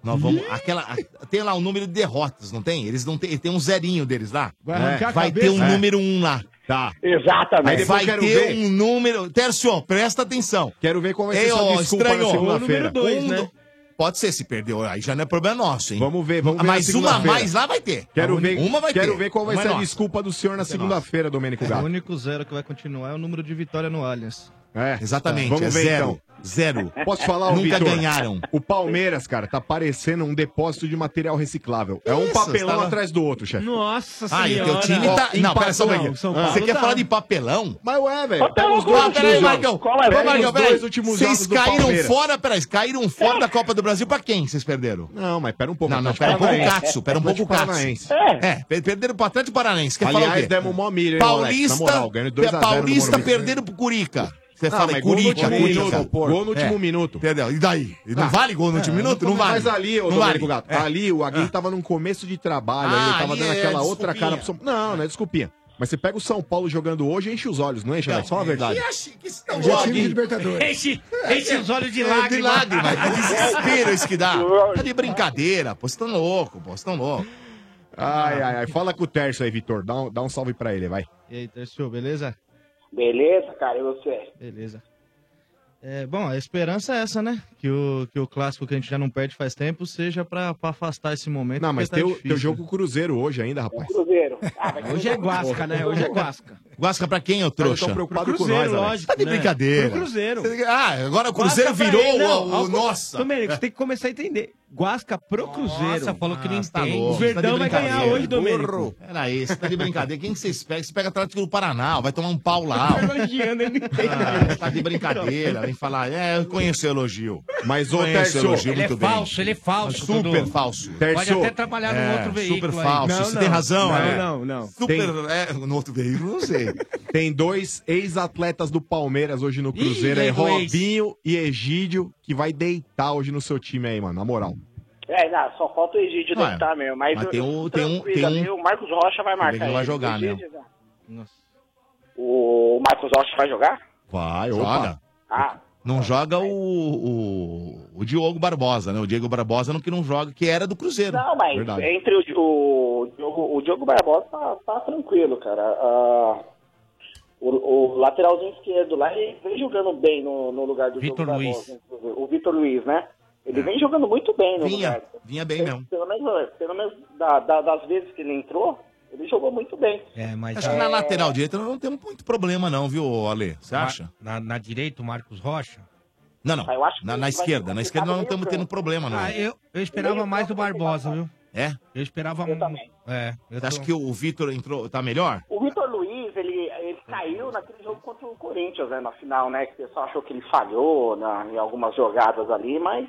nós vamos. Aquela, a- tem lá um número de derrotas, não tem? Eles não tem, tem um zerinho deles lá.
Vai arrancar a
vai ter
cabeça.
um
É.
número um lá. Tá.
Exatamente.
Aí
depois
vai
quero ver.
ter um número. Tércio, presta atenção.
Quero ver qual vai ser
Ei,
sua
ó,
desculpa na
estranhou.
segunda-feira.
Um número dois,
Um
né?
do-
Pode ser, se perdeu. Aí já não é problema nosso, hein?
Vamos ver, vamos ver.
Mas
na
uma a
segunda-feira.
mais lá vai ter.
Quero ver,
Tá Uma vai
quero
ter.
ver qual vai
Uma é
ser a
nossa.
desculpa do senhor na segunda-feira,
É
Domênico
O
Gato.
único zero que vai continuar é o número de vitória no Allianz.
É,
exatamente,
Vamos
é
ver
zero.
então.
Zero.
Posso falar, ô,
Nunca
Vitor?
ganharam.
O Palmeiras, cara, tá parecendo um depósito de material reciclável. É um
Isso,
papelão
tá lá.
atrás do outro, chefe.
Nossa
Ah, e o teu time tá. Não, pera só um pouquinho.
Ah.
Você quer falar de papelão?
Mas ué, velho.
Ah,
Pega os dois
Peraí,
últimos
Marcão.
jogos. Cola,
Ô,
velho,
Marcão,
os
peraí.
dois últimos
Vocês
jogos do
caíram
Palmeiras.
fora, peraí, caíram fora da Copa do Brasil pra quem vocês perderam?
Não, mas pera um pouco.
Não, não,
Atlético
pera um pouco o
Paranaense.
Cássio, pera um pouco
Atlético
o Cássio.
Paranaense.
É, per- perderam pro Atlético Paranaense. Quer falar o
Aliás,
quê?
demos mó milho, hein, Alex? Na
Paulista, é
moral, ganhando 2 a 0 no
Paulista
Morumbi.
perderam pro Curica. Você
Não,
fala,
mas
é
gol no
Curica,
último
Curica.
minuto, É. gol no último
minuto. Entendeu? E daí? E
Ah.
Não vale gol no último
É,
minuto? Não vale.
Mas ali, ô
Não
Domênico
vale.
Gato, Tá ali o Aguirre tava num começo de trabalho,
Ah,
ele tava
ali
dando
é
aquela outra cara pro São
desculpinha.
Não, não é desculpinha. Mas você pega o São Paulo jogando hoje e enche os olhos, não enche, Alex? Fala a verdade.
E acha que isso
É
não
time
joga,
de
hein?
Libertadores.
Enche, enche os olhos de
É,
lágrimas.
De
[laughs]
lágrimas. É desespero isso que dá. Tá de brincadeira, pô. Vocês tão louco, pô. Vocês tão louco.
Ai, ai, ai. Fala com o Tércio aí, Vitor. Dá um, dá um salve pra ele, vai.
E aí, Tercio, beleza?
Beleza, cara, e você?
Beleza. É, bom, a esperança é essa, né? Que o, que o clássico que a gente já não perde faz tempo seja pra, pra afastar esse momento.
Não,
porque
Ah, mas
tá
tem o,
difícil.
tem o jogo com o Cruzeiro hoje ainda, rapaz.
Cruzeiro.
Hoje é Guasca, né? Hoje é Guasca.
Guasca pra quem, ô trouxa?
tão preocupado Pro Cruzeiro, com nós, Alex. lógico,
Tá de
né?
brincadeira.
Pro
Cruzeiro.
Ah, agora o Cruzeiro virou o- o... Nossa.
Domênico, você tem que começar a entender. Guasca pro Cruzeiro.
Nossa, falou que não
Nossa, tá
entende.
louco. O Verdão vai ganhar hoje, Domênico.
Era isso, tá de brincadeira. Quem que vocês pegam? Você pega Atlético do Paraná, vai tomar um pau lá. ó.
Elogiando, ele não entende.
Ah, tá de brincadeira, vem falar. É, eu conheço o elogio.
Mas, ô,
Conheço
Tércio,
elogio
ele
muito
é
bem.
falso, ele é falso,
Super
Dudu.
falso. É,
Pode Tércio, até trabalhar num outro veículo
Super
aí.
falso,
Não,
você
não.
tem razão.
Não,
é.
não, não.
Super,
Tem-
é, no outro veículo, não sei.
Tem dois ex-atletas do Palmeiras hoje no Cruzeiro,
Ih,
é
ganhou ex.
Robinho e Egídio, que vai deitar hoje no seu time aí, mano, na moral.
É, não, só falta o Egídio
Ué,
deitar mesmo. Mas,
mas
eu-
tem um- tem um-
tranquilo
tem um-
ali, O Marcos Rocha vai marcar.
não vai
ele.
jogar,
O Egídio
né?
já. O Marcos Rocha vai jogar?
Vai,
opa.
joga.
Ah,
Não joga o, o, o Diogo Barbosa, né? O Diego Barbosa não que não joga, que era do Cruzeiro.
não, mas
Verdade.
tá entre o, o, Diogo- o Diogo Barbosa tá, tá tranquilo, cara. Ah, o, o lateralzinho esquerdo lá, ele vem jogando bem no, no lugar do
Vitor
Diogo
Luiz. É.
Barbosa. inclusive. O Vitor Luiz, né? Ele vem jogando muito bem no
Vinha,
lugar.
vinha bem mesmo.
Pelo menos, pelo menos da- da- das vezes que ele entrou, ele jogou muito bem.
É, mas
Acho que na lateral direita não temos muito problema, não, viu, Ale? Você acha?
Na, na direita, o Marcos Rocha?
Ah, Não, não.
Ah, eu acho
Na, na esquerda. Na esquerda nós não estamos tendo problema, não.
Ah, eu, eu esperava mais do Barbosa, viu?
É?
né? Eu esperava muito. É.
Você acha que o Vitor entrou. tá melhor?
O Vitor Luiz, ele, ele caiu naquele jogo contra o Corinthians, né? Na final, né? Que o pessoal achou que ele falhou na- em algumas jogadas ali, mas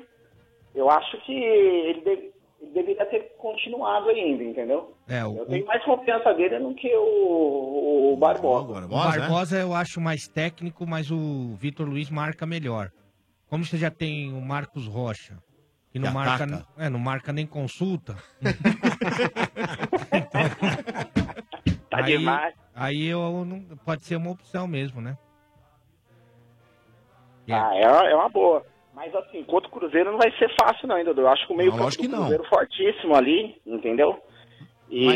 eu acho que ele, de- ele
deveria ter continuado ainda, entendeu?
É, o,
Eu tenho mais confiança dele do que o, o Barbosa.
o
né?
Barbosa eu acho mais técnico, mas o Vitor Luiz marca melhor. Como você já tem o Marcos Rocha, que não,
Que
marca,
ataca.
é, não marca
[laughs]
nem consulta.
Tá demais.
Então, Aí eu não, pode ser uma opção mesmo, né?
Ah, é, uma- é uma boa. Mas assim, contra o Cruzeiro não vai ser fácil não, hein, Dudu? Eu acho que o meio campo do
lógico que não.
Cruzeiro fortíssimo ali, entendeu? E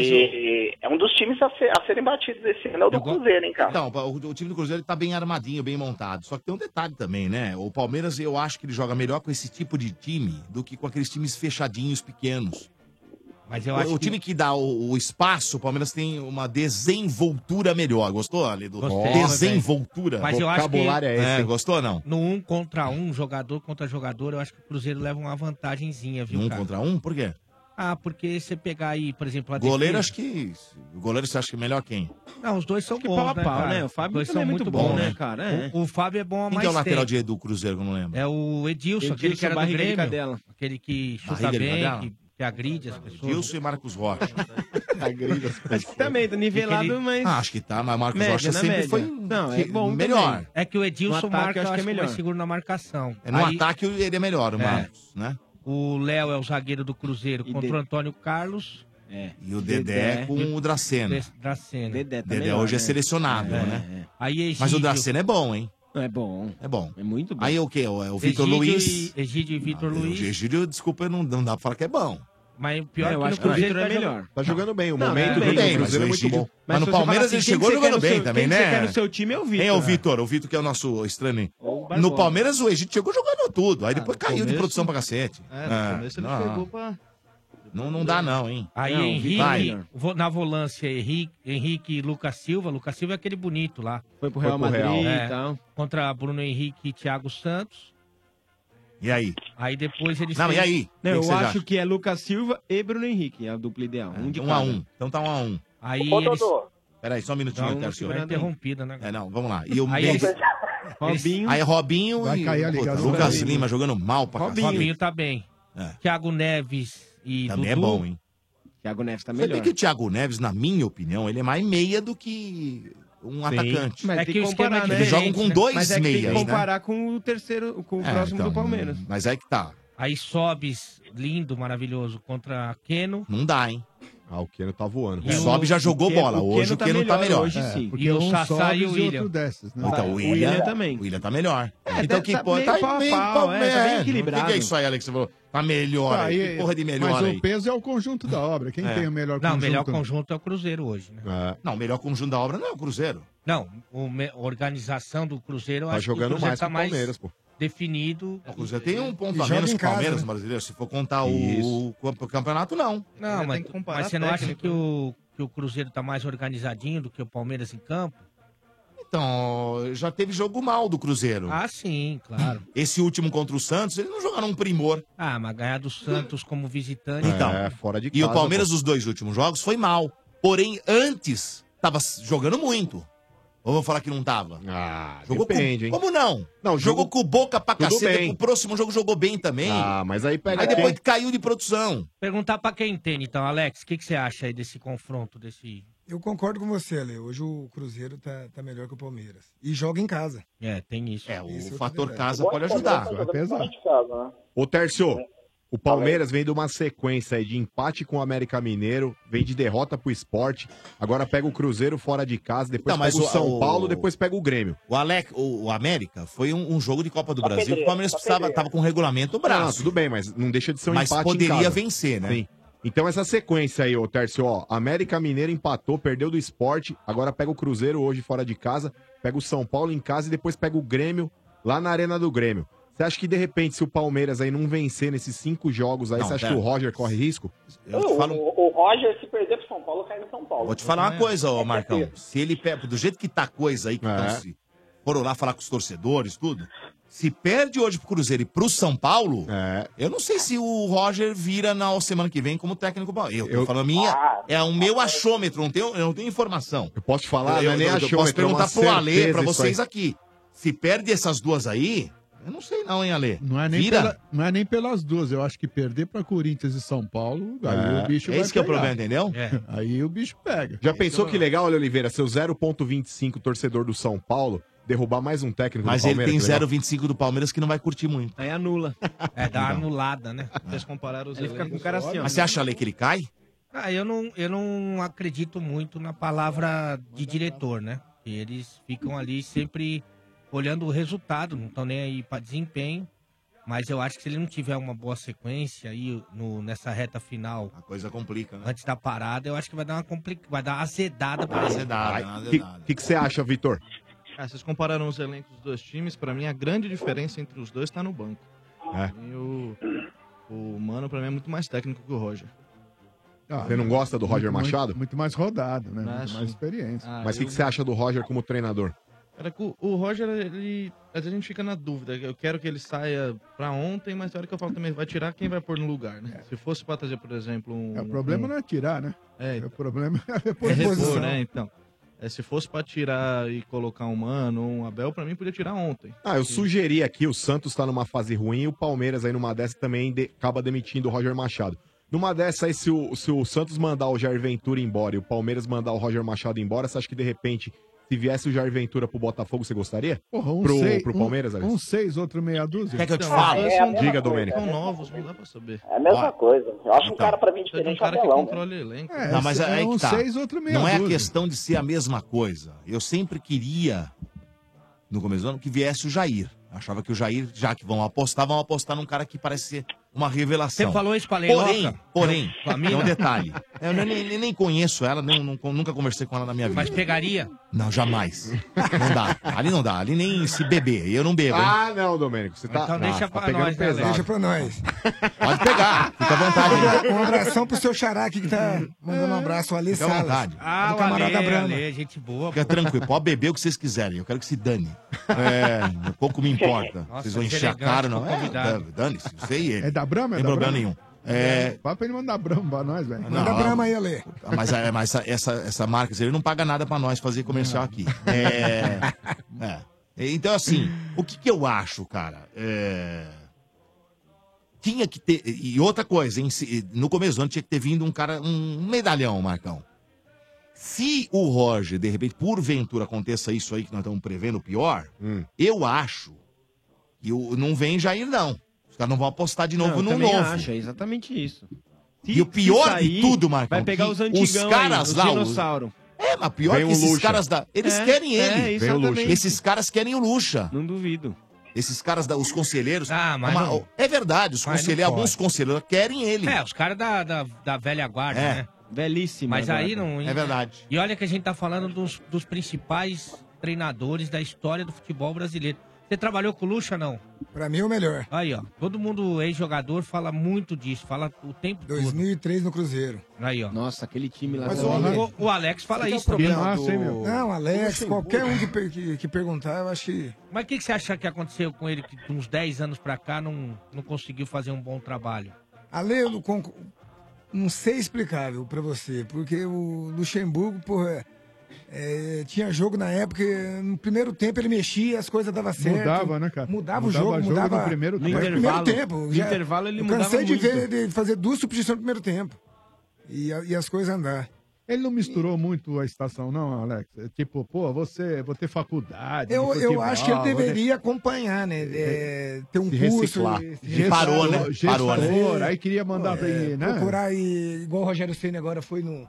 Mas
é um dos times a, ser- a serem batidos esse ano, é o do Cruzeiro, hein, cara?
Então, o, o time do Cruzeiro tá bem armadinho, bem montado. Só que tem um detalhe também, né? O Palmeiras, eu acho que ele joga melhor com esse tipo de time do que com aqueles times fechadinhos, pequenos.
Mas eu
o,
acho
o time que, dá o, o espaço, o Palmeiras tem uma desenvoltura melhor. Gostou, ali do
Gostei,
Desenvoltura.
Mas eu acho que-
Vocabulário é esse.
É,
hein? gostou ou não?
No um contra um, jogador contra jogador, eu acho que o Cruzeiro leva uma vantagenzinha, viu,
Um
cara?
contra um? Por quê?
Ah, porque você pegar aí, por exemplo, a
Goleiro,
defesa-
acho que. O goleiro você acha que é melhor quem?
Não, os dois são
que
bons,
pau a
né,
pau,
cara?
né? O Fábio
Os dois
também
são
é
muito,
muito
bons,
bom,
né,
né?
cara?
É.
O, o Fábio é bom há
Quem
mais
que é o lateral
tempo.
direito do Cruzeiro, que eu não lembro?
É o Edilson, aquele
Edilson,
que era do
barriga de
Grêmio.
cadela.
Aquele que chuta
Barriga de
bem,
cadela?
que, que agride as pessoas.
Edilson e Marcos Rocha. Agride as pessoas.
Também, tá nivelado,
Aquele-
mas.
Ah, acho que tá, mas Marcos
Média,
Rocha
né,
na
sempre
média.
foi um
Não, é bom
melhor.
também.
É que o Edilson
No ataque,
marca,
eu
acho, que, é
melhor.
mais seguro na marcação.
É, no ataque ele é melhor, o
É.
Marcos, né?
O Léo é o zagueiro do Cruzeiro contra
de-
o Antônio Carlos.
É.
E o Dedé,
Dedé.
com o Dracena.
Des- Dracena. Dedé,
tá
Dedé hoje
né?
é selecionado, né?
Aí Egídio.
Mas o Dracena é bom, hein?
É bom.
É bom.
É muito bom.
Aí o quê? O, o Vitor
Egídio
Luiz. Ah,
e- Egídio e Vitor Luiz.
O Egídio, desculpa, não, não dá pra falar que é bom.
Mas o pior é,
É, eu
que
acho
no
que o
Cruzeiro
Vitor
vai
é
jogar-
melhor. Tá jogando bem, o
Não,
momento
tá
do Cruzeiro é muito bom. Mas no
se você
Palmeiras
falar
ele
quem
chegou
que você quer
jogando
no
bem
seu-
também,
quem que
né?
Você quer no seu time é o Vitor.
Quem é o Vitor? O Vitor que é o nosso estranho. hein? No
Barbosa.
Palmeiras o Egito chegou jogando tudo.
Ah,
Aí depois caiu de
começo-
produção pra cacete. Ah,
É, no começo ele chegou pra...
Não, não dá não, hein?
Aí
não,
Henrique,
vai.
vo- na volância, Henrique, Henrique e Lucas Silva. Lucas Silva é aquele bonito lá. É,
Foi pro Real Foi pro Madrid Real. e tal.
Contra Bruno Henrique e Thiago Santos.
E aí?
Aí depois ele
Não,
fez-
e aí? Não, eu acho que é Lucas Silva e Bruno Henrique, a dupla ideal. Um de
um
cada.
a um. Então tá um a um.
Aí
Ô, eles- Dodô.
Peraí, só um minutinho,
Dá um
Ricardo,
segurando
senhor.
aí. Interrompida,
né?
É, não, vamos lá. E o
Aí
meio-
eles-
Robinho. Aí é Robinho
Vai
e
cair a
puta,
ligação.
Lucas
Robinho.
Lima jogando mal pra
Robinho.
cacete. É.
Robinho tá bem. Thiago Neves e
Também é
Dudu.
bom, hein?
Thiago Neves tá
Você vê que o Thiago Neves, na minha opinião, ele é mais meia do que um atacante.
Mas é que, que comparar, né?
Eles jogam com dois
Mas é que
meias,
Tem que
né?
comparar com o terceiro, com o
É,
próximo
então,
do Palmeiras.
Mas aí que tá.
Aí Sobes, lindo, maravilhoso, contra Keno.
Não dá, hein?
Ah, o Keno tá voando.
E o- Sobe já jogou o Keno- bola. o Hoje Keno o tá Keno tá melhor, melhor.
É,
hoje sim.
Porque
E o
um
Sassá
sobe
e o William. É,
outro desces, né?
Então, o William, também. O William tá melhor. então, que porra,
meio
tá
pau a
meio
pau,
pau,
é, tá bem
é.
equilibrado.
O que que é isso aí, Alex? Você falou, tá melhor
Tá,
aí.
e-
Que porra de melhor
Mas
aí?
o peso é o conjunto da obra. Quem
É.
tem o melhor
Não,
conjunto?
melhor
conjunto é o Cruzeiro hoje, né?
Não, o melhor conjunto da obra não é o Cruzeiro.
Não, o me- a organização do Cruzeiro, eu
Tá
acho que o
jogando
Cruzeiro
mais
tá
que o
mais
Palmeiras, pô.
definido.
O Cruzeiro tem um ponto
E
a
joga
menos que
em
o
casa,
Palmeiras,
né?
brasileiro. Se for contar
Isso.
o, o campeonato, não.
Não, mas,
tem que comparar
mas você não acha
técnico,
que o, que o Cruzeiro tá mais organizadinho do que o Palmeiras em campo?
Então, já teve jogo mal do Cruzeiro.
Ah, sim, claro.
Esse último contra o Santos, eles não jogaram um primor.
Ah, mas ganhar do Santos como visitante.
Então,
É,
e o Palmeiras, os dois últimos jogos, foi mal. Porém, antes, tava s- jogando muito. Ou vou falar que não tava?
Ah,
jogou
depende,
com...
hein?
Como não?
Não,
jogou
jogo-
com o Boca pra
Tudo
caceta.
bem.
O próximo jogo jogou bem também.
Ah, mas aí pega
Aí depois
quem?
caiu de produção.
Perguntar pra quem entende, então, Alex, o que, que você acha aí desse confronto, desse.
Eu concordo com você, Ale. Hoje o Cruzeiro tá, tá melhor que o Palmeiras. E joga em casa.
É, tem isso.
É,
Isso
o
eu
fator
também
casa
acho.
pode ajudar.
Vai pesar.
Ô, Tércio, o Palmeiras vem de uma sequência aí de empate com o América Mineiro, vem de derrota pro esporte, agora pega o Cruzeiro fora de casa, depois
Não, mas
pega o
o-
São
o-
Paulo, depois pega o Grêmio.
O Alec, o, o América foi um, um jogo de Copa do Brasil.
pedreira,
o Palmeiras
só
precisava,
pedreira.
tava com o regulamento
Não,
braço.
tudo bem, mas não deixa de ser um
Mas
empate em
poderia
casa.
vencer, né?
Sim. Então essa sequência aí, ô Tércio, ó, América Mineiro empatou, perdeu do esporte, agora pega o Cruzeiro hoje fora de casa, pega o São Paulo em casa e depois pega o Grêmio lá na Arena do Grêmio. Você acha que de repente, se o Palmeiras aí não vencer nesses cinco jogos aí,
Não,
você acha
pera.
que o Roger corre risco?
o, o- o Roger, se perder pro São Paulo, cai no São Paulo. É
Vou te falar
É.
é.
uma coisa, ô Marcão. Se ele pega, do jeito que tá a coisa aí, que tão
É.
se foram lá falar com os torcedores, tudo. Se perde hoje pro Cruzeiro e pro São Paulo,
É.
eu não sei se o Roger vira na semana que vem como técnico. do Palmeiras. Eu tô falando a minha, é o meu achômetro, não tenho, eu não tenho informação. Eu
posso falar,
eu,
não é nem
eu, eu
achômetro,
posso
é uma
perguntar pro
certeza
Ale, pra
isso
vocês
aí.
aqui. Se perde essas duas aí, Eu não sei não, hein, Ale?
Não é, nem
Vira?
pela- não é nem pelas duas. Eu acho que perder pra Corinthians e São Paulo, aí
É.
o bicho
É
vai
esse que é o
pegar.
problema, entendeu? É.
Aí o bicho pega.
Já pensou que legal, olha, Oliveira, seu 0,25 torcedor do São Paulo derrubar mais um técnico
Mas
do
ele
Palmeiras?
tem
que legal.
0,25 do Palmeiras que não vai curtir muito.
Aí anula.
É, dá anulada, né?
Vocês compararam os
Ele fica
elencos,
com o cara assim, ó.
É. Mas você acha, Ale, que ele cai?
Ah, eu não, eu não acredito muito na palavra de diretor, né? Eles ficam ali sempre olhando o resultado, não estão nem aí para desempenho. Mas eu acho que se ele não tiver uma boa sequência aí no, nessa reta final. A
coisa complica, né?
Antes da parada, eu acho que vai dar uma complica, vai dar uma azedada pra ele.
O que, que, que você acha, Vitor?
Ah, vocês compararam os elencos dos dois times, pra mim a grande diferença entre os dois tá no banco.
É.
Pra mim, O, o Mano, pra mim, é muito mais técnico que o Roger.
Você não gosta do Roger
Muito-
Machado?
Muito, mais rodado, né? Muito
Acho.
mais experiência.
Ah,
Mas o que,
eu-
que você acha do Roger como treinador?
Cara, o, o Roger, ele. Às vezes a gente fica na dúvida. Eu quero que ele saia pra ontem, mas na hora que eu falo também, vai tirar quem vai pôr no lugar,
É.
né? Se fosse pra trazer, por exemplo, um.
É, o problema
um-
não é tirar, né?
É,
o problema [laughs] é a
É repor,
reposição.
né? Então. É, se fosse pra tirar e colocar um Mano ou um Abel, pra mim podia tirar ontem.
Ah, eu sugeri aqui, o Santos tá numa fase ruim e o Palmeiras aí numa dessa também de- acaba demitindo o Roger Machado. Numa dessa aí, se o, se o Santos mandar o Jair Ventura embora e o Palmeiras mandar o Roger Machado embora, você acha que de repente, se viesse o Jair Ventura pro Botafogo, você gostaria?
Porra, um
pro,
seis,
pro
um-
Palmeiras,
um,
aliás?
seis, outro meia dúzia.
Quer que eu te Então, fale? é a mesma Diga, coisa, Domênico. é a
São
mesma
novos, não dá pra saber.
É a mesma coisa. Eu acho
então.
um cara pra
é
mim
Precisa de um
diferente
cara que
né?
apelão,
controle elenco. é
não, mas aí
um
que tá. não é a
questão.
questão de ser a mesma coisa. Eu sempre queria, no começo do ano, que viesse o Jair. Eu achava que o Jair, já que vão apostar, vão apostar num cara que parece ser uma revelação.
Você falou isso com a Leiloca?
Porém, porém,
Com a mina?
é um detalhe. Eu nem, nem- nem conheço ela, nem- nun- nunca conversei com ela na minha vida.
Mas pegaria?
Não, jamais. Não dá. Ali não dá. Ali nem se beber. Eu não bebo. hein?
Ah, não, Domênico, você tá.
Então deixa pra
pegando
nós, né,
pesado.
Deixa
pra nós.
Pode pegar. Fica à vontade. Uhum.
Um abração pro seu xará aqui que tá mandando um abraço, o Ale
Fica à
Salas.
vontade.
Ah,
do
o
camarada
Ale,
Brahma.
Ale, gente boa.
Fica
pô.
tranquilo, pode beber o que vocês quiserem. Eu quero que se dane. É, pouco me importa.
Nossa,
vocês vão
que
encher a
elegante,
cara, não.
tô
É,
convidado.
dane- dane-se, você e ele.
É da Brahma?
Não
É
tem
da
problema
Brahma?
nenhum. É,
Vai pra ele mandar Brahma pra nós, velho.
Manda Não, Brahma
aí, Ale.
mas a- mas essa, essa, essa marca, ele não paga nada pra nós fazer comercial aqui. É, é. Então, assim, o que, que eu acho, cara? É, tinha que ter. E outra coisa, hein? se- no começo do ano tinha que ter vindo um cara, um medalhão, Marcão. Se o Roger, de repente, porventura aconteça isso aí que nós estamos prevendo o pior,
Hum.
eu acho que o, não vem Jair, não. Os caras não vão apostar de novo
eu
no
também
novo.
acho, é exatamente isso.
e o pior
se sair,
de tudo, Marcão,
Vai pegar
que
os antigos.
os caras lá, os-
dinossauro.
É, mas pior que esses caras da. Eles querem ele.
É, exatamente.
Esses caras querem o Lucha.
Não duvido.
Esses caras, da, os conselheiros. Ah,
mas não-
É verdade, os
mas não
conselheiros, alguns
pode.
conselheiros querem ele.
É, os caras da, da, da velha guarda,
É.
né?
Belíssimo.
Mas aí não.
É verdade.
E olha que a gente tá falando dos, dos principais treinadores da história do futebol brasileiro. Você trabalhou com o Lucha, não?
Pra mim, é o melhor.
Aí, ó. Todo mundo ex-jogador fala muito disso, fala o tempo todo.
2003 no Cruzeiro.
Aí, ó.
Nossa, aquele time lá.
Mas
o,
o Ale-
o Alex fala
Esse que é
isso
o problema
também.
do- Não, Alex, qualquer
né?
um que, per- que, que perguntar, eu acho que.
Mas o que, que você acha que aconteceu com ele que de uns 10 anos pra cá não, não conseguiu fazer um bom trabalho?
Ale, eu não conc- não sei explicável pra você, porque o Luxemburgo, porra. é, tinha jogo na época, no primeiro tempo ele mexia, as coisas davam certo.
Mudava, né, cara? Mudava
Mudava, o
jogo
jogo,
no
mudava.
primeiro
no
tempo.
primeiro
Intervalo.
tempo.
No
Já-
intervalo ele
eu cansei
mudava
de ver
muito.
de fazer duas substituições no primeiro tempo. E, a- e as coisas andar.
Ele não misturou muito a estação, não, Alex? É Tipo, pô, você vou ter faculdade.
Eu,
de
eu
futebol,
acho que ele
vou ter-
deveria acompanhar, né? É, ter um
Se
curso.
reciclar.
e- se
Ele
reciclar.
parou, né? Gestor, Parou, né? aí queria mandar pra ele, né?
é, Procurar e igual o Rogério Senna agora foi no,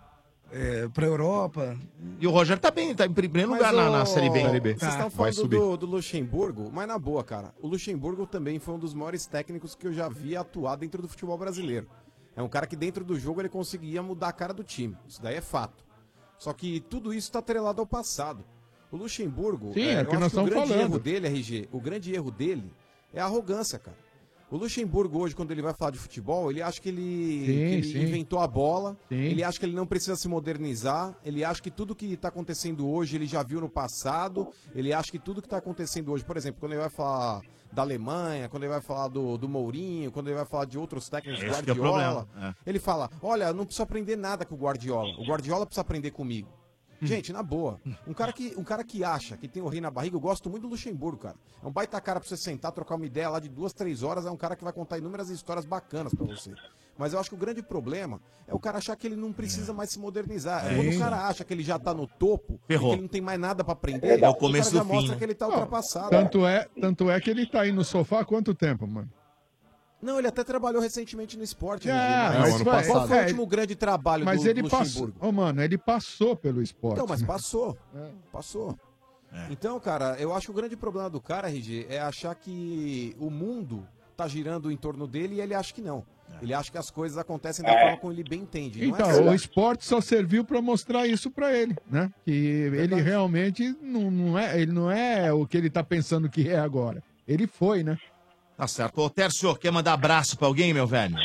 é, pra Europa.
E o Rogério tá bem, tá em primeiro
Mas
lugar na,
o-
na Série B.
Série B.
Tá.
Vocês
Vocês estão falando
Vai subir.
do, do Luxemburgo, mas na boa, cara. O Luxemburgo também foi um dos maiores técnicos que eu já vi atuar dentro do futebol brasileiro. É um cara que dentro do jogo ele conseguia mudar a cara do time. Isso daí é fato. Só que tudo isso está atrelado ao passado. O Luxemburgo,
Sim, é o
eu
que
acho
nós
o
estamos
grande
falando.
erro dele, RG, o grande erro dele é a arrogância, cara. O Luxemburgo hoje, quando ele vai falar de futebol, ele acha que ele,
Sim,
que ele
sim.
inventou a bola,
Sim.
ele acha que ele não precisa se modernizar, ele acha que tudo que está acontecendo hoje ele já viu no passado, ele acha que tudo que está acontecendo hoje, por exemplo, quando ele vai falar da Alemanha, quando ele vai falar do, do Mourinho, quando ele vai falar de outros técnicos,
Esse que é o
Guardiola,
problema, é.
ele fala, olha, eu não preciso aprender nada com o Guardiola, o Guardiola precisa aprender comigo. Gente, na boa, um cara, que, um cara que acha que tem o rei na barriga, eu gosto muito do Luxemburgo, cara. É um baita cara pra você sentar, trocar uma ideia lá de duas, três horas, é um cara que vai contar inúmeras histórias bacanas pra você. Mas eu acho que o grande problema é o cara achar que ele não precisa mais se modernizar. É
É
quando o
isso.
cara acha que ele já tá no topo, e que
Ferrou.
ele não tem mais nada pra aprender,
É o
aí
começo
cara
do
já
fim,
mostra
né?
que ele tá ultrapassado.
Tanto é, tanto é que ele tá aí no sofá há quanto tempo, mano?
Não, ele até trabalhou recentemente no esporte.
É,
né,
mas foi-
qual foi o
é,
último grande trabalho
Mas
do
ele passou.
Luxemburgo?
Ô, mano, ele passou pelo esporte. [laughs]
Não, mas
né?
passou. Passou. Então, cara, eu acho que o grande problema do cara, RG, é achar que o mundo tá girando em torno dele e ele acha que não. Ele acha que as coisas acontecem da forma como ele bem entende. Não
Então,
é assim.
o esporte só serviu pra mostrar isso pra ele, né? Que ele realmente não, não é, ele não é o que ele tá pensando que é agora. Ele foi, né?
Tá certo. Ô, Tércio, quer mandar abraço pra alguém, meu velho?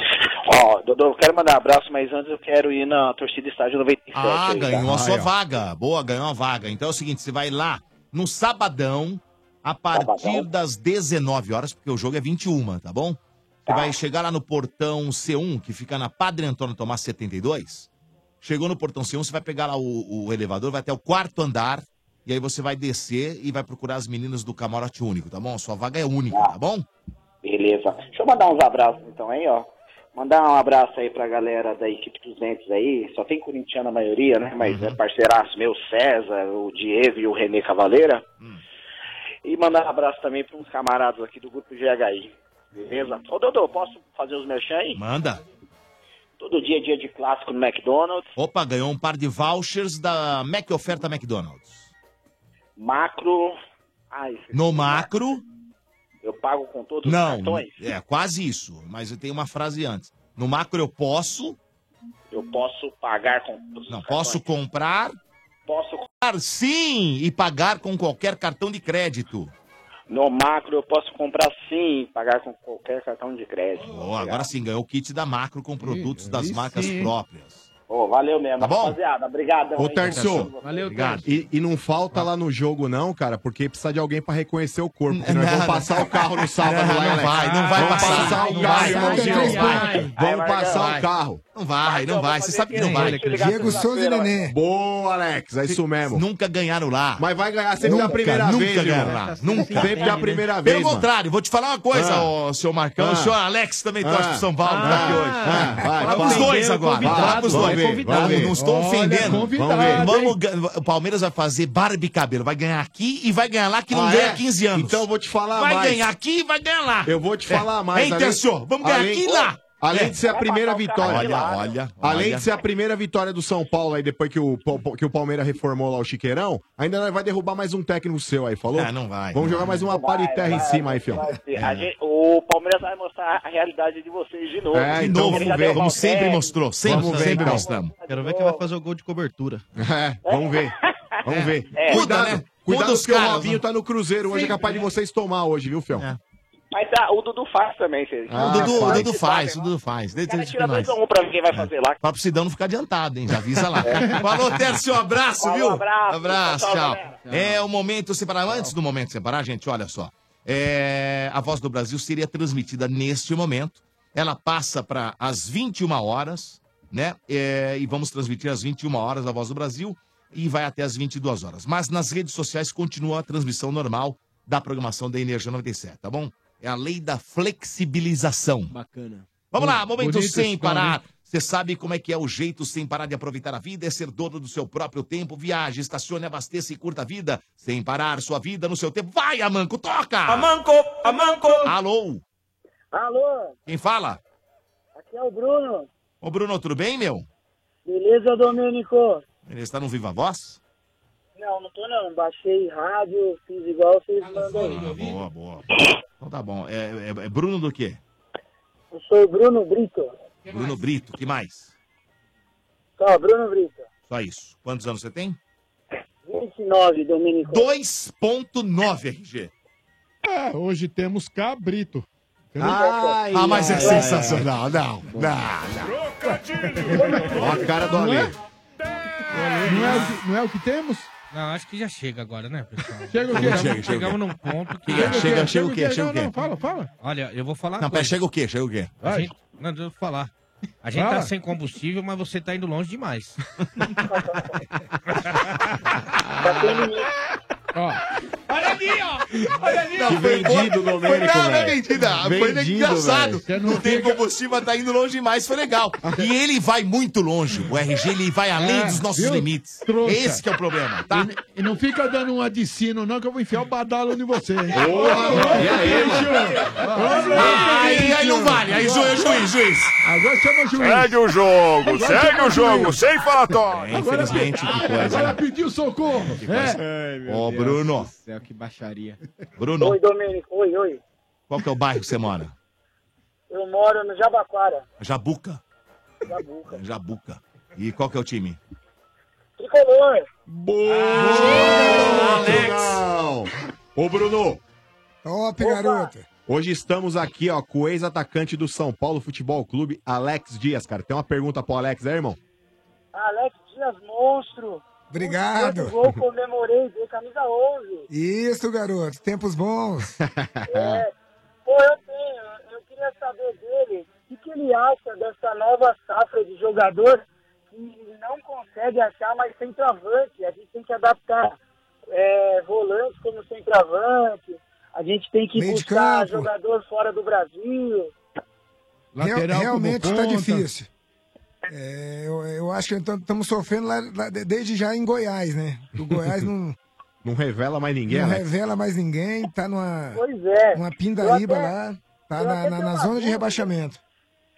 Ó, Dodô, eu quero mandar um abraço, mas antes eu quero ir na torcida Estádio 97.
Ah,
aí, tá?
ganhou a sua
Aí, ó.
vaga. Boa, ganhou a vaga. Então é o seguinte, você vai lá no sabadão, a partir das 19 horas, porque o jogo é 21, tá bom? Você vai chegar lá no portão C1, que fica na Padre Antônio Tomás 72. Chegou no portão C1, você vai pegar lá o, o elevador, vai até o quarto andar, e aí você vai descer e vai procurar as meninas do camarote único, tá bom? A sua vaga é única, tá bom?
Beleza. Deixa eu mandar uns abraços então aí, ó. Mandar um abraço aí pra galera da equipe 200 aí. Só tem corintiano a maioria, né? Mas
Uhum.
é parceiraço meu, César, o Diego e o Renê Cavaleira.
Hum.
E mandar um abraço também para uns camaradas aqui do grupo GHI. Beleza? Ô, Dodô, posso fazer os merchan aí?
Manda.
Todo dia é dia de clássico no McDonald's.
Opa, ganhou um par de vouchers da Mac Oferta McDonald's.
Macro. Ai,
No macro,
eu pago com todos os
Não,
cartões?
é quase isso, mas tem uma frase antes. No macro eu posso,
Eu posso pagar com todos
não,
os cartões?
posso comprar,
Posso
comprar sim e pagar com qualquer cartão de crédito.
No macro eu posso comprar sim, pagar com qualquer cartão de crédito.
Ó, agora sim, ganhou o kit da macro com produtos das marcas
sim, hein?
próprias.
Ô, valeu mesmo,
Tá bom?
rapaziada. Obrigado.
Ô,
tá
Tércio,
Obrigado.
E, e não falta lá no jogo, não, cara, porque precisa de alguém pra reconhecer o corpo. Porque nós vamos passar o carro no sábado
Não,
lá,
não
Alex.
vai, não vai
Vamos
passar,
o
não
carro,
vai,
irmãozinho.
não vai. Vai,
Vamos
Marcão,
passar
vai.
o carro.
Não vai, não vai, você sabe que não vai.
Diego Souza e Nenê. Boa, Alex, é isso mesmo.
Nunca ganharam lá.
Mas vai ganhar Ah, sempre
Nunca,
da primeira
nunca
vez, irmão.
ganharam lá. Nunca.
Sempre da primeira vez,
Pelo
mano.
contrário, vou te falar uma coisa,
Ah.
ô, seu Marcão.
Ah.
O senhor Alex também
Ah.
torce pro São Paulo, tá aqui hoje.
Ah. Vai,
Fala
fala.
pros dois
Ofendeu,
agora.
convidado,
Fala pros dois.
vai, convidado.
Não, não estou
Olha,
ofendendo.
convidado, hein?
Vamos gan- o Palmeiras vai fazer barba e cabelo. Vai ganhar aqui e vai ganhar lá, que não
Ah,
ganha
é?
há 15 anos.
Então eu vou te falar
vai
mais.
Vai ganhar aqui e vai ganhar lá.
Eu vou te falar mais.
Hein,
além-
Tercio? Vamos ganhar
além-
aqui e lá.
Além
É.
de ser a primeira vitória.
Olha, olha.
Além
olha.
de ser a primeira vitória do São Paulo aí, depois que o, Pal- que o Palmeiras reformou lá o Chiqueirão, ainda nós vai derrubar mais um técnico seu aí, falou?
Ah, não vai.
Vamos
Não
jogar mais uma pá de terra em cima aí, fião.
A gente- o Palmeiras vai mostrar a realidade de vocês de novo.
É,
Ele
então
já
vamos
derrubou
ver,
o
como
Zé.
sempre mostrou, sempre,
Vamos ver,
sempre
então.
mostramos.
Quero ver quem vai fazer o gol de cobertura.
É, vamos ver. Vamos ver.
É.
Cuidado,
Muda, né?
cuidado
Muda os
porque o
caras,
Robinho
né?
tá no Cruzeiro hoje, é capaz de vocês tomar hoje, viu, fião?
É.
Mas tá, o Dudu faz também, vocês.
Ah, o Dudu, o Dudu faz, o Dudu faz. Deixa
Cara,
eu
tira
explicar nós.
2x1 pra ver quem vai fazer lá.
Fala pro Sidão não ficar adiantado, hein? Já avisa lá.
É.
Falou, Tércio, um abraço,
Falou,
viu?
abraço.
Abraço,
Tchau,
tchau.
galera.
É o momento separar. Antes do momento separar, gente, olha só. É, a Voz do Brasil seria transmitida neste momento. Ela passa para as 21 horas, né? É, e vamos transmitir às 21 horas a Voz do Brasil e vai até às 22 horas. Mas nas redes sociais continua a transmissão normal da programação da Energia 97, tá bom? É a lei da flexibilização.
Bacana.
Vamos lá, momento
Bonito esse
sem
carro, hein?
parar. Você sabe como é que é o jeito sem parar de aproveitar a vida, é ser dono do seu próprio tempo. Viaje, estacione, abasteça e curta a vida, sem parar sua vida no seu tempo. Vai, Amanco, toca! Amanco, Amanco! Alô,
Alô,
quem fala?
aqui é o Bruno.
Ô, Bruno, tudo bem, meu?
Beleza, Domênico?
Ele está no Viva Voz?
Não, não tô não. Baixei rádio, fiz igual vocês mandam aí.
Boa, boa. Então tá bom. É, é- é Bruno do quê?
Eu sou o Bruno Brito.
Bruno Brito, que mais?
Só, Bruno Brito.
Só isso. Quantos anos você tem?
29, Domênico.
2.9 RG.
É, hoje temos Cabrito.
Ai, Ah, mas é ai, sensacional.
Não,
não, não.
Olha a cara do
é?
Ale.
Não é, o que- não é o que temos?
Não, acho que já chega agora, né, pessoal?
Chega o quê? Chega, chega.
Chegamos num ponto que...
Chega, chega, chega o quê? Chega o
Não,
quê?
não, fala, fala.
Olha, eu vou falar...
Não,
coisa.
pera, chega o quê? Chega o quê?
A gente- Não, deixa eu falar. A gente tá
Fala.
sem combustível, mas você tá indo longe demais. [laughs]
Olha ali, ó. Olha ali, ó.
Que vendido,
boa.
Domênico,
Foi, não, não é
velho.
vendida. Foi
Vendido,
engraçado.
velho.
Não tem combustível, tá indo longe demais. Foi legal. E ele vai muito longe. O RG, ele vai além
É,
dos nossos
viu?
limites.
Trouxa.
Esse que é o problema, tá?
E, e não fica dando um adicino, não, que eu vou enfiar o badalo em você, hein?
E aí, mano? Aí, aí não vale. Aí, juiz, juiz, juiz.
Agora chama o juiz.
Segue o jogo,
Agora
segue
chama
o jogo, sem falatório.
É, infelizmente, que
Agora,
coisa,
agora
né?
pediu socorro. É.
Ô, Bruno.
Céu, que baixaria.
Bruno,
Oi, Domênico. Oi, oi.
qual que é o bairro que você mora?
Eu moro no Jabaquara,
Jabuca.
Jabuca.
Jabuca. E qual que é o time?
Tricolor.
Boa! Alex! Ô, Bruno!
Top, garoto.
Hoje estamos aqui, ó, com o ex-atacante do São Paulo Futebol Clube, Alex Dias, cara. Tem uma pergunta pro Alex aí, irmão?
Alex Dias Monstro.
Obrigado.
O gol comemorei, dei camisa 11.
Isso, garoto. Tempos [laughs] bons.
É. Pô, eu tenho. Eu queria saber dele o que, que ele acha dessa nova safra de jogador que não consegue achar mais centroavante. A gente tem que adaptar é, volante como centroavante. A gente tem que
Meio de
buscar
campo.
jogador fora do Brasil.
Real-
como
realmente está
ponta.
difícil. É, eu, eu acho que estamos sofrendo lá- lá de- desde já em Goiás, né? O Goiás [laughs] não,
Não revela mais ninguém,
não
Alex.
revela mais ninguém, tá numa,
Pois é.
uma pindaíba
Eu até-
lá, tá
eu
na,
até
na-
tenho
na
uma
zona de
dúvida.
rebaixamento.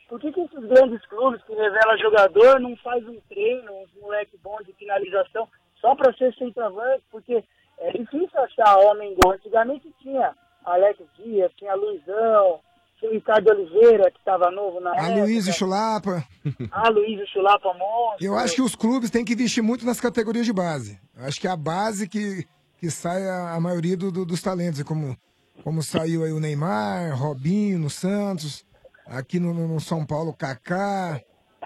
Por que, que esses grandes clubes que revelam jogador não faz um treino, uns
é
moleque bom de finalização, só para ser centroavante? Porque é difícil achar homem bom. Antigamente tinha Alex Dias, tinha Luizão, tinha o Ricardo Oliveira, que estava novo na
A
época,
Luiz Chulapa.
a Luiz Chulapa Monstro.
Eu acho que os clubes têm que investir muito nas categorias de base. Eu acho que é a base que, que sai a, a maioria do- do- dos talentos, como, como saiu aí o Neymar, Robinho no Santos, aqui no, no- no São Paulo, Kaká,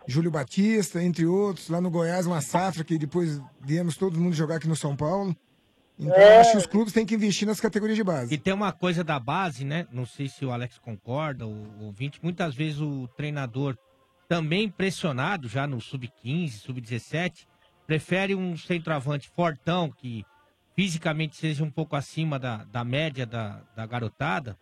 Júlio Batista, entre outros, lá no Goiás, uma safra que depois viemos todo mundo jogar aqui no São Paulo. Então eu acho que os clubes têm que investir nas categorias de base.
E tem uma coisa da base, né? Não sei se o Alex concorda, o ouvinte. Muitas vezes o treinador, também pressionado já no sub-15, sub-17, prefere um centroavante fortão, que fisicamente seja um pouco acima da, da média da, da garotada.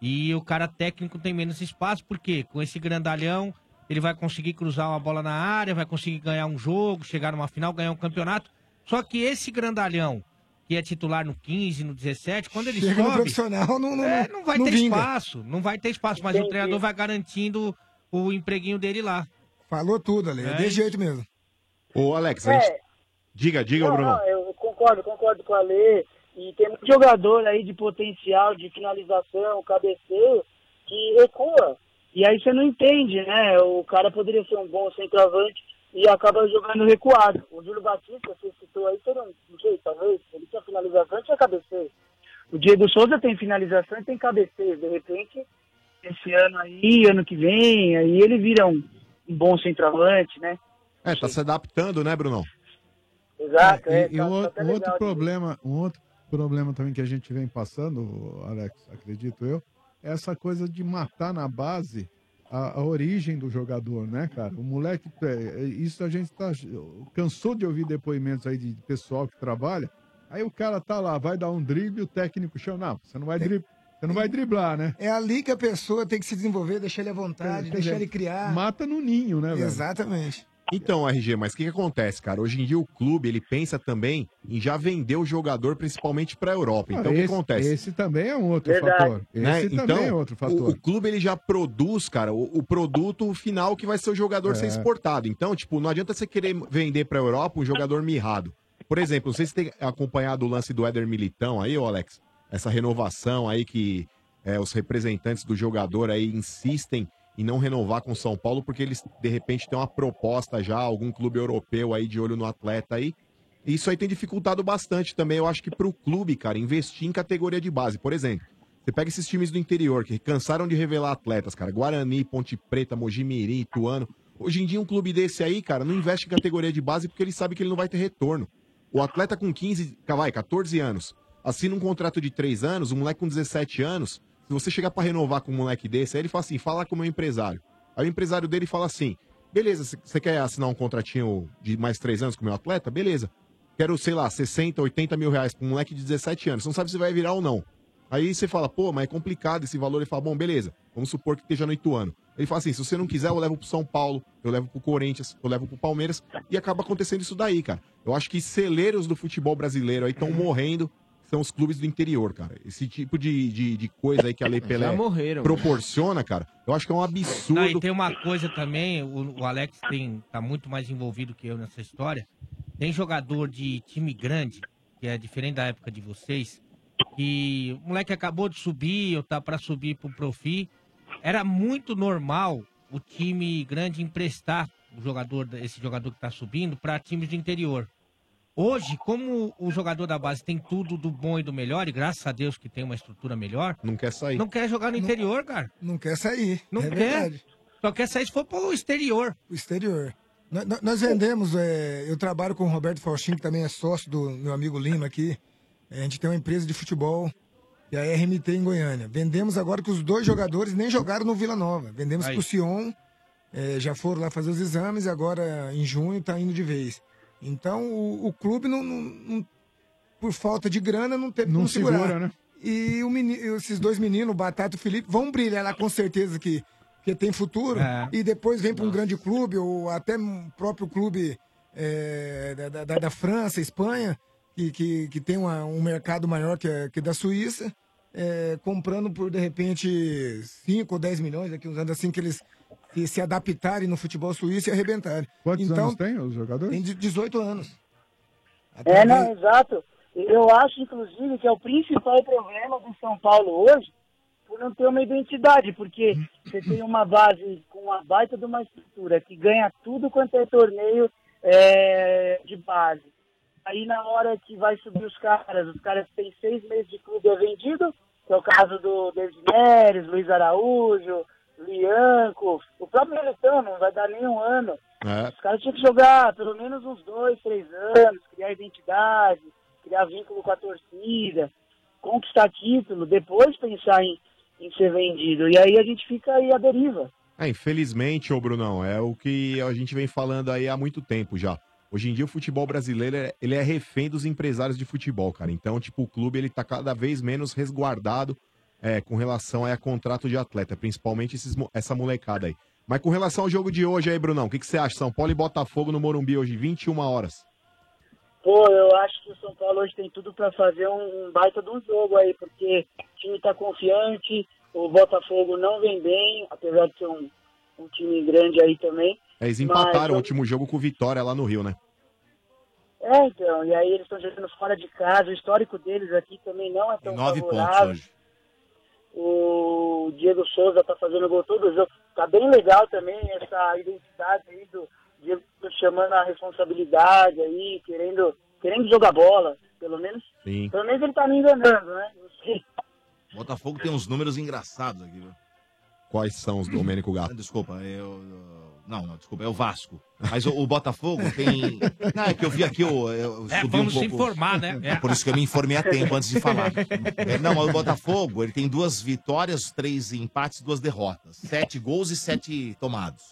E o cara técnico tem menos espaço, porque com esse grandalhão ele vai conseguir cruzar uma bola na área, vai conseguir ganhar um jogo, chegar numa final, ganhar um campeonato. Só que esse grandalhão, que é titular no 15, no 17, quando ele
Chega no
sobe...
profissional, não- não-
é, não vai
não
ter
vinga.
espaço, não vai ter espaço, mas o
Entendi.
treinador vai garantindo o empreguinho dele lá.
Falou tudo, Ale.
É
É desse
isso.
jeito mesmo.
Ô, Alex, a gente...
É.
Diga, diga,
não, é
Bruno.
não, eu concordo, concordo com a Lê. E tem muito jogador aí de potencial, de finalização, cabeceio, que recua. E aí você não entende, né? O cara poderia ser um bom centroavante e acaba jogando recuado. O Júlio Batista, você citou aí, seria um jeito, talvez. Ele tinha finalização e tinha cabeceio. O Diego Souza tem finalização e tem cabeceio. De repente, esse ano aí, ano que vem, aí ele vira um, um bom centroavante, né?
É, tá se adaptando, né, Bruno?
Exato, é.
E, e
tá-
um, outro-
tá até
um
legal
outro
de ver.
problema, um outro problema também que a gente vem passando, Alex, acredito eu, é essa coisa de matar na base a, a origem do jogador, né, cara? O moleque, é, é, isso a gente tá cansou de ouvir depoimentos aí de pessoal que trabalha. Aí o cara tá lá, vai dar um drible, o técnico chama, não, você
É,
não vai driblar, você não vai driblar, né?
É ali que a pessoa tem que se desenvolver, deixar ele à vontade,
Quer
deixar
dizer,
ele criar.
É, Mata no ninho, né, velho?
Exatamente.
Então, RG, mas o que, que acontece, cara? Hoje em dia o clube, ele pensa também em já vender o jogador principalmente pra Europa. Então,
Ah,
o que
esse-
acontece?
Esse também é um outro
Verdade.
fator. Esse
né?
também
então,
é outro
o-
fator.
O, clube ele já produz, cara, o, o produto final que vai ser o jogador
É.
ser exportado. Então, tipo, não adianta você querer vender pra Europa um jogador mirrado. Por exemplo, não sei se tem acompanhado o lance do Éder Militão aí, ô Alex. Essa renovação aí que é, os representantes do jogador aí insistem em não renovar com o São Paulo porque eles, de repente, têm uma proposta já, algum clube europeu aí de olho no atleta aí. E Isso aí tem dificultado bastante também, eu acho que pro clube, cara, investir em categoria de base. Por exemplo, você pega esses times do interior que cansaram de revelar atletas, cara. Guarani, Ponte Preta, Mojimirim, Ituano. Hoje em dia, um clube desse aí, cara, não investe em categoria de base porque ele sabe que ele não vai ter retorno. O atleta com 15, ca- vai, 14 anos, assina um contrato de 3 anos, um moleque com 17 anos. Se você chegar pra renovar com um moleque desse, aí ele fala assim: fala com o meu empresário. Aí o empresário dele fala assim: beleza, você quer assinar um contratinho de mais três anos com o meu atleta? Beleza. Quero, sei lá, 60, 80 mil reais pra um moleque de 17 anos. Você não sabe se vai virar ou não. Aí você fala, pô, mas é complicado esse valor. Ele fala, bom, beleza, vamos supor que esteja no Ituano. Ele fala assim, se você não quiser, eu levo pro São Paulo, eu levo pro Corinthians, eu levo pro Palmeiras. E acaba acontecendo isso daí, cara. Eu acho que celeiros do futebol brasileiro aí estão morrendo, são os clubes do interior, cara. Esse tipo de, de, de coisa aí que a Lei Pelé
morreram,
proporciona, cara, eu acho que é um absurdo.
Não, e tem uma coisa também, o, o Alex tem, tá muito mais envolvido que eu nessa história. Tem jogador de time grande, que é diferente da época de vocês, que o moleque acabou de subir, ou tá pra subir pro Profi. Era muito normal o time grande emprestar o jogador, esse jogador que tá subindo, pra times do interior. Hoje, como o jogador da base tem tudo do bom e do melhor, e graças a Deus que tem uma estrutura melhor,
Não quer sair.
não quer jogar no interior, cara.
Não quer sair.
Não
é
quer.
verdade.
Só quer sair se for pro exterior.
O exterior. Nó- nó- Nós vendemos, é, eu trabalho com o Roberto Faustin, que também é sócio do meu amigo Lima aqui. É, a gente tem uma empresa de futebol, que é a RMT em Goiânia. Vendemos agora que os dois jogadores nem jogaram no Vila Nova. Vendemos
Aí.
pro Sion, é, já foram lá fazer os exames e agora em junho tá indo de vez. Então o, o clube, não, não- não- por falta de grana, não teve
Não
como segurar.
segura, né?
E o meni- esses dois meninos, o Batata e o Felipe, vão brilhar lá com certeza que, que tem futuro.
É.
E depois vem para um grande clube, ou até um próprio clube é, da- da, da- da França, Espanha, que, que, que tem uma- um mercado maior que, a- que da Suíça, é, comprando por, de repente, 5 ou 10 milhões, daqui uns anos assim, que eles se, se adaptarem no futebol suíço e arrebentarem.
Quantos
então,
anos tem os jogadores?
Tem de 18 anos.
É, não, exato. Eu acho, inclusive, que é o principal problema do São Paulo hoje por não ter uma identidade, porque você tem uma base com uma baita de uma estrutura que ganha tudo quanto é torneio é, de base. Aí na hora que vai subir os caras, os caras têm seis meses de clube é vendido, que é o caso do David Neres, Luiz Araújo, Lianco, o próprio Elitão não vai dar nem um ano. Os caras tinham que jogar pelo menos uns dois, três anos, criar identidade, criar vínculo com a torcida, conquistar título, depois pensar em, em ser vendido. E aí a gente fica aí à deriva.
É, infelizmente, ô Brunão, é o que a gente vem falando aí há muito tempo já. Hoje em dia o futebol brasileiro, é- ele é refém dos empresários de futebol, cara. Então, tipo, o clube ele tá cada vez menos resguardado é, com relação aí a contrato de atleta, principalmente esses mo- essa molecada aí. Mas com relação ao jogo de hoje aí, Brunão, o que, que você acha? São Paulo e Botafogo no Morumbi hoje, 21 horas.
Pô, eu acho que o São Paulo hoje tem tudo pra fazer um, um baita de um jogo aí, porque o time tá confiante, o Botafogo não vem bem, apesar de ser um, um time grande aí também.
É, Eles
Mas
empataram o
eu-
último jogo com vitória lá no Rio, né?
É, então, e aí eles estão jogando fora de casa, o histórico deles aqui também não é tão
Nove
favorável.
pontos hoje.
O Diego Souza tá fazendo gol todo jogo. Tá bem legal também essa identidade aí do Diego chamando a responsabilidade aí, querendo, querendo jogar bola, pelo menos.
Sim.
Pelo menos ele tá me enganando, né? Não sei.
Botafogo tem uns números engraçados aqui, viu?
Quais são os Domênico Gato?
Desculpa, eu. Não, não, desculpa, é o Vasco. Mas o, o Botafogo tem. Não, é que eu vi aqui, eu, eu
É,
estudei
vamos
um
se
pouco.
informar, né? É.
Por isso que eu me informei a tempo antes de
[laughs]
falar. É, não, mas o Botafogo, ele tem duas vitórias, três empates, duas derrotas. Sete gols e sete tomados.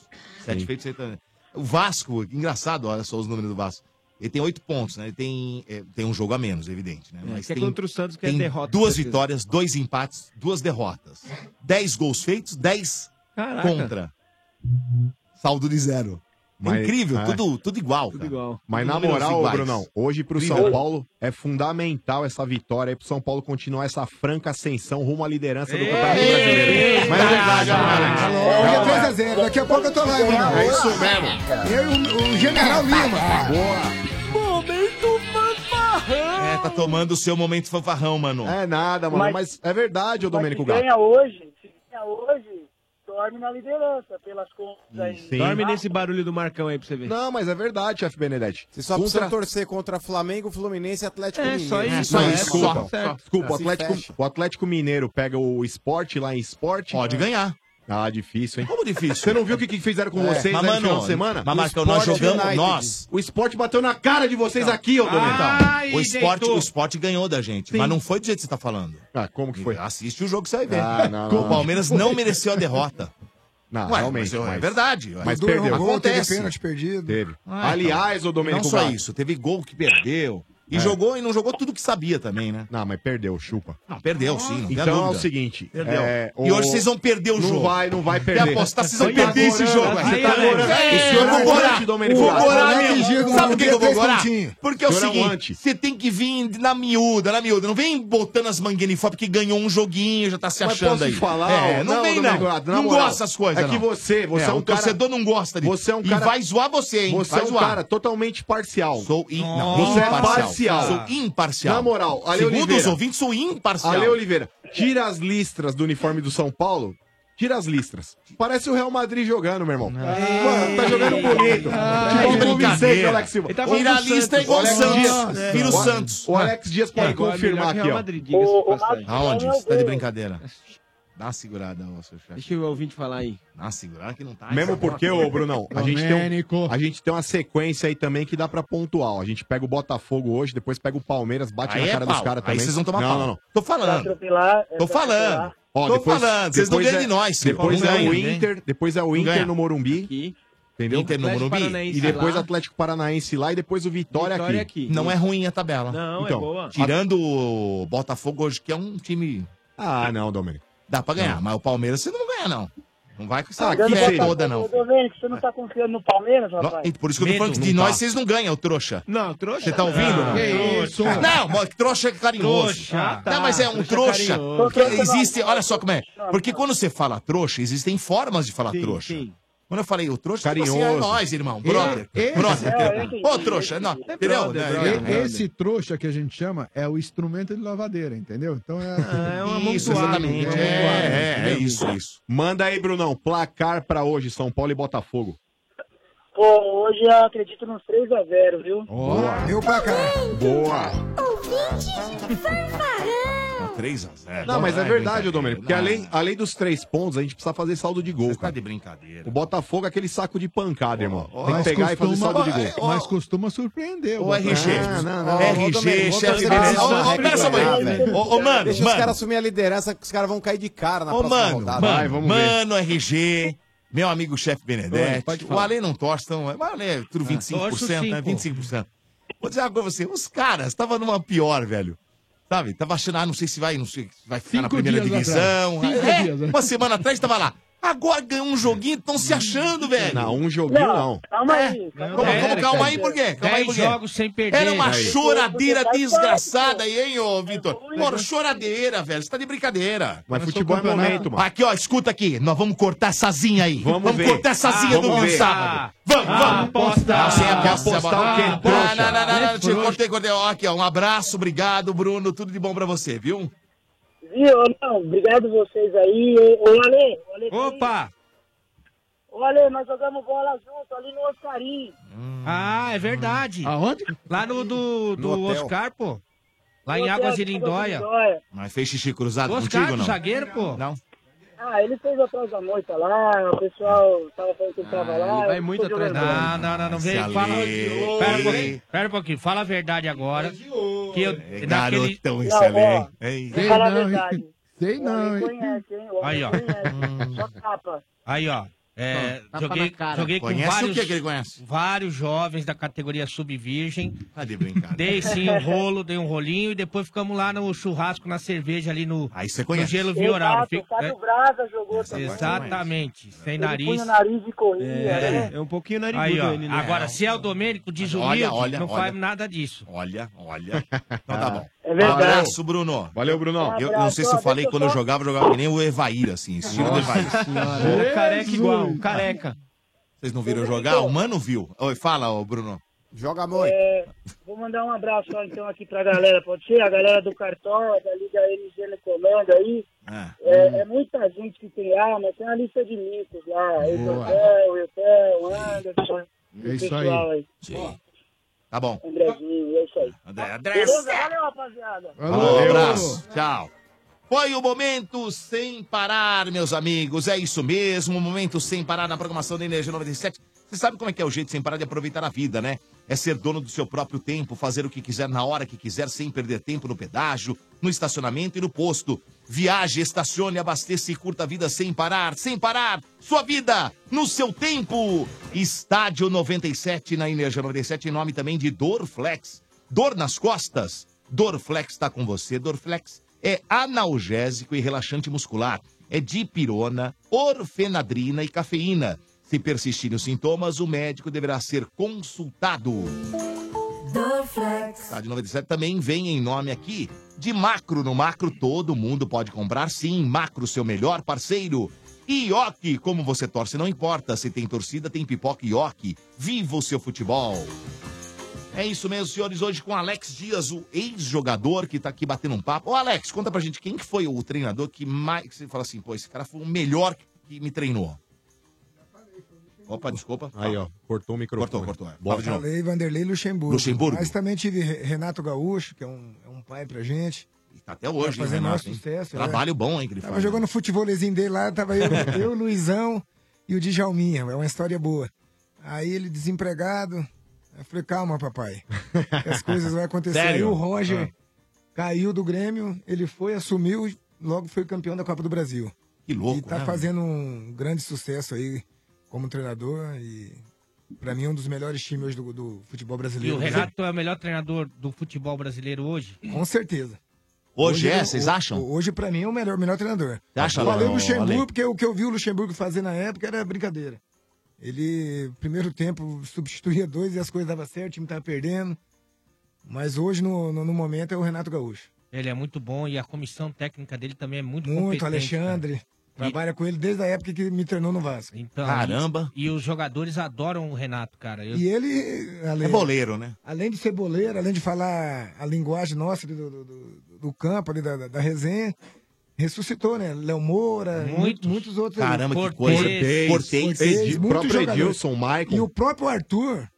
Sete feitos, sete tomados. O Vasco, engraçado, olha só os números do Vasco. Ele tem oito pontos, né? Ele tem, é, tem um jogo a menos, evidente, né?
É, que é contra o Santos, que é
tem
derrota,
Duas
certeza.
vitórias, dois empates, duas derrotas. Dez gols feitos, dez
Caraca.
contra. Saldo de zero. É
Mas-
Incrível,
é.
tudo, tudo igual. cara.
Mas na
Números
moral,
Um iguais.
Brunão, hoje pro
Incrível.
São Paulo é fundamental essa vitória aí pro São Paulo continuar essa franca ascensão rumo à liderança do Campeonato Brasileiro. Mas é verdade, Alex.
Hoje é 3 a 0 daqui a pouco eu tô lá, irmão.
É isso mesmo.
Eu e o, o General Lima.
Momento fanfarrão!
É, tá tomando o seu momento fanfarrão, mano.
É nada,
mano,
mas é verdade, ô
Domênico
Se ganha hoje, se ganha É hoje, dorme na liderança pelas contas aí.
Dorme nesse barulho do Marcão aí pra você ver.
Não, mas é verdade, chefe Benedetti.
Você
Só precisa torcer contra Flamengo, Fluminense e Atlético
É,
Mineiro.
só isso,
Não,
é,
desculpa,
só.
então. desculpa o,
Se fecha.
Atlético, o Atlético Mineiro pega o esporte lá em esporte.
Pode ganhar.
Ah, difícil, hein?
Como difícil?
Você não viu o que, que fizeram com
É.
vocês aí
Mas,
no
mano,
final de semana?
mas,
O
Marcão, nós
Sport
jogamos,
United.
nós.
O esporte bateu na cara de vocês
Então.
aqui, ô Domênico.
o, esporte, o esporte ganhou da gente,
Sim.
mas não foi do jeito que você tá falando.
Ah, como que
foi? Assiste o jogo que você vai ver. [laughs]
Ah, não, não,
o
não.
Palmeiras não mereceu a derrota.
Não,
Ué,
realmente.
mas é verdade, ué.
Mas
Dudu
um
perdeu.
errou, teve
Acontece.
pênalti
perdido.
Teve.
Ah,
Aliás,
então,
ô Domenico
Não só
Gato. É.
isso, teve gol que perdeu. E jogou e não jogou tudo que sabia também, né?
Não, mas perdeu, chupa.
Não, perdeu sim. Não
Então é o seguinte. é,
E
o-
hoje vocês vão perder o
Não
jogo.
vai, não vai
Quer
perder.
apostar, vocês vão
Você tá
perder esse
gorando,
jogo.
você tá gorando.
É,
O senhor
eu vou
é um
gorar.
anti, Domenico
Vou
Gato.
gorar
Não é
mesmo.
anti,
Sabe por que que eu vou
três
gorar?
pontinhos.
Porque é o
O senhor é um
seguinte,
anti.
você tem que vir na miúda, na miúda. Não vem botando as manguinhas em fora porque ganhou um joguinho, já tá se
Mas
achando
posso
aí.
falar?
É, não,
Não,
vem não.
Domenico Gato, na
não
moral.
gosta dessas coisas,
É que
não.
você- você é um
o
cara-
torcedor não gosta disso.
Você é um
E
cara-
vai zoar você, hein?
Você
vai
é um
zoar.
cara totalmente parcial.
Sou in- não,
Você é
imparcial.
parcial.
Sou imparcial.
Na moral, Ale
Segundo
Oliveira.
os ouvintes, sou imparcial.
Ale Oliveira, tira as listras do uniforme do São Paulo. Tira as listras. Parece o Real Madrid jogando, meu irmão. Mano, tá jogando bonito.
Ah,
Que bom
é
convincente,
brincadeira.
Alex Silva.
Ele tá falando do Santos. Alex Dias. É.
Vira o
Olha,
Santos. O Alex Dias pode
É.
confirmar aqui, ó.
Aonde? Você tá de brincadeira. Dá uma segurada, ó, seu chefe.
Deixa eu ouvir te falar aí.
Dá uma segurada que não tá.
Mesmo porque, ô Brunão, a gente, tem
um-
a gente tem uma sequência aí também que dá pra pontuar. ó. A gente pega o Botafogo hoje, depois pega o Palmeiras, bate
Aí
na
é
cara dos
pau.
caras
Aí
também.
vocês vão tomar
não,
pau.
Não, não,
Tô falando.
Pra atropelar, é
Tô
pra atropelar.
falando.
Ó,
Tô
depois-
falando. Vocês não
depois
ganham
é-
de nós.
Depois
Não
é o
ganha, né?
Inter, depois é o
Não
Inter
ganha.
no Morumbi. Entendeu?
Inter no
Atlético
Morumbi.
Paranaense E
lá.
depois Atlético Paranaense lá e depois o Vitória,
Vitória
aqui.
aqui. Não é ruim a tabela. Então,
Não, é boa.
Tirando o Botafogo hoje, que é um time.
Ah, não, Domênico.
Dá pra ganhar, mas o Palmeiras você não ganha, não. Não vai com essa
Tá
ah,
dando
fé
essa-
toda,
Ô,
não.
Domênico, você não tá confiando no Palmeiras,
Não,
rapaz?
Por isso que eu tô falando que de
tá.
nós vocês não tá. ganham, trouxa.
Não, trouxa.
Você tá ouvindo?
não. Que
Não,
isso?
Não, mo- trouxa é carinhoso.
Trouxa.
Não, mas é um
Trouxa é
trouxa.
carinhoso.
porque
Trouxa não.
existe, olha só como é. Porque quando você fala trouxa, existem formas de falar trouxa. Quando eu falei o trouxa,
Carinhoso.
Você é nós, irmão. Brother.
É, é.
brother.
É, eu entendi,
Ô, trouxa, não. Entendeu? É,
E-
é, é.
Esse trouxa que a gente chama é o instrumento de lavadeira, entendeu? Então é.
Ah,
Isso, exatamente.
É um amontoado,
É, é, é
entendeu?
isso, é isso. Manda aí, Brunão, placar pra hoje, São Paulo e Botafogo.
Pô, hoje eu acredito nos 3x0, viu?
Boa.
Meu pra cá.
Boa.
Não, 3 a 0.
Não, mas é verdade, ô Domênico, porque além, além dos três pontos, a gente precisa fazer saldo de gol, cara.
né? tá de brincadeira.
O Botafogo é aquele saco de pancada, irmão. Tem que
Mas
pegar e fazer
costuma-
saldo de gol.
Mas costuma surpreender.
Ô, RG.
Botafogo.
RG, chefe de beleza. Ô, ô, pera só um pouquinho. Ô, ô, mano,
Deixa os
mano.
caras assumir a liderança, que os caras vão cair de cara na
Ô,
próxima
mano,
rodada.
mano, mano, RG, meu amigo chefe
Oi,
Benedetti,
pode
o
falar.
Ale não torce tão, mas o Ale é tudo 25%, né? 25%. Vou dizer uma coisa pra você, os caras estavam numa pior, velho. Sabe? Tava achando, ah, não sei se vai, não sei se vai ficar na
Cinco
primeira
dias
divisão.
atrás. Cinco
É,
dias, né?
uma semana atrás tava lá. Agora ganhou um joguinho, estão se achando, velho.
Não, um joguinho Não, não.
Calma aí. Como,
Não,
como,
dez,
calma
cara.
aí, por quê? Calma aí,
Dez
por quê?
jogos sem perder.
Era uma
Aí.
choradeira
Porque tá
desgraçada aí, hein, ô, Vitor? Pô, choradeira, velho. Você tá de brincadeira.
Mas futebol é momento, mano.
Aqui, ó, escuta aqui. Nós vamos cortar essa zinha aí.
Vamos ver.
cortar essa zinha
Ah,
do
vamos
Rio
ver.
sábado. Vamos,
Ah,
vamos.
aposta.
Não, sem
Quer
aposta. sem
apostar
aposta.
o quê? Trouxa.
Não, não, não, não.
É
não. Te
frouxo.
cortei, cortei. Ó, aqui, ó. Um abraço, obrigado, Bruno. Tudo de bom pra você, viu?
Viu? Não, obrigado vocês aí. Ô, ô, Ale, ô, Ale,
Opa!
ô, Ale, nós jogamos bola junto ali no Oscarim.
Hum.
Ah, é verdade.
Aonde?
Lá no do, do
No hotel.
Oscar, pô. Lá
No
em
hotel
Águas
de Águas
Irindóia.
Irindóia.
Mas fez xixi cruzado
Oscar,
contigo,
do
não?
zagueiro, pô.
Não.
Ah, ele fez atrás da moita lá, o pessoal tava falando que ele tava lá. eu tô jogando bola.
Não, não, não, não vem.
Ale.
Fala. Pera um pouquinho, pera um pouquinho. Fala a verdade
É
agora. Que eu,
Tá
garotão esse Não, Ale, ó, hein? Ei.
Vou falar a verdade.
Sei
não, hein?
Aí, ó. Hum. Aí, ó. É,
Tapa na
joguei
cara.
joguei com
Conhece o
vários,
que que ele conhece?
vários jovens da categoria sub-virgem.
Tá de brincadeira.
Dei
[laughs]
sim um rolo, dei um rolinho e depois ficamos lá no churrasco, na cerveja ali no,
Aí
no
conhece.
gelo vioral.
Exato, o Fábio Braga jogou também.
é, Exatamente. Sem
Ele
nariz.
punha o nariz e corria,
É.
né?
É um pouquinho
Aí,
narigudo
ó.
ele, né?
Agora, se é o Domênico desumilde,
Olha, olha,
não
olha.
faz nada disso.
Olha,
[laughs]
olha. Então tá bom.
É verdade.
Abraço, Bruno.
Valeu, Brunão.
Eu, eu não sei se eu falei quando eu jogava, eu jogava que nem o Evair, assim, estilo do Evair.
Ô, careca igual, um careca.
Vocês não viram eu jogar? O Mano viu. Oi, fala, ô, Bruno. Joga muito.
É, vou mandar um abraço ó, então aqui pra galera, pode ser? A galera do Cartola, da Liga MG no comando aí. É,
Hum.
é muita gente que tem arma, tem uma lista de mitos lá. Eusel, Eusel, Anderson.
É
o
isso aí.
pessoal aí.
Sim. Tá bom.
Andrezinho, é isso aí.
André, André.
Beleza? Valeu, rapaziada.
Falou, abraço. Tchau. Foi o momento sem parar, meus amigos. É isso mesmo, o momento sem parar na programação da Energia 97. Você sabe como é que é o jeito sem parar de aproveitar a vida, né? É ser dono do seu próprio tempo, fazer o que quiser na hora que quiser, sem perder tempo no pedágio, no estacionamento e no posto. Viaje, estacione, abasteça e curta a vida sem parar, sem parar. Sua vida no seu tempo. Estádio 97 na Energia 97, em nome também de Dorflex. Dor nas costas? Dorflex está com você. Dorflex é analgésico e relaxante muscular. É dipirona, orfenadrina e cafeína. Se persistirem os sintomas, o médico deverá ser consultado. Tá, Estádio 97 também vem em nome aqui de Macro. No Macro todo mundo pode comprar sim. Macro, seu melhor parceiro. Ioki, como você torce, não importa. Se tem torcida, tem pipoca Ioki. Viva o seu futebol. É isso mesmo, senhores. Hoje com Alex Dias, o ex-jogador que tá aqui batendo um papo. Ô, Alex, conta pra gente quem que foi o treinador que mais. Que você fala assim, pô, esse cara foi o melhor que me treinou. Opa, desculpa.
Aí, ó, cortou o microfone.
Cortou, cortou. é.
Bora
Fala de novo.
Falei Vanderlei Luxemburgo.
Luxemburgo.
Mas também tive Re- Renato Gaúcho, que é um, é um pai pra gente.
Tá até hoje,
Tá
né,
fazendo
Renato?
maior
hein?
sucesso,
Trabalho
é.
bom, hein, que ele
Tava
faz.
jogando futebolezinho dele lá, tava eu, eu, Luizão e o Djalminha. É uma história boa. Aí ele desempregado. Eu falei, calma, papai. que As coisas vão acontecer.
Sério?
Aí o Roger
Ah.
caiu do Grêmio, ele foi, assumiu e logo foi campeão da Copa do Brasil.
Que louco,
E tá
né,
fazendo um grande sucesso aí como treinador e pra mim é um dos melhores times hoje do, do futebol
E
brasileiro.
o Renato é o melhor treinador do futebol brasileiro hoje?
Com certeza.
Hoje é,
eu-
vocês
ho-
acham?
Hoje, pra mim, é o melhor, melhor treinador.
Você acha,
Eu Falei
ô,
o Luxemburgo,
Ale?
porque o que eu vi o Luxemburgo fazer na época era brincadeira. Ele, primeiro tempo, substituía dois e as coisas davam certo, o time tava perdendo. Mas hoje, no, no, no momento, é o Renato Gaúcho.
Ele é muito bom e a comissão técnica dele também é muito, competente.
Muito, Alexandre. Trabalha com ele desde a época que me treinou no Vasco.
Então, E, e os jogadores adoram o Renato, cara. Eu-
E ele. Ale,
É boleiro, né?
Além de ser boleiro, além de falar a linguagem nossa do, do, do- do campo, ali, da, da- da resenha, ressuscitou, né? Léo Moura, mu- muitos, outros. ali.
Caramba, que coisa. Cortez, Cortez, Cortez,
muitos
próprio
jogadores.
Edilson, Maicon.
E o próprio Arthur,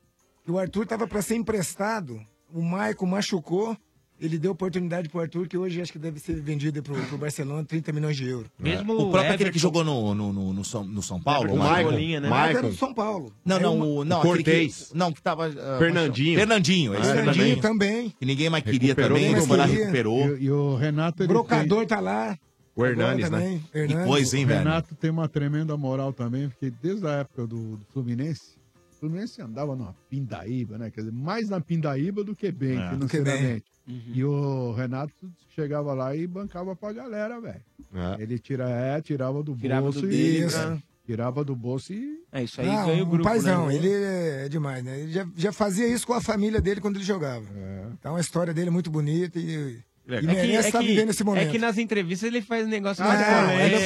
que o Arthur tava para ser emprestado, o Maicon machucou. Ele deu oportunidade pro Arthur, que hoje acho que deve ser vendido pro, pro Barcelona 30 milhões de euros.
É. o próprio aquele que jogou no, no, no, no São, no São Paulo.
O
lá, né?
Maicon, Bolinha, né? Maicon. Era do São Paulo.
Não,
Era
não,
uma-
o- não.
o
aquele que-
Cortez.
não, que tava... ah,
Fernandinho.
Fernandinho.
É.
esse
Fernandinho
Ah, também.
Que ninguém mais queria também.
mas
O Corinthians
queria.
recuperou.
E, e o Renato. Ele
Brocador tá lá.
O
Hernanes, né? Que coisa, hein,
o
velho?
Renato tem uma tremenda moral também, porque desde a época do, do Fluminense, o Fluminense andava numa pindaíba, né? Quer dizer, mais na pindaíba do que bem,
É. Uhum. Do que bem.
financeiramente. E o Renato chegava lá e bancava pra galera, velho. Ele tira, é, tirava do
Tirava
bolso
do
e.
dele, né?
Tirava do bolso e.
É isso
não, o Ah, um né? paizão, ele é demais, né? Ele já, já fazia isso com a família dele quando ele jogava. Então a história dele é muito bonita e,
É
e
que,
merece
é,
estar
que,
vivendo esse momento.
é que nas entrevistas ele faz um negócio
Ah,
mais
é,
polêmico.
é,
É,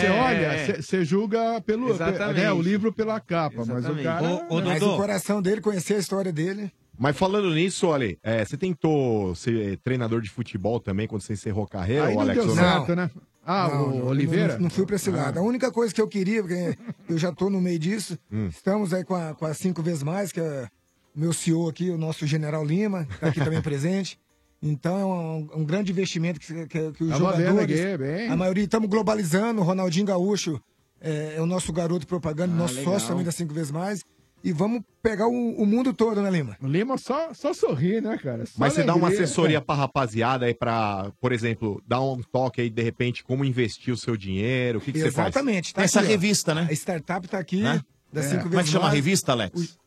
você
é, é.
olha, você julga pelo
Exatamente.
né, o livro pela capa, mas o
Exatamente.
cara.
Ô, ô,
Mas
Dodô.
o coração dele, conhecer a história dele.
Mas falando nisso, olha, é, você tentou ser treinador de futebol também quando você encerrou a carreira,
Aí
ou
não
Alex?
deu
ou
certo,
né? Ah,
Não,
o
não,
Oliveira? Ah.
Não, não fui pra esse lado. A única coisa que eu queria, porque eu já tô no meio disso,
Hum.
estamos aí com a, com a Cinco Vezes Mais, que é o meu CEO aqui, o nosso General Lima, que tá aqui
[laughs]
também presente. Então é um, um grande investimento que, que, que os
Tava vendo
jogadores,
aqui, bem.
a maioria, estamos globalizando, o Ronaldinho Gaúcho é, é o nosso garoto propaganda,
Ah,
nosso
legal.
sócio também da Cinco Vezes Mais, e vamos pegar o, o mundo todo, né, Lima?
O Lima só, só sorri, né, cara? Só
Mas você dá uma
alegria,
assessoria
cara.
pra rapaziada aí pra, por exemplo, dar um toque aí, de repente, como investir o seu dinheiro, o que, que você faz?
Exatamente.
Essa revista.
né? A startup tá aqui,
Né?
da
É.
Cinco
Como é que
Vezes Mais.
chama a revista, Alex?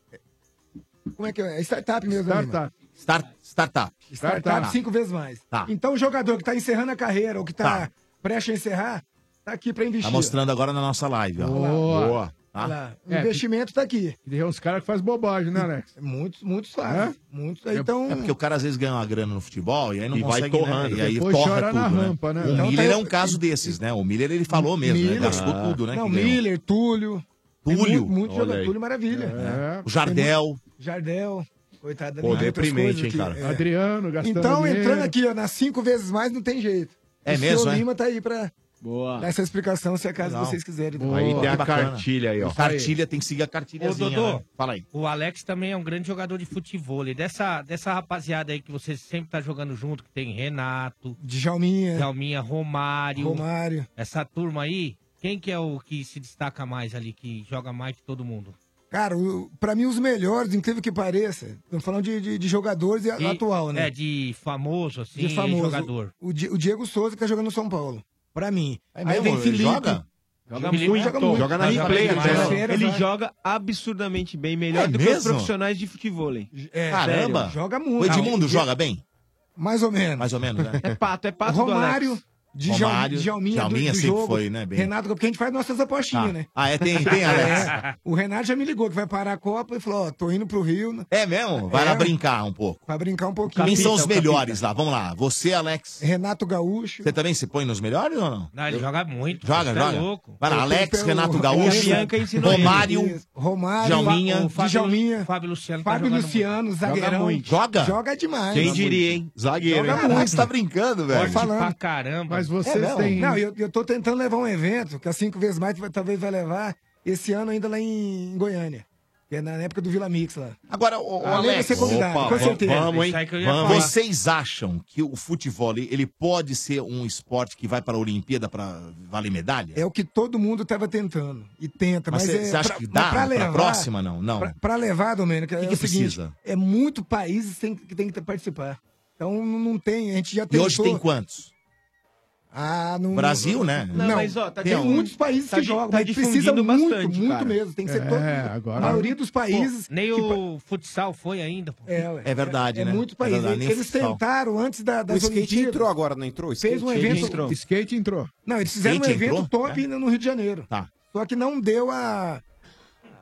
Como é que é? É startup mesmo, né, Lima?
Start, startup.
Startup cinco vezes mais.
Tá.
Então o jogador que está encerrando a carreira ou que está
Tá.
prestes a encerrar, está aqui para
Tá
investir.
mostrando agora na nossa live, ó.
Boa. Boa.
Tá?
Olha lá, o
É,
investimento está aqui. É,
E tem uns caras que faz bobagem, né, Alex?
Muitos, muitos fazem. Muitos. Então,
É porque o cara às vezes ganha uma grana no futebol e aí não
E vai
consegue,
torrando.
né? E aí
Depois
torra
chora
tudo,
na
né?
rampa, né?
O
Então tá
Miller é
aí-
um caso desses, né? O Miller, ele falou mesmo,
Miller.
né? Gastou
Ah.
tudo, né?
não,
que ganhou.
Miller, Túlio. Tem
Túlio.
Muito, muito
Olha
jogador,
aí.
Túlio Maravilha.
É. O
Tem
Jardel.
muito- Jardel. Coitado da
Pô,
minha mãe, outras
deprimente,
coisas
hein,
aqui.
cara?
É.
Adriano, gastando
Então,
dinheiro.
entrando aqui, ó, nas cinco vezes mais, não tem jeito.
É
o
mesmo,
senhor
é?
Lima tá aí para
Ah.
Boa.
dar essa explicação, se acaso
Legal.
vocês quiserem.
Aí tem a
então. que bacana.
cartilha aí, ó.
Cartilha, tem que seguir a
Ô,
cartilhazinha,
Dodô,
né? Fala aí.
o Alex também é um grande jogador de futebol. Dessa, dessa rapaziada aí que você sempre tá jogando junto, que tem Renato,
Djalminha,
Djalminha Romário,
Romário.
Essa turma aí, quem que é o que se destaca mais ali, que joga mais que todo mundo?
Cara, o- pra mim os melhores, incrível que pareça, estamos falando de, de, de jogadores e
De-
atual, né?
É, de famoso, assim,
de famoso.
jogador.
O, Di- o Diego Souza que tá jogando no São Paulo. Pra mim.
É
Aí
mesmo?
vem
Ele
Felipe.
joga?
Joga
Felipe
muito.
joga muito.
Joga na
Aí
Liga
vem
Play,
Fernando
né?
Freitas,
Ele
vai-
joga absurdamente bem, melhor
É
do que os
mesmo?
profissionais de futebol. hein?
É,
Sério.
sério, Joga muito.
Não,
Não,
Diego-
bem?
Mais ou menos.
Mais ou menos, né?
É pato, é pato do
Romário,
Alex.
Djal-
Romário,
Djalminha, do,
Djalminha
do
sempre
jogo,
foi, né, bem?
Renato, porque a gente faz nossas apostinhas,
Ah.
né?
Ah, é, tem- tem,
[laughs]
Alex?
O Renato já me ligou que vai parar a Copa e falou, ó, tô indo pro Rio. né?
É mesmo? Vai lá brincar um pouco.
Vai brincar um pouquinho.
Quem são os melhores lá? Vamos lá. Você, Alex.
Renato Gaúcho.
Você também se põe nos melhores ou não?
Não, ele joga muito.
Joga,
você
joga.
É louco.
Vai lá, Alex, Renato Gaúcho, Romário,
Romário,
Djalminha,
o Fábio- Djalminha,
Fábio Luciano. tá
Fábio
jogando
Luciano,
muito.
zagueirão.
Joga?
Joga demais.
Quem
Joga
diria,
muito.
hein?
então,
Zagueiro, hein? Caralho, você tá brincando, velho.
Tô falando.
Pra
caramba.
Mas vocês
mesmo?
têm-
É, Não, eu, eu tô tentando levar um evento que as cinco vezes mais vai- talvez vai levar esse ano ainda lá em, em Goiânia. Que é na época do Vila Mix lá.
Agora, o,
Além de
Alex,
ser é convidado,
opa,
com
va-
certeza.
vamos, hein?
Isso aí que Ah, eu ia
Vamos.
falar.
Vocês acham que o futebol ele pode ser um esporte que vai para a Olimpíada para valer medalha?
É o que todo mundo tava tentando. E tenta, mas,
mas você
é
você acha
pra-
que
mas
dá
pra
para
levar-
próxima? Não, não.
Pra, pra levar, Domênico,
que
é o
que
seguinte,
precisa?
é muito países tem- que tem que participar. Então não não tem, a gente já
E
tentou.
hoje tem quantos?
Ah, não-
Brasil, né?
Não,
Não,
mas ó, tá
tem
tem
um-
muitos países
tá
que
di-
jogam,
tá
mas precisa
difundindo
muito,
bastante,
muito
cara.
mesmo. Tem que ser
É,
todo.
agora-
A maioria dos países.
Pô, nem
que-
o futsal foi ainda. Pô.
É, ué.
É verdade,
é
né?
muitos
É
países.
verdade, nem
eles
futsal.
tentaram antes da, das
O skate
Olimpíadas.
entrou agora, não entrou? O
Fez um
skate
evento.
entrou.
Skate entrou.
Não, eles fizeram
Skate
um evento
entrou?
top
É.
ainda no Rio de Janeiro.
né? Tá.
Só que não deu a.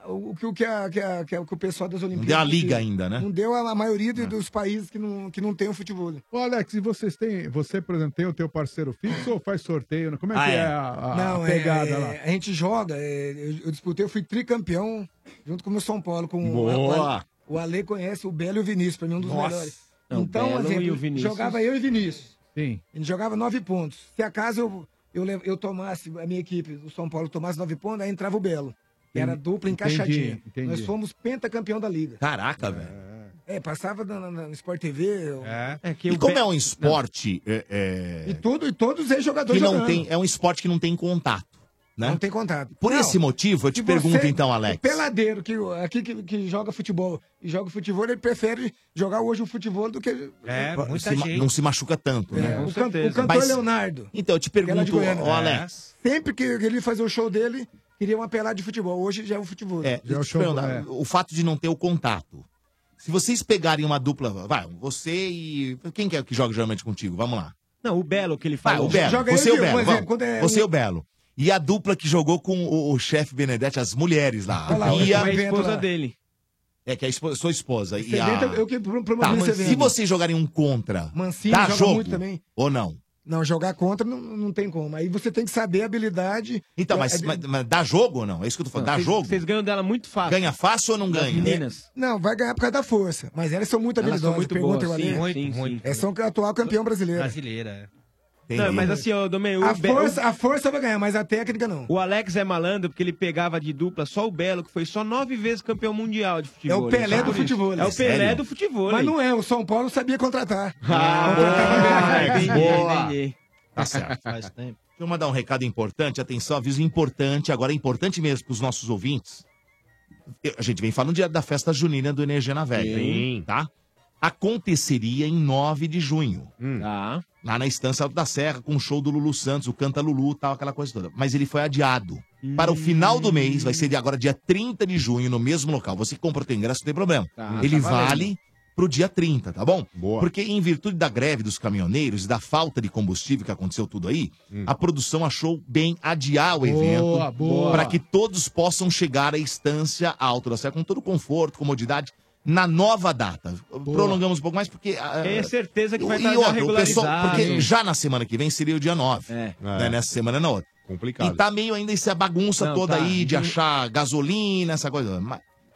O que, o, que, a, que, a- que a- que o pessoal das Olimpíadas.
deu a liga ainda, né? É.
Não deu a, a maioria do- dos países que não, que não tem o futebol.
Ô, Alex, e vocês têm. Você, por exemplo, tem o teu parceiro fixo ou faz sorteio? Como é que
Ah,
é, a, a-
Não,
a
é-
pegada
é-
lá?
A gente joga, é, eu, eu disputei, eu fui tricampeão junto com o meu São Paulo. Com
Boa!
O, Ale- o Ale conhece o Belo e o Vinícius, pra mim um dos
Nossa!
melhores.
Não,
então,
Belo
por exemplo,
e o Vinícius.
jogava eu e Vinícius.
Sim.
A gente jogava nove pontos. Se acaso eu, eu, lev- eu tomasse, a minha equipe, o São Paulo tomasse nove pontos, aí entrava o Belo. que Era
Entendi,
dupla encaixadinha.
entendi.
Nós fomos pentacampeão da liga.
Caraca, velho.
É, passava na, na- na- no Sport TV. eu-
e como é um esporte é, é,
E, todo, e todos os ex-jogadores
que não
jogando.
tem, é um esporte que não tem contato, né?
Não tem contato.
Por
Não.
esse motivo, eu te
E
pergunto
você,
então,
O
Alex.
peladeiro que, aqui que, que joga futebol e joga futebol, ele prefere jogar hoje o futebol do que.
É,
se ma- Não se machuca tanto, né?
É, o, can- o cantor
Mas-
Leonardo.
Então, eu te
que era de
pergunto,
Goiânia.
ô, Alex.
É.
Sempre que ele fazia o show dele, queriam apelar de futebol. Hoje já é o futebol.
É, deixa eu te perguntar, o fato de não ter o contato. Se vocês pegarem uma dupla, vai, você e. Quem que é que joga geralmente contigo? Vamos lá.
Não, o Belo que ele
Vai,
falou.
o Belo.
Joga
você e
ele
o
aqui,
Belo.
por
vamos.
exemplo, quando é
você e
um-
o Belo. E a dupla que jogou com o, o chefe Benedetti, as mulheres Ah, lá.
Olha lá,
e
é
o evento lá.
dele.
É, que é a esposa, sua esposa.
Esse
E a...
evento, eu que pro- promovi
Tá,
esse
mas se
evento.
vocês jogarem um contra,
Mancini
dá
joga
jogo?
muito também.
Ou não?
Não, jogar contra não, não tem como. Aí você tem que saber a habilidade.
Então, mas,
É-
mas- mas dá jogo ou não? É isso que eu tô falando. dá jogo?
Vocês ganham dela muito fácil.
Ganha fácil ou não ganha?
Não, vai ganhar por causa da força. Mas elas são muito
Elas
habilidosas.
são muito
pergunta É
boas,
eu ali.
sim, muito, Sim, sim. muito.
Elas são atual campeão brasileiro.
Brasileira.
Não, mas assim, ó, Domê, o
a,
Belo-
força, a força vai ganhar, mas a técnica não.
O Alex é malandro porque ele pegava de dupla só o Belo, que foi só nove vezes campeão mundial de futebol.
É o Pelé do futebol.
É o Pelé do futebol.
Mas não é, o São Paulo sabia [laughs] contratar.
Ah, boa. Tá certo. Faz tempo. Deixa eu mandar um recado importante, atenção, aviso importante, agora é importante mesmo para os nossos ouvintes. Eu- a gente vem falando de- da festa junina do Energia na Velha,
Sim.
tá? Aconteceria em 9 de junho.
Hum.
Tá.
Lá na Estância Alto da Serra, com o show do Lulu Santos, o Canta Lulu e tal, aquela coisa toda. Mas ele foi adiado. Para o final do mês, vai ser de agora dia 30 de junho, no mesmo local. Você que comprou teu ingresso, não tem problema.
Tá,
ele
tá valendo.
vale pro dia 30, tá bom? Porque em virtude da greve dos caminhoneiros e da falta de combustível que aconteceu tudo aí,
Hum.
a produção achou bem adiar o
Boa,
evento
boa.
para que todos possam chegar à estância alta da Serra com todo o conforto, comodidade na nova data. Prolongamos um pouco mais porque ah,
É certeza que vai
e
estar
outra, o pessoal-
regularizado.
porque já na semana que vem seria o dia 9. Né? Nessa semana na outra.
Complicado.
E tá meio ainda essa bagunça
Não,
toda
tá.
aí de
Não-
achar gasolina, essa coisa.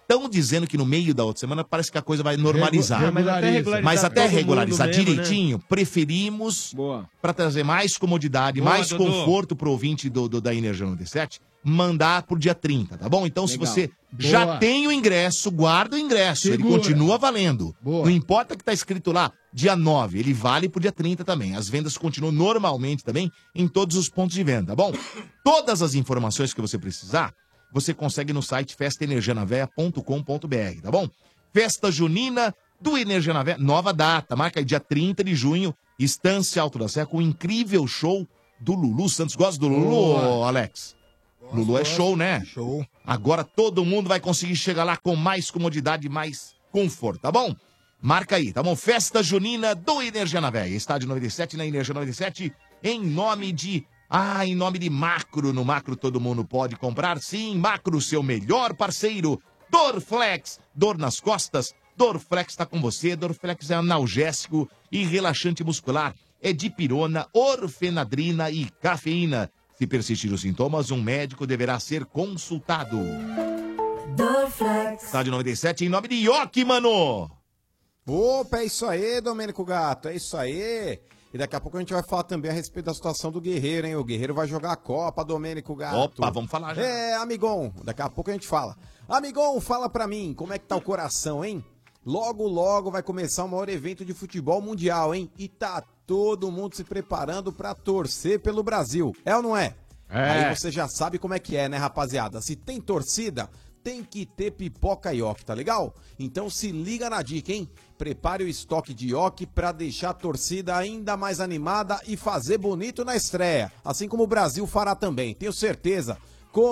Estão dizendo que no meio da outra semana parece que a coisa vai normalizar.
Regu- mas até regularizar
Mas até
todo mundo
regularizar
mesmo, né?
direitinho, preferimos para trazer mais comodidade,
Boa,
mais
Dudu.
conforto pro ouvinte do, do- da Energia 97, mandar pro dia 30, tá bom? Então, se
Legal.
você
Boa.
já tem o ingresso, guarda o ingresso. Ele
Segura.
continua valendo. Não importa que tá escrito lá, dia 9, ele vale pro dia 30 também. As vendas continuam normalmente também em todos os pontos de venda, tá bom? Todas as informações que você precisar você consegue no site festaenergianaveia.com.br, tá bom? Festa Junina do Energia na Veia, nova data, marca aí dia 30 de junho, Estância Alto da Serra, com um incrível show do Lulu Santos. Gosta do Lulu,
Boa.
Alex? Lulu é show, né? Show. Agora todo mundo vai conseguir chegar lá com mais comodidade, mais conforto, tá bom? Marca aí, tá bom? Festa Junina do Energia na Véia. Estádio 97 na Energia 97, em nome de. Ah, em nome de Macro. No Macro todo mundo pode comprar, sim. Macro, seu melhor parceiro. Dorflex, dor nas costas. Dorflex tá com você. Dorflex é analgésico e relaxante muscular. É dipirona, orfenadrina e cafeína. Se persistir os sintomas, um médico deverá ser consultado.
Dorflex.
Estádio 97, em nome de Yoki, mano!
Opa, é isso aí, Domênico Gato, é isso aí. E daqui a pouco a gente vai falar também a respeito da situação do Guerreiro, hein? O Guerreiro vai jogar a Copa, Domênico Gato.
Opa, vamos falar já.
É, Amigon, daqui a pouco a gente fala. Amigon, fala pra mim, como é que tá o coração, hein? Logo, logo vai começar o maior evento de futebol mundial, hein? E tá todo mundo se preparando pra torcer pelo Brasil. É ou não é?
É.
Aí você já sabe como é que é, né, rapaziada? Se tem torcida, tem que ter pipoca e ok, tá legal? Então se liga na dica, hein? Prepare o estoque de ok pra deixar a torcida ainda mais animada e fazer bonito na estreia. Assim como o Brasil fará também, tenho certeza.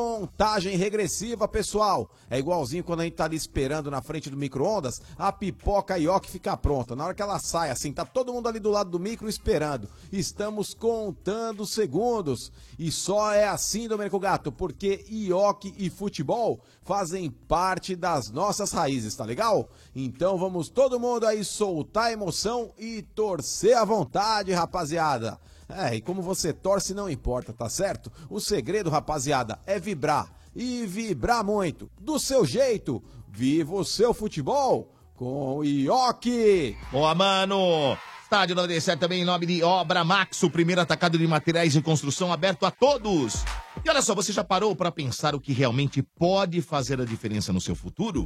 Contagem regressiva, pessoal. É igualzinho quando a gente tá ali esperando na frente do micro-ondas, a pipoca ioki fica pronta. Na hora que ela sai, assim, tá todo mundo ali do lado do micro esperando. Estamos contando segundos. E só é assim, Domenico Gato, porque ioki e futebol fazem parte das nossas raízes, tá legal? Então vamos todo mundo aí soltar a emoção e torcer à vontade, rapaziada. É, e como você torce não importa, tá certo? O segredo, rapaziada, é vibrar. E vibrar muito. Do seu jeito. Viva o seu futebol com o Ioki.
Boa, mano! Tá Estádio 97 também em nome de Obra Max, o primeiro atacado de materiais de construção aberto a todos. E olha só, você já parou para pensar o que realmente pode fazer a diferença no seu futuro?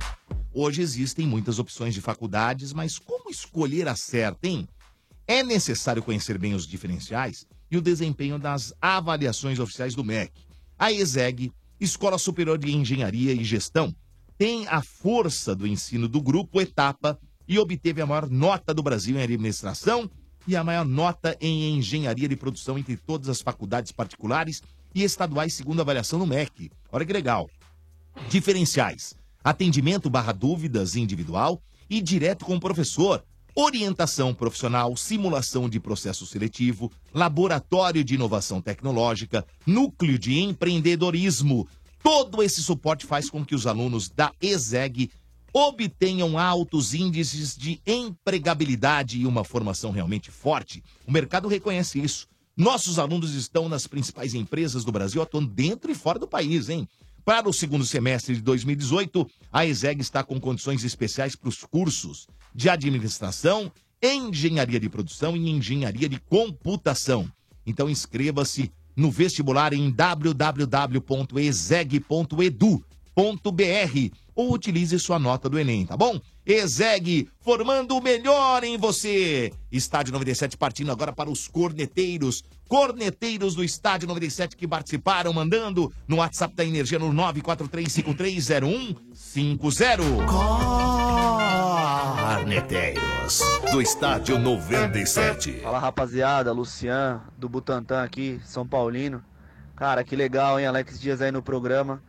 Hoje existem muitas opções de faculdades, mas como escolher a certa, hein? É necessário conhecer bem os diferenciais e o desempenho das avaliações oficiais do MEC. A ESEG, Escola Superior de Engenharia e Gestão, tem a força do ensino do grupo Etapa e obteve a maior nota do Brasil em administração e a maior nota em engenharia de produção entre todas as faculdades particulares e estaduais, segundo a avaliação do MEC. Olha que legal. Diferenciais: atendimento barra dúvidas individual e direto com o professor, orientação profissional, simulação de processo seletivo, laboratório de inovação tecnológica, núcleo de empreendedorismo. Todo esse suporte faz com que os alunos da ESEG obtenham altos índices de empregabilidade e uma formação realmente forte. O mercado reconhece isso. Nossos alunos estão nas principais empresas do Brasil, atuando dentro e fora do país, hein? Para o segundo semestre de 2018, a ESEG está com condições especiais para os cursos de administração, engenharia de produção e engenharia de computação. Então inscreva-se no vestibular em www.eseg.edu.br ou utilize sua nota do Enem, tá bom? Exeg, formando o melhor em você. Estádio 97 partindo agora para os corneteiros. Corneteiros do Estádio 97 que participaram, mandando no WhatsApp da Energia no 943530150.
Arneteiros, do estádio 97.
Fala rapaziada, Lucian do Butantã aqui, São Paulino. Cara, que legal, hein? Alex Dias aí no programa.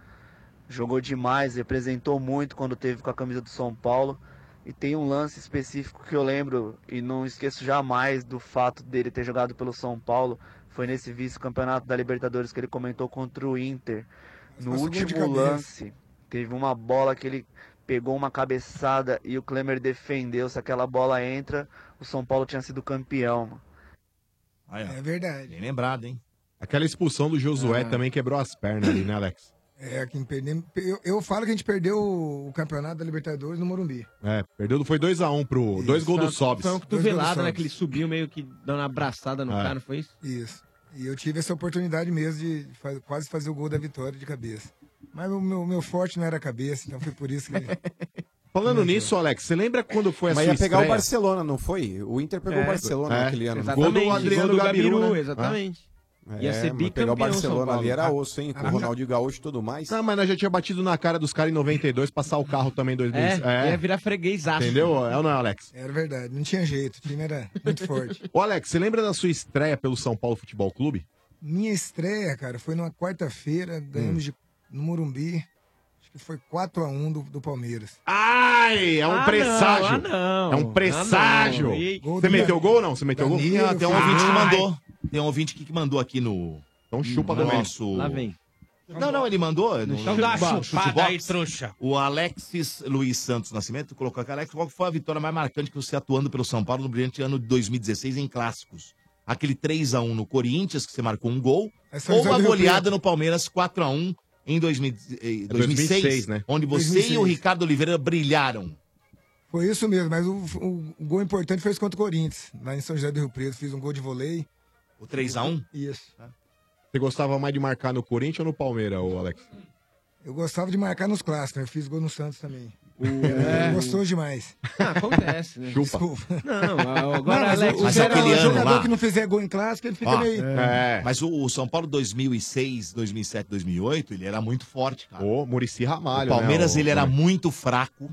Jogou demais, representou muito quando teve com a camisa do São Paulo. E tem um lance específico que eu lembro e não esqueço jamais do fato dele ter jogado pelo São Paulo. Foi nesse vice-campeonato da Libertadores que ele comentou contra o Inter. No
Mas foi gol de
último
cabeça.
lance, teve uma bola que ele pegou uma cabeçada e o Klemer defendeu. Se aquela bola entra, o São Paulo tinha sido campeão. mano.
É verdade.
Bem lembrado, hein?
Aquela expulsão do Josué
Ah.
também quebrou as pernas ali, né, Alex?
É, quem perdeu, eu, eu falo que a gente perdeu o campeonato da Libertadores no Morumbi.
É, perdeu, foi 2x1 pro. Dois gols do Sobs.
Foi uma
Dois gols
cotovelada,
do
né?
Sobs.
Que ele subiu meio que dando uma abraçada no
É.
cara, não foi isso?
Isso. E eu tive essa oportunidade mesmo de fa- quase fazer o gol da vitória de cabeça. Mas o meu, meu forte não era a cabeça, então foi por isso que.
Falando nisso, Alex, você lembra quando foi a
Mas
sua
ia pegar o
estreia?
Barcelona, não foi? O Inter pegou
É,
o Barcelona
é,
naquele ano.
exatamente. Gol do Adriano Gabiru, né?
exatamente.
Ia ser
É, mas
bicampeão
Pegar o Barcelona
São Paulo.
ali era osso, hein? Com
Ah,
o Ronaldinho Gaúcho e tudo mais.
Não, mas nós já tinha batido na cara dos caras em 92, passar o carro também em 2000.
É, ia virar
freguesaço.
Entendeu? É ou não é, Alex?
Era verdade, não tinha jeito. O time era muito forte.
Ô, Alex, você lembra da sua estreia pelo São Paulo Futebol Clube?
Minha estreia, cara, foi numa quarta-feira, ganhamos de, no Morumbi. Acho que foi 4x1 do, do Palmeiras.
Ai, é um
Ah,
presságio.
não, ah, não.
É um presságio.
Ah, não. E-
Você meteu gol ou não? Você meteu gol?
Ah, tem um ouvinte que mandou. Tem um ouvinte que que mandou aqui no.
Então
chupa
também.
nosso...
Lá vem.
Não, não, ele mandou. no-
Então
no
dá
chute
uma chupada
box.
aí, trouxa.
O Alexis Luiz Santos Nascimento colocou aqui. Alex, qual foi a vitória mais marcante que você atuando pelo São Paulo no brilhante ano de 2016 em clássicos? Aquele 3x1 no Corinthians, que você marcou um gol,
Essa
ou
visão
a
do Rio
goleada
Preto.
no Palmeiras 4x1 em 2000,
É
eh, 2006,
2006, né?
onde você e o
2006.
Ricardo Oliveira brilharam.
Foi isso mesmo, mas o, o- o gol importante foi esse contra o Corinthians. Lá em São José do Rio Preto, fiz um gol de vôlei.
O 3x1?
Isso.
Você gostava mais de marcar no Corinthians ou no Palmeiras, ô, Alex?
Eu gostava de marcar nos clássicos, eu fiz gol no Santos também. [laughs]
É.
Gostou demais.
acontece, né?
Chupa.
Desculpa.
Não,
agora,
mas o-
Alex,
o,
mas
geral-
aquele
o
ano
jogador
lá-
que não fizer gol em clássico, ele fica
Ó, é.
meio.
É.
Mas o, o São Paulo 2006, 2007, 2008, ele era muito forte, cara.
Ô, Murici Ramalho.
O Palmeiras,
né, ô,
ele era
Muricy?
muito fraco.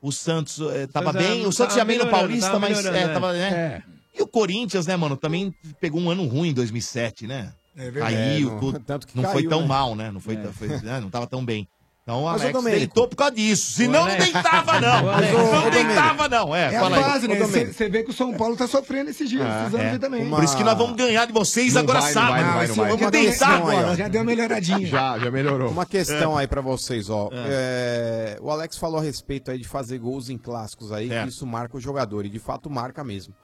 O Santos eh, tava
Santos era-
bem, o Santos
tava
já bem no
melhorando,
Paulista,
tava
mas
melhorando,
é,
né?
tava, né? E o Corinthians, né, mano, também pegou um ano ruim em 2007, né?
É verdade.
Caiu,
É, não-
tudo.
tanto que
não foi
caiu,
tão
né?
mal, né? Não foi,
É.
foi- né, não tava tão bem. Então o
Mas, ô,
Alex
Domênico-
deitou por causa disso. Senão não
né?
Alex-
deitava, não.
Ô, Alex- Ô,
Não
Domênico-
deitava, não. É,
É a
fala aí.
fase,
Ô,
né?
Domênico.
Você vê que o São Paulo tá sofrendo esses dias,
Ah,
esses anos
é.
aí também.
Por isso que nós vamos ganhar de vocês
Não
agora
vai, não
sábado.
vai, não vai, não vai.
Vamos
Já deu-
deitar
não,
agora.
aí, ó.
Já deu uma melhoradinha.
Já, já melhorou.
Uma questão
É.
aí pra vocês, ó. É, o Alex falou a respeito aí de fazer gols em clássicos aí, que isso marca o jogador, e de fato marca mesmo.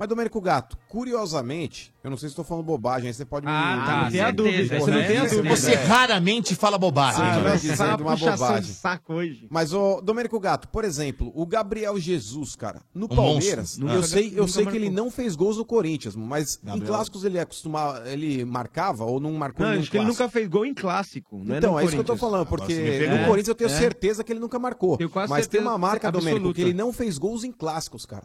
Mas, Domênico Gato, curiosamente, eu não sei se estou falando bobagem, aí você pode me.
Ah, tá,
me
não
corrigir,
tenha dúvida,
me
você não
corrigir,
tenha
me
dúvida.
corrigir.
Você raramente fala bobagem.
Ah,
mano.
eu disse
Essa é
uma bobagem.
saco hoje.
Mas, ô, Domênico Gato, por exemplo, o Gabriel Jesus, cara, no
Um
Palmeiras,
monstro.
eu
Nunca-
sei, eu
nunca
sei que
marcou.
ele não fez gols no Corinthians, mas em
Gabriel-
clássicos ele acostumava, ele marcava ou não marcou
Não,
nenhum
acho que ele
clássico?
nunca fez gol em clássico. Né,
então,
no
é isso que eu tô
Corinthians.
falando,
Agora você
porque
me pegou.
no Corinthians eu tenho
É.
certeza que ele nunca marcou.
Tenho quase
mas tem
certeza
uma marca,
absoluta.
Domênico, que ele não fez gols em clássicos, cara.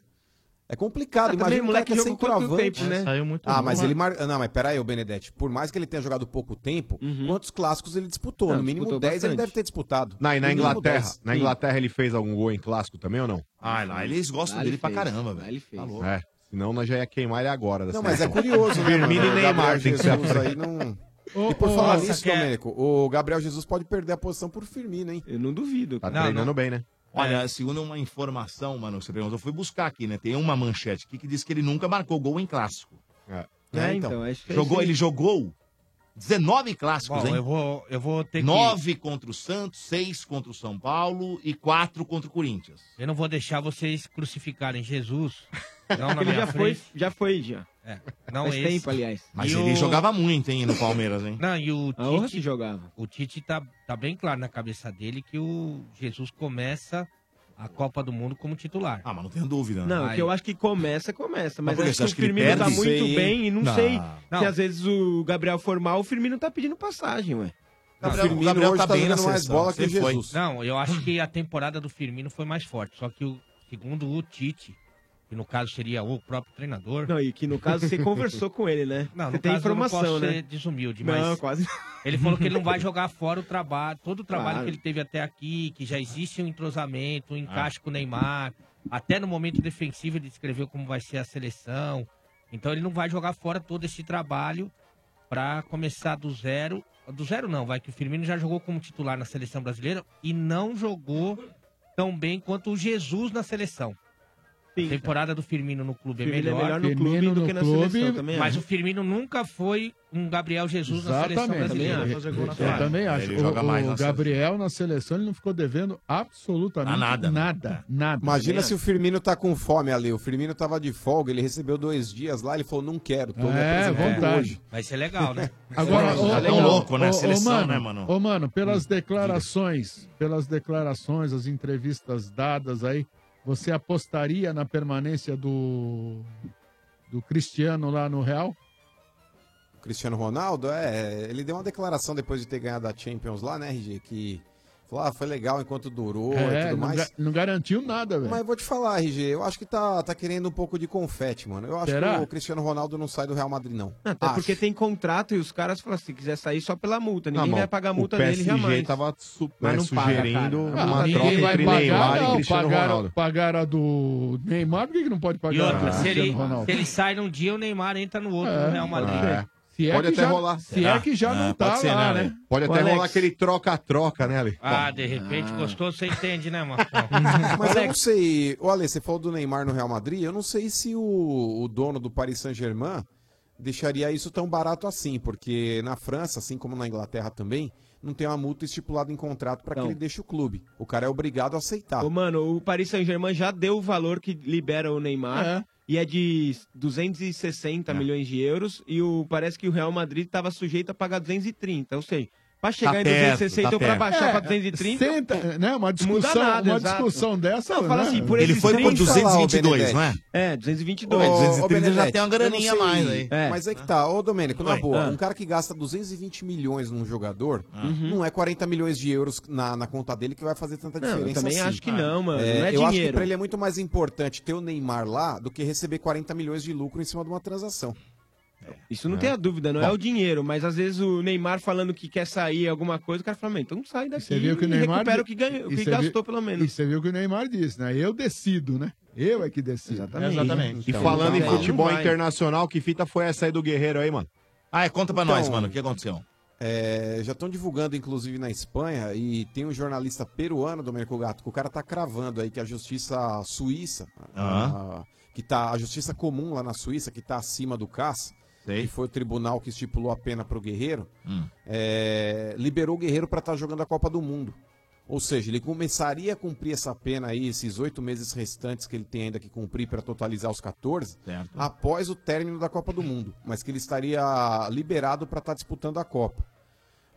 É complicado,
Ah,
imagina
também o
um cara
moleque
que é
jogou quanto
centroavante.
tempo, né? É, saiu muito
ah,
mal,
mas
né?
ele marca... Não, mas pera aí, o Benedetti. Por mais que ele tenha jogado pouco tempo,
Uhum.
quantos clássicos ele disputou?
Não,
no mínimo
disputou
10 ele
bastante.
deve ter disputado.
Não, e na
No mínimo
Inglaterra.
10.
Na
Sim.
Inglaterra ele fez algum gol em clássico também ou não?
Ah, lá eles gostam
Lá
dele
ele
pra
fez,
caramba, velho. Tá louco.
É, senão nós já ia queimar ele agora. da
Não,
[laughs]
mas é
seleção.
curioso, né? mano?
Firmino
O
e
Gabriel
Neymar tem que ser assim. a
Jesus
[laughs] frente.
aí não...
Ô,
E por
ô,
falar
nossa,
nisso,
que é-
Domênico, o Gabriel Jesus pode perder a posição por Firmino, hein? Eu não duvido.
Tá cara. treinando
bem, né?
É.
Olha, segundo uma informação, mano, que você perguntou, eu fui buscar aqui, né? Tem uma manchete aqui que diz que ele nunca marcou gol em clássico. Né,
É,
É, então, acho que é
jogou,
isso aí.
ele jogou 19 clássicos,
Bom,
hein?
eu vou, eu vou ter que...
9 contra o Santos, 6 contra o São Paulo e 4 contra o Corinthians.
Eu não vou deixar vocês
[laughs]
crucificarem Jesus. Não na
Ele
minha
já foi,
frente.
já foi, já.
É, não
Faz
esse.
tempo, aliás.
Mas é
E
ele
o-
jogava muito, hein, no Palmeiras, hein?
Não, e o
A honra
Tite
que jogava.
O Tite tá, tá bem claro na cabeça dele que o Jesus começa a Copa do Mundo como titular.
Ah, mas não tenho dúvida.
Não, que eu acho que começa, começa. Mas,
por que você
acho que o
acha que ele
Firmino tá
perde?
muito
Sei, hein?
bem e não,
Não.
sei
Não.
se às vezes o Gabriel for mal, o Firmino tá pedindo passagem, ué.
Gabriel- o Gabriel tá bem na seleção, sempre foi.
Não, eu acho que a temporada do Firmino foi mais forte. Só que o segundo o Tite, que no caso seria o próprio treinador.
Não, e que no caso
[laughs]
você conversou com ele, né?
Não, no
você tem
caso, eu não
informação,
posso
né?
ser desumilde, mas
Não, quase. [laughs]
ele falou que ele não vai jogar fora o trabalho, todo o trabalho
Claro. Ah.
que ele teve até aqui, que já existe um entrosamento, um encaixe com o Neymar. Até no momento defensivo ele descreveu como vai ser a seleção. Então ele não vai jogar fora todo esse trabalho para começar do zero. Do zero não, vai que o Firmino já jogou como titular na seleção brasileira e não jogou tão bem quanto o Jesus na seleção. a temporada do Firmino no clube é
Firmino é
melhor.
melhor no Firmino clube do no que na clube, seleção, também
Mas
acho.
o Firmino nunca foi um Gabriel Jesus na seleção
Exatamente.
brasileira.
Eu, eu também acho.
Ele
o
joga mais
o
na
Gabriel na seleção ele não ficou devendo absolutamente
A nada,
nada.
né?
Nada.
Imagina
né?
se o Firmino tá com fome ali. O Firmino tava de folga, ele recebeu dois dias lá, ele falou, não quero, tô me
É,
apresentando
vontade.
hoje.
Vai ser legal, né?
[laughs] Agora, ô,
é
ô,
louco, né?
ô, ô,
Seleção, né, mano? Hum,
Ô, mano, pelas declarações, pelas declarações, as entrevistas dadas aí, você apostaria na permanência do, do Cristiano lá no Real?
O Cristiano Ronaldo, é, ele deu uma declaração depois de ter ganhado a Champions lá, né, RG? Que Falou, ah, foi legal enquanto durou e
É,
tudo
não,
mais.
ga- não garantiu nada, velho.
Mas eu vou te falar, RG, eu acho que tá, tá querendo um pouco de confete, mano. Eu acho
Será?
que o Cristiano Ronaldo não sai do Real Madrid, não.
Até
Ah.
porque tem contrato e os caras falam assim, se quiser sair só pela multa,
Tá
Ah,
ninguém
mano,
vai pagar a
o
multa dele
PSG
jamais.
tava su-
Mas
é,
não paga,
sugerindo
cara.
uma
Ah,
troca
ninguém vai
entre
pagar,
Neymar
não,
e Cristiano
pagaram-
Ronaldo.
Pagaram a do Neymar, por que, que não pode pagar
E
a
outra,
Ah,
do
se, ele,
Cristiano Ronaldo?
se ele sai num dia, o Neymar entra no outro,
É,
no Real Madrid.
pode ser. Se é Pode que até já- rolar. se
Ah.
é que já não tá lá, né?
Ah. Pode até
Ô, Alex.
rolar aquele troca-troca, né, Ale?
Ah, de repente gostou, você entende, né, Marcão?
É, Mas eu não sei. Ô, Ale, você falou do Neymar no Real Madrid. Eu não sei se o, o dono do Paris Saint-Germain deixaria isso tão barato assim, porque na França, assim como na Inglaterra também, não tem uma multa estipulada em contrato para que
Não.
ele deixe o clube. O cara é obrigado a aceitar.
Ô, mano, o Paris Saint-Germain já deu o valor que libera o Neymar.
É.
E é de 260
É.
milhões de euros. E o, parece que o Real Madrid estava sujeito a pagar 230. Ou seja, para chegar em 260 ou para baixar para 230.
É, Senta, né, uma discussão,
muda nada,
uma
exato.
discussão dessa.
Não, fala
né?
assim, por esses 30 lá, ô, Benedetti. É, 222.
Ô, ô,
Benedetti,
Benedetti, eu não sei.
É.
Mas é que tá, ô Domênico, na
Oi.
boa,
Ah.
um cara que gasta 220 milhões num jogador, não é 40 milhões de euros na, na conta dele que vai fazer tanta
Uhum. Não, eu
diferença
também
assim.
acho que não, mano,
É,
não é
eu acho que
dinheiro.
pra ele é muito mais importante ter o Neymar lá do que receber 40 milhões de lucro em cima de uma transação.
Isso não tem a dúvida, não é o dinheiro, mas às vezes o Neymar falando que quer sair alguma coisa, o cara fala, "Mas então sai daqui
Você viu que o Neymar
recupera o que, ganhou, o
e
que
você
gastou,
viu-
pelo menos.
E você viu que o Neymar disse, né? Eu decido, né? Eu é que decido.
Exatamente. E falando
Então,
em futebol internacional, que fita foi essa aí do Guerreiro aí, mano?
Ah, é, conta pra
Então,
nós, mano, o que aconteceu?
É, já estão divulgando, inclusive, na Espanha, e tem um jornalista peruano, Domenico Gato, que o cara tá cravando aí que a justiça suíça,
Aham.
a, que tá, a justiça comum lá na Suíça, que tá acima do CAS, que foi o tribunal que estipulou a pena pro Guerreiro,
Hum.
é, liberou o Guerreiro para estar jogando a Copa do Mundo. Ou seja, ele começaria a cumprir essa pena aí, esses oito meses restantes que ele tem ainda que cumprir para totalizar os 14, após o término da Copa do Mundo. Mas que ele estaria liberado para estar disputando a Copa.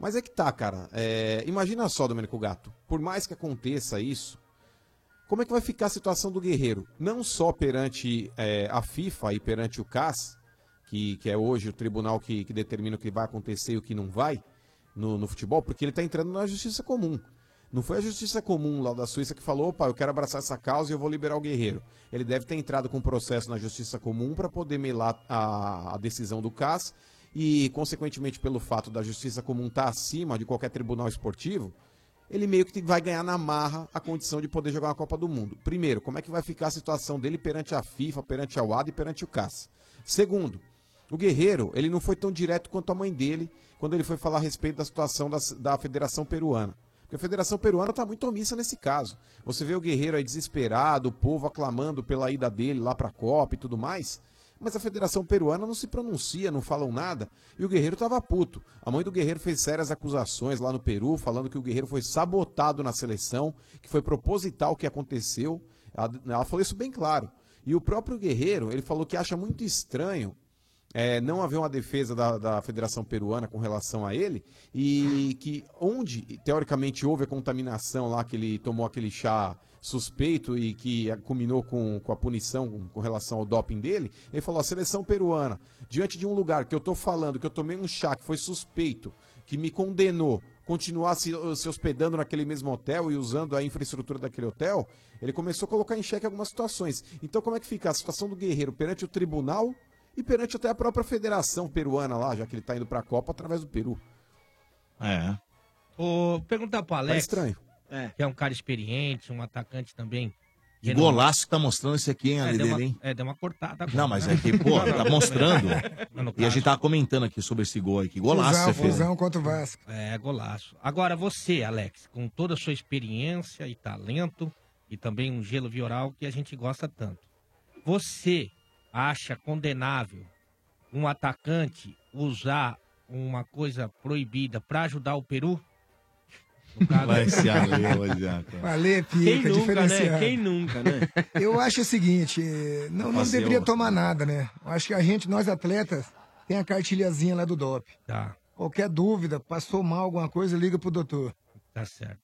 Mas é que tá, cara. É, imagina só, Domenico Gato, por mais que aconteça isso, como é que vai ficar a situação do Guerreiro? Não só perante é, a FIFA e perante o CAS, que, que é hoje o tribunal que, que determina o que vai acontecer e o que não vai no, no futebol, porque ele está entrando na justiça comum. Não foi a justiça comum lá da Suíça que falou, opa, eu quero abraçar essa causa e eu vou liberar o Guerreiro. Ele deve ter entrado com um processo na justiça comum para poder melar a, a decisão do CAS e, consequentemente, pelo fato da justiça comum estar acima de qualquer tribunal esportivo, ele meio que vai ganhar na marra a condição de poder jogar uma Copa do Mundo. Primeiro, como é que vai ficar a situação dele perante a FIFA, perante a UAD e perante o CAS? Segundo, o Guerreiro, ele não foi tão direto quanto a mãe dele quando ele foi falar a respeito da situação da, da Federação Peruana. Porque a Federação Peruana está muito omissa nesse caso. Você vê o Guerreiro aí desesperado, o povo aclamando pela ida dele lá para a Copa e tudo mais. Mas a Federação Peruana não se pronuncia, não falam nada. E o Guerreiro tava puto. A mãe do Guerreiro fez sérias acusações lá no Peru, falando que o Guerreiro foi sabotado na seleção, que foi proposital o que aconteceu. Ela, ela falou isso bem claro. E o próprio Guerreiro, ele falou que acha muito estranho é, não haver uma defesa da, da Federação Peruana com relação a ele e que onde teoricamente houve a contaminação lá que ele tomou aquele chá suspeito e que eh, culminou com, com a punição com- com relação ao doping dele, ele falou, a seleção peruana, diante de um lugar que eu tô falando, que eu tomei um chá que foi suspeito, que me condenou, continuar se, uh, se hospedando naquele mesmo hotel e usando a infraestrutura daquele hotel, ele começou a colocar em xeque algumas situações. Então como é que fica a situação do Guerreiro perante o tribunal e perante até a própria federação peruana lá, já que ele tá indo pra Copa através do Peru?
É.
Ô, perguntar pro Alex.
Tá estranho.
Que é um cara experiente, um atacante também. um-
Que golaço que tá mostrando esse aqui, hein,
é,
ali
deu
dele,
uma, [laughs]
hein?
é, deu uma cortada agora.
Não, mas é que, pô,
[laughs] Não,
tá
não,
mostrando.
Não, no
E a
caso.
gente tava comentando aqui sobre esse gol aí. Que golaço
Fusão,
você fez.
fusão contra o Vasco.
É, golaço. Agora você, Alex, com toda a sua experiência e talento, e também um gelo vioral que a gente gosta tanto. Você acha condenável um atacante usar uma coisa proibida pra ajudar o Peru? No caso-
Vai
[laughs]
se alê, olha, cara.
Ale,
Quem
pica,
nunca, né?
diferenciado.
Quem nunca, né?
[laughs] Eu acho o seguinte, eh, não, não
Fazer
deveria
o-
tomar nada, né? Eu Acho que a gente, nós atletas, tem a cartilhazinha lá do DOP.
Tá,
Qualquer dúvida, passou mal alguma coisa, liga pro doutor.
tá certo.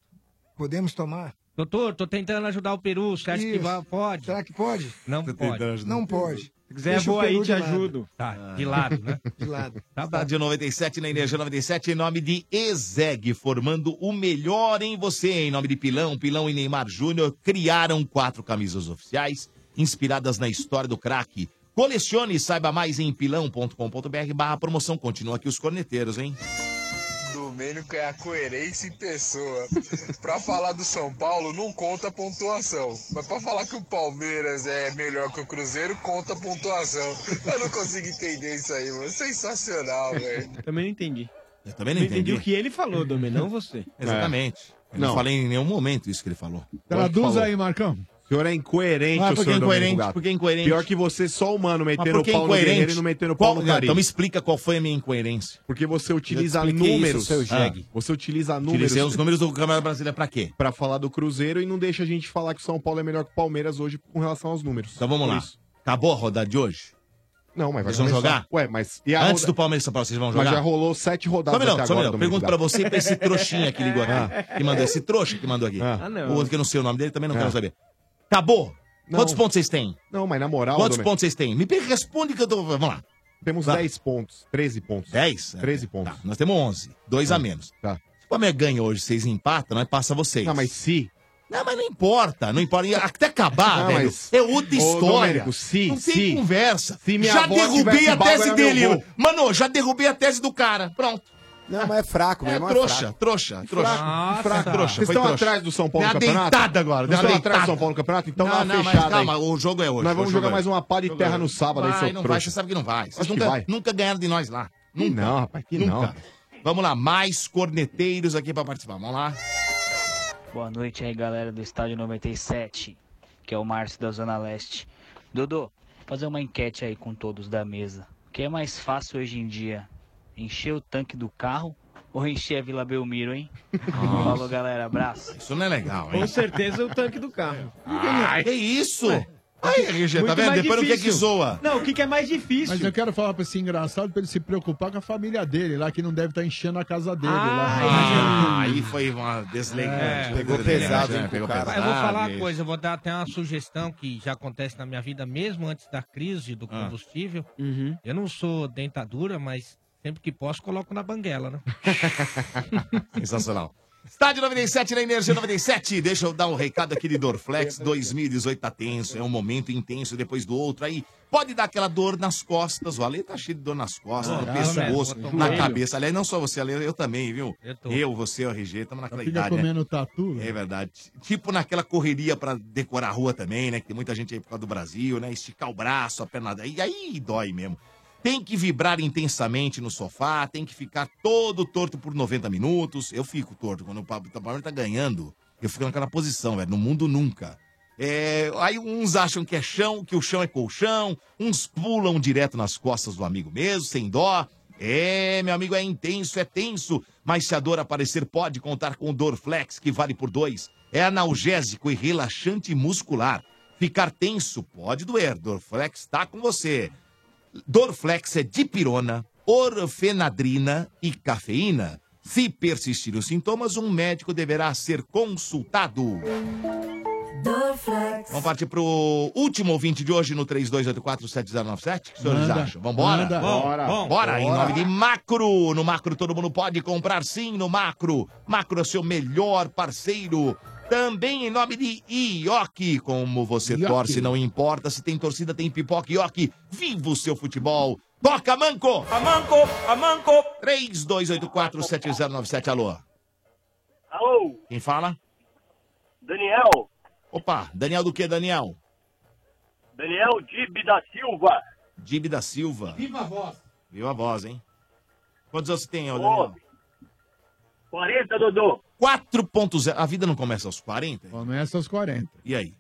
Podemos tomar?
Doutor, tô tentando ajudar o Peru. Você acha que
Isso.
vai, pode? Será
que pode?
Não pode.
Não pode.
Se quiser,
Deixa
vou
o
aí,
Peru
te
de lado.
ajudo. Tá, de lado, né?
De lado.
Tá
Estádio 97 na Energia 97 em nome de Ezeg, formando o melhor em você. Em nome de Pilão, Pilão e Neymar Júnior criaram quatro camisas oficiais inspiradas na história do craque. Colecione e saiba mais em pilão.com.br barra promoção. Continua aqui os corneteiros, hein?
Domênico é a coerência em pessoa. [laughs] pra falar do São Paulo, não conta a pontuação. Mas pra falar que o Palmeiras é melhor que o Cruzeiro, conta a pontuação. Eu não consigo entender isso aí, mano. Sensacional, velho.
Também não entendi.
Eu também não entendi.
o que ele falou, Domê, não você.
[laughs]
É.
É.
Exatamente. Eu não
Não.
falei em nenhum momento isso que ele falou.
Traduz aí, Marcão.
O senhor é incoerente,
Ah,
o
porque
senhor
incoerente,
Domênico Gato.
porque incoerente.
Pior que você, só humano,
Mas
metendo
por
o
que
pau no
incoerente?
Guerreiro e não metendo o pau
Qual-
no
Não,
Carilho.
Então me explica qual foi a minha incoerência.
Porque você utiliza
Eu expliquei isso,
números. Ah,
seu jegue.
Você utiliza números.
Utilizei os números do Câmara Brasília pra quê?
Pra falar do Cruzeiro e não deixa a gente falar que o São Paulo é melhor que o Palmeiras hoje com relação aos números.
Então vamos
Por
lá.
É isso.
Acabou a rodada de hoje?
Não, mas vai
Vocês vão
começar.
jogar?
Ué, mas. a
Antes
roda-
do Palmeiras e São Paulo, vocês vão
Mas
jogar?
já rolou sete rodadas
Só um minuto,
até
só um
agora,
minuto.
Domênico
Pergunto pra
Gato.
você e pra esse trouxinha que
[laughs]
ligou aqui. Que mandou esse trouxa que mandou aqui.
Ah.
O outro que eu não sei o nome dele, também não
Ah.
quero saber. Acabou. Quantos pontos vocês têm?
Não, mas na moral.
Quantos
Domênico,
pontos vocês têm? Me per- responde que eu tô... Vamos lá.
Temos
Vai.
10 pontos, 13 pontos.
10?
13 pontos.
Nós temos 11. Dois a menos.
Tá.
Se o Palmeiras ganha hoje, vocês empatam, nós passa vocês. Não, mas
se...
Não, mas não importa. Não importa. E Até acabar,
Não,
velho.
mas-
É outra
Ô,
história.
Domênico, se-
não tem
se-
conversa.
se minha
já
avó
derrubei
tivesse
a
barba,
tese
era meu
dele.
avô.
Mano, já derrubei a tese do cara. Pronto.
Não, mas é
[laughs]
fraco
É
mesmo.
trouxa,
fraco.
trouxa, trouxa.
Fraco,
Fraco, trouxa.
Vocês
foi
estão
trouxa.
atrás do São Paulo
Deu
no
uma
campeonato?
deitada agora.
Vocês
deu
estão
uma
atrás do
deitada.
São Paulo no campeonato? Então
não,
dá uma
não, mas
fechada
calma,
aí.
o jogo é hoje.
Nós vamos
o
jogar
jogo é
mais
hoje.
uma pá de
Jogo
terra
é
no
hoje.
sábado aí,
Vai,
seu
não vai,
trouxa.
você sabe que não vai. Vocês
Acho que
nunca,
vai.
nunca ganharam de nós lá.
Que
Nunca.
não, rapaz, que
nunca.
não, rapaz.
Vamos lá, mais corneteiros aqui pra participar. Vamos lá.
Boa noite aí, galera do Estádio 97, que é o Márcio da Zona Leste. Dodô, fazer uma enquete aí com todos da mesa. O que é mais fácil hoje em dia? Encher o tanque do carro ou encher a Vila Belmiro, hein? Falou, galera. Abraço.
Isso não é legal,
Com certeza é o tanque do carro.
Ah, Ai, que isso? Aí, RG, tá
Muito
vendo?
mais
Depois não quer que
difícil.
zoa.
Não, o que, que é mais difícil?
Mas eu quero falar pra esse engraçado pra ele se preocupar com a família dele lá, que não deve estar enchendo a casa dele
Ah,
lá.
aí foi uma
[laughs]
deslegante.
É,
Pegou pesado, hein, pegou pesado.
Eu vou falar
bicho.
uma coisa, eu vou dar até uma sugestão que já acontece na minha vida, mesmo antes da crise do
Ah.
combustível. Eu não sou dentadura, mas sempre que posso, coloco na banguela, né?
Sensacional. Estádio 97 na Energia 97. Deixa eu dar um recado aqui de Dorflex. 2018 tá tenso, é um momento intenso depois do outro aí. Pode dar aquela dor nas costas. O Ale tá cheio de dor nas costas,
Ah,
no
tá
pescoço,
mesmo,
na
joelho.
cabeça. Aliás, não só você, Ale, eu também, viu?
Eu, tô.
eu você, o RG, estamos naquela
Fica
idade, né?
comendo tatu.
É verdade. Tipo naquela correria pra decorar a rua também, né? Que tem muita gente aí por causa do Brasil, né? Esticar o braço, a perna. E aí dói mesmo. Tem que vibrar intensamente no sofá, tem que ficar todo torto por 90 minutos. Eu fico torto. Quando o Pablo o Palmeiras tá ganhando, eu fico naquela posição, velho. No mundo nunca. É, aí uns acham que é chão, que o chão é colchão, uns pulam direto nas costas do amigo mesmo, sem dó. É, meu amigo, é intenso, é tenso, mas se a dor aparecer, pode contar com o Dorflex, que vale por dois. É analgésico e relaxante muscular. Ficar tenso pode doer, Dorflex está com você. Dorflex é dipirona, orfenadrina e cafeína. Se persistirem os sintomas, um médico deverá ser consultado.
Dorflex.
Vamos partir pro último ouvinte de hoje no 32847097. O que os senhores
Manda,
acham? Vambora?
manda.
Bora,
Bom, bom,
bora. Em
bora.
nome de Macro. No Macro todo mundo pode comprar sim no Macro. Macro é seu melhor parceiro. Também em nome de Ioki. Como você
Ioki.
torce, não importa. Se tem torcida, tem pipoca. Ioki, viva o seu futebol. Toca, Manco! Amanco! Amanco! 32847097. Alô?
Alô,
Quem fala?
Daniel.
Opa, Daniel do que, Daniel?
Daniel Dibe da Silva.
Dibe da Silva.
Viva a voz.
Viu a voz, hein? Quantos anos você tem, ô,
Ô,
Daniel?
40, Dodô.
4.0. A vida não começa aos 40?
Começa aos 40.
E aí?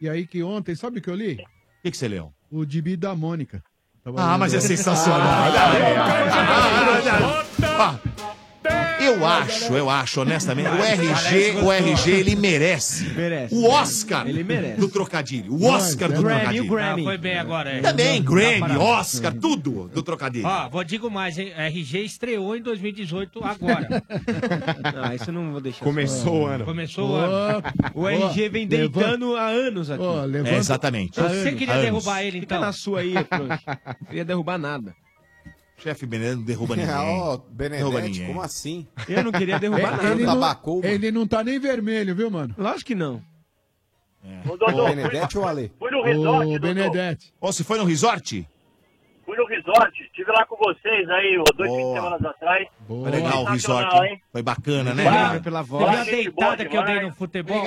E aí que ontem, sabe o que eu li? Tá
O que, que você leu?
O Dibi da Mônica. Tava
Ah,
lendo
mas é
ontem.
sensacional. Ah, ah, ah, ah, ah, ah. Ah, Eu acho, eu acho, honestamente. O
Vai, Alex
RG,
gostou.
o RG, ele merece.
Merece.
O Oscar
Ele merece.
do trocadilho. [laughs] O Oscar
é
do
Grammy, o
trocadilho.
Grammy. Ah, foi bem agora, é.
Também,
Dá
Grammy,
parabéns.
Oscar, tudo do trocadilho. [laughs]
Ah,
Ó, vou digo mais, hein? RG estreou em 2018 agora.
Ah, isso eu não vou deixar.
Começou o ano. Começou o ano.
O RG vem deitando há anos aqui.
levanta- É, exatamente. Há
Você
anos,
queria
há anos.
derrubar ele, então? Fica na sua [laughs] aí, trouxa. Não queria derrubar nada.
Chefe Benedetto não derruba
[laughs]
ninguém.
Ó,
Derruba
Benedetti,
ninguém.
como assim?
Eu não queria derrubar nada.
ele,
Tabacou,
não, ele não tá nem vermelho, viu, mano?
Lógico que não.
É.
Dodô, O Benedetti foi- ou o Ale? foi
Foi no
no
resort,
resort,
Ô,
Dodô.
Benedetti.
Ou se foi no resort?
Fui no resort, estive lá com vocês aí, ó, dois
Boa.
fins de semana atrás.
Foi legal o resort.
Sensacional,
hein?
hein?
Foi bacana, né?
Obrigado
pela
Você viu a deitada que eu dei no futebol?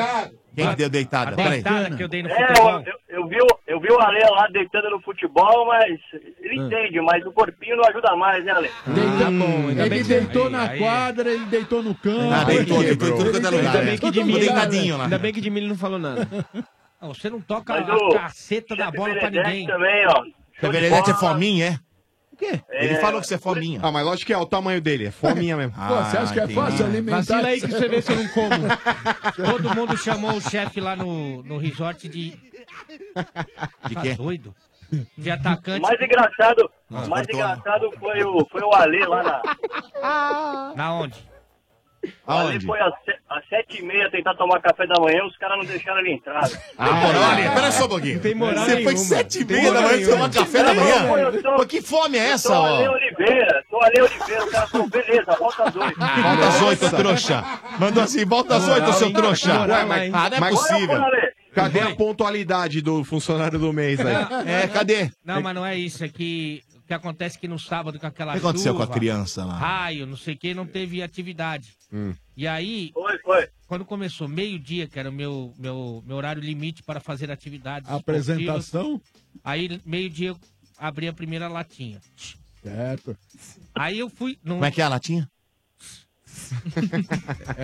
Quem que deu deitada?
A
Peraí.
deitada que eu dei no
É,
futebol.
eu, eu, eu vi, o- eu vi o Ale lá deitando no futebol, mas ele
Ah.
entende, mas o corpinho não ajuda mais, né, Ale?
Deita bom,
ainda bem
ele
que-
deitou
aí,
na
aí.
quadra, ele deitou no campo.
Ah, deitou,
Ele
deitou em tudo
deitou.
quanto é lugar.
né?
Ele
Ficou
deitou todo lugar,
deitadinho
né?
lá.
Ainda bem que de milho não falou nada.
[laughs] Não, você não toca
Mas
a
o
caceta da
Chefe
bola pra
Benedetti
ninguém.
também, ó.
Chefe Benedetti é
bola.
fominha, é?
O quê?
Ele falou que você é fominha. Ah, mas lógico que é o tamanho dele, é fominha
[laughs]
mesmo.
Pô, você acha que
Ah,
é fácil alimentar?
Vacila aí que você vê se eu não como.
Todo mundo chamou o chefe lá no, no resort de. De
quê?
doido? De atacante.
O mais engraçado,
Nossa,
o mais
cortou,
né?
engraçado foi o, foi o Ale lá na.
[laughs]
Na onde?
O Ale
Aonde?
foi às se- às sete e meia tentar tomar café da manhã, os caras não deixaram ele entrar.
Ah, é. Olha, pera só um pouquinho.
Não tem moral
Você foi
nenhuma.
sete e
Não tem
meia da
moral
manhã tomar
nenhuma.
café da
Não, eu
manhã.
sou-
Pô, que fome é essa,
Tô Ale
ó?
Oliveira, tô Ale Oliveira, tá o cara falou, beleza, volta às oito.
Ah, Volta às oito, trouxa. Mandou assim, volta às oito, seu trouxa.
Ué, mas,
ah, não é
mas-
possível.
Cadê a pontualidade do funcionário do mês aí?
É, cadê?
Não, mas não é isso. É que o que acontece é que no sábado com aquela
O que aconteceu
chuva,
com a criança lá?
Raio, não sei o que, não teve atividade. E aí, quando começou meio-dia, que era o meu, meu, meu horário limite para fazer atividades.
Apresentação?
esportivas, Aí, meio-dia, eu abri a primeira latinha.
Certo.
Aí eu fui. não-
Como é que é a latinha?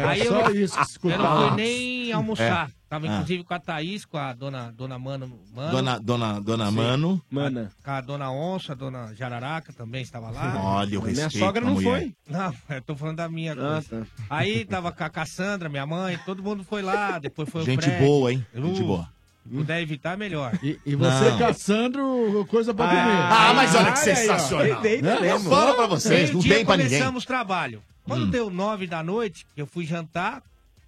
aí eu, não- eu não fui nem almoçar.
É.
Tava
Ah.
inclusive com a Thaís, com a dona, dona Mano. Mano
Dona, dona, dona
Sim.
Mano.
Mana. Com a dona Onça, a dona Jararaca também estava lá.
Olha o
Minha
respeito
sogra
pra
não
mulher.
foi. Ah, tá. Não, eu tô falando da minha coisa. Aí tava com a Cassandra, minha mãe, todo mundo foi lá, depois foi o
Gente
Fred.
boa, hein? Gente
Uh,
boa.
Puder evitar, melhor.
E, você
Não.
caçando coisa pra
Ah,
comer.
ah, mas olha que sensacional.
Não,
Eu
eu
falo
falo
pra vocês, não tem pra ninguém. Começamos trabalho. Quando
Hum.
deu nove da noite, eu fui jantar,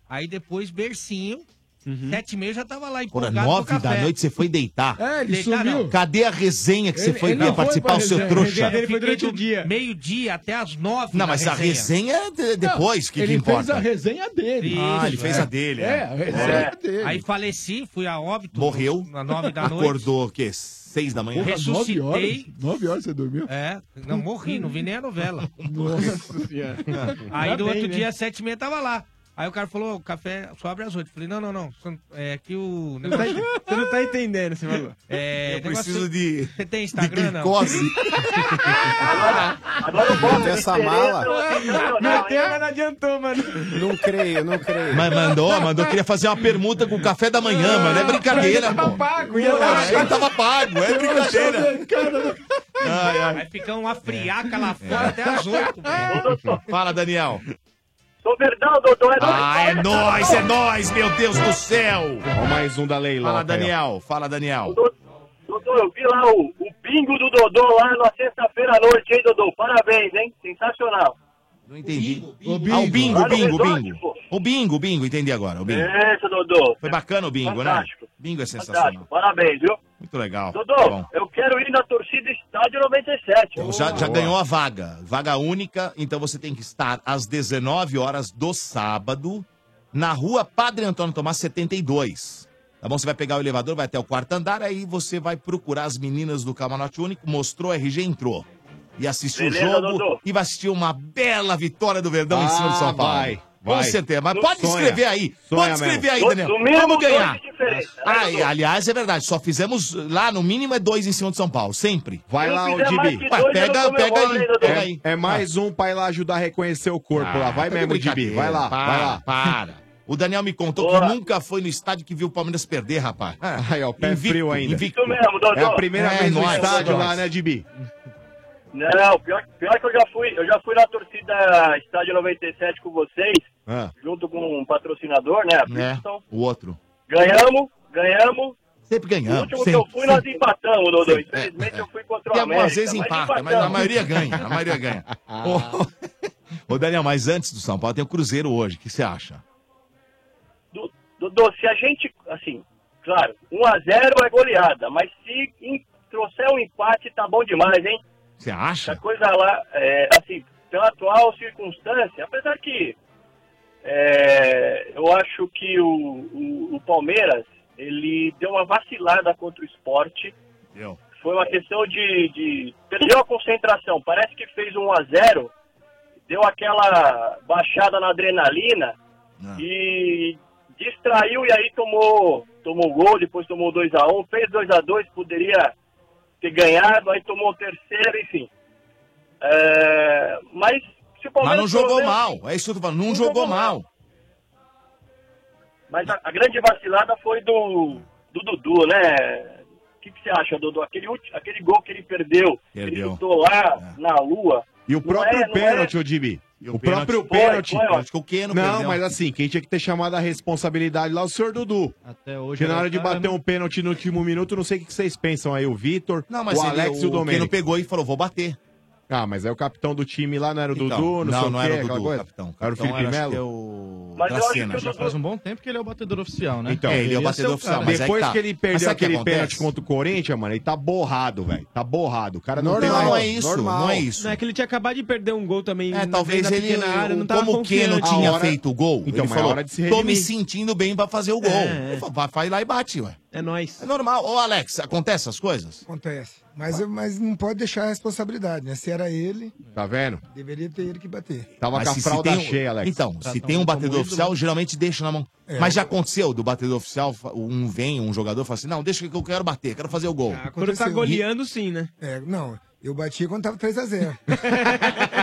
aí depois bercinho,
Uhum.
sete e meia eu já tava lá
Porra,
empolgado
é nove
no café.
da noite você foi deitar.
É, ele Deitar, sumiu. não.
Cadê a resenha que você
Ele-
foi
ele
ver
não foi
participar, o
pra
seu
resenha.
trouxa?
Eu fiquei do Meio-dia até as nove
Não,
na
mas a resenha é de- depois, que,
ele
que importa?
fez a resenha dele.
Ah, ele fez a dele, é.
É, a resenha
É.
dele.
Aí faleci, fui a óbito.
Morreu.
Às nove da noite.
Acordou o quê? Seis da manhã?
Porra,
ressuscitei.
Nove horas, nove horas você dormiu?
É, não morri, não vi nem
[laughs]
a novela. [laughs] Aí
Ainda
no outro
bem, né?
dia, às sete e meia, tava lá. Aí o cara falou, o café só abre às oito. Falei, não, não, não. só- É que o negócio...
Você não tá entendendo, você falou.
É,
Eu
negócio-
preciso
de-
Você tem Instagram, não? [laughs]
glicose.
Agora eu
boto essa mala.
Meu
é?
terra não adiantou, mano.
Não creio, não creio.
Mas mandou, mandou. Queria fazer uma permuta com o café da manhã,
Ah,
mano. É brincadeira, pô.
pago,
Eu achei que tava pago, é brincadeira.
Vai ficar uma friaca
É.
lá fora até as oito.
Fala, Daniel.
Sou verdão, doutor.
Ah, é nóis, é nóis, meu Deus do céu.
mais um da Leila.
Fala, Daniel. Fala, Daniel.
Doutor, eu vi lá o, o bingo do Dodô lá na sexta-feira à noite, hein, Dodô? Parabéns, hein? Sensacional.
Não entendi. Ah, o bingo,
Lá no
bingo,
resort,
bingo.
pô.
O bingo, bingo, entendi agora. O bingo.
Isso, Dodô.
Foi bacana o bingo, né?
É. Fantástico.
Bingo é sensacional.
Fantástico. Parabéns, viu?
Muito legal. Tá
Dodô,
Bom,
eu quero ir na torcida Estádio 97.
Então já, já ganhou a vaga. Vaga única, então você tem que estar às 19 horas do sábado na rua Padre Antônio Tomás 72. Tá bom? Você vai pegar o elevador, vai até o quarto andar, aí você vai procurar as meninas do Camarote Único, mostrou, RG entrou. E assistiu
Beleza,
o jogo
Dodô.
e vai assistir uma bela vitória do Verdão em cima do
Ah,
São Paulo.
vai,
Com
vai.
certeza. Mas
No-
pode
Sonha.
escrever aí.
Sonha
pode escrever aí,
mesmo.
Daniel.
No mínimo,
Vamos
dois
ganhar.
de diferença, né,
Ah, e,
Dodô?
aliás, é verdade. Só fizemos lá, no mínimo, é dois em cima de São Paulo. Sempre.
Vai lá, ô Dibi.
Ué, pega, pega aí. Pega aí. Ah.
É, é mais um pra ir lá ajudar a reconhecer o corpo lá. Vai
tá de
mesmo, Dibi.
brincadeira.
Vai lá,
Para,
vai lá.
Para. O Daniel me contou que nunca foi no estádio que viu o Palmeiras perder, rapaz.
Aí, ó, pé frio ainda.
Invicto.
É a primeira vez no estádio lá, né, Dibi?
Não, pior, pior que eu já fui, eu já fui na torcida Estádio 97 com vocês,
Ah,
junto com um patrocinador, né?
né?
Então,
O outro.
ganhamos, ganhamos.
Sempre
O
ganhamos.
último
Sempre.
que eu fui, nós empatamos, Dodô.
Sempre.
Infelizmente eu fui contra o
é,
América.
E algumas vezes empata, mas a
empatamos.
maioria ganha. A maioria ganha. Ô, ô, Daniel, mas antes do São Paulo tem o Cruzeiro hoje. O que você acha?
Du- [laughs] Dodô, se a gente, assim, claro, 1x0 é goleada, mas se em- trouxer um empate tá bom demais, hein?
Você acha?
A coisa lá, é, assim, pela atual circunstância, apesar que é, eu acho que o, o- o Palmeiras, ele deu uma vacilada contra o esporte. Foi uma questão de, de- Perdeu a concentração. Parece que fez um 1x0, deu aquela baixada na adrenalina
Ah.
e distraiu e aí tomou tomou gol, depois tomou 2x1, fez 2x2, poderia ter ganhado, aí tomou o terceiro, enfim. É, mas se o
Mas
Palmeiras
não jogou
pelo menos-
mal. É isso que eu tô falando. Não jogou mal.
Mas a, a grande vacilada foi do, do Dudu, né? O que, que você acha, Dudu? Aquele, ulti- aquele gol que ele perdeu, ele
Perdeu. É.
chutou lá na lua.
E o
Não
próprio
é- não é-
pênalti, ô Jimmy. O, próprio
foi,
pênalti.
foi, ó. Acho que
o Keno
Não,
perdeu.
mas assim, quem tinha que ter chamado a responsabilidade lá, o senhor Dudu.
Até
Porque na hora de bater um pênalti no último minuto, não sei o que vocês pensam aí, o Vitor,
Não, mas
o
ele-
Alex e o
o Keno
Domênico.
pegou e falou, vou bater.
Ah, mas aí o capitão do time lá não era o
Então,
Dudu, não,
não,
sei o
não
quê,
era o
aquela
Dudu,
coisa?
capitão.
Era o
Capitão
Felipe
era, acho
Melo?
Mas eu acho que o
Já
Dudu-
faz um bom tempo que ele é o batedor oficial, né?
Então,
Deveria ser cara.
Depois que ele
Mas
perdeu
sabe o que
aquele
acontece?
pênalti contra o Corinthians, mano, ele tá borrado, velho. Tá borrado. O cara não
Normal,
tem mais-
não é isso, não é isso.
Não é que ele tinha acabado de perder um gol também.
na-
É,
na pequena área, não tava
como o Keno
confiante.
tinha
A hora-
feito o gol,
Então,
ele
mas é
falou,
hora de se
tô me
redimir."
sentindo bem pra fazer o gol.
É, é.
Ele falou, vai, vai lá e bate, ué.
É nóis.
É normal. Ô, Alex, acontece essas coisas?
Acontece. Mas, mas não pode deixar a responsabilidade, né? Se era ele,
Tá vendo?
deveria ter ele que bater.
Mas se- se tem um- Então, se tem um batedor oficial, geralmente deixa na mão.
É.
Mas já aconteceu do batedor oficial, fa- um vem, um jogador fala assim, não, deixa que eu quero bater, quero fazer o gol.
Quando tá
goleando, sim, né?
É, não, eu bati quando tava
[laughs]
3x0.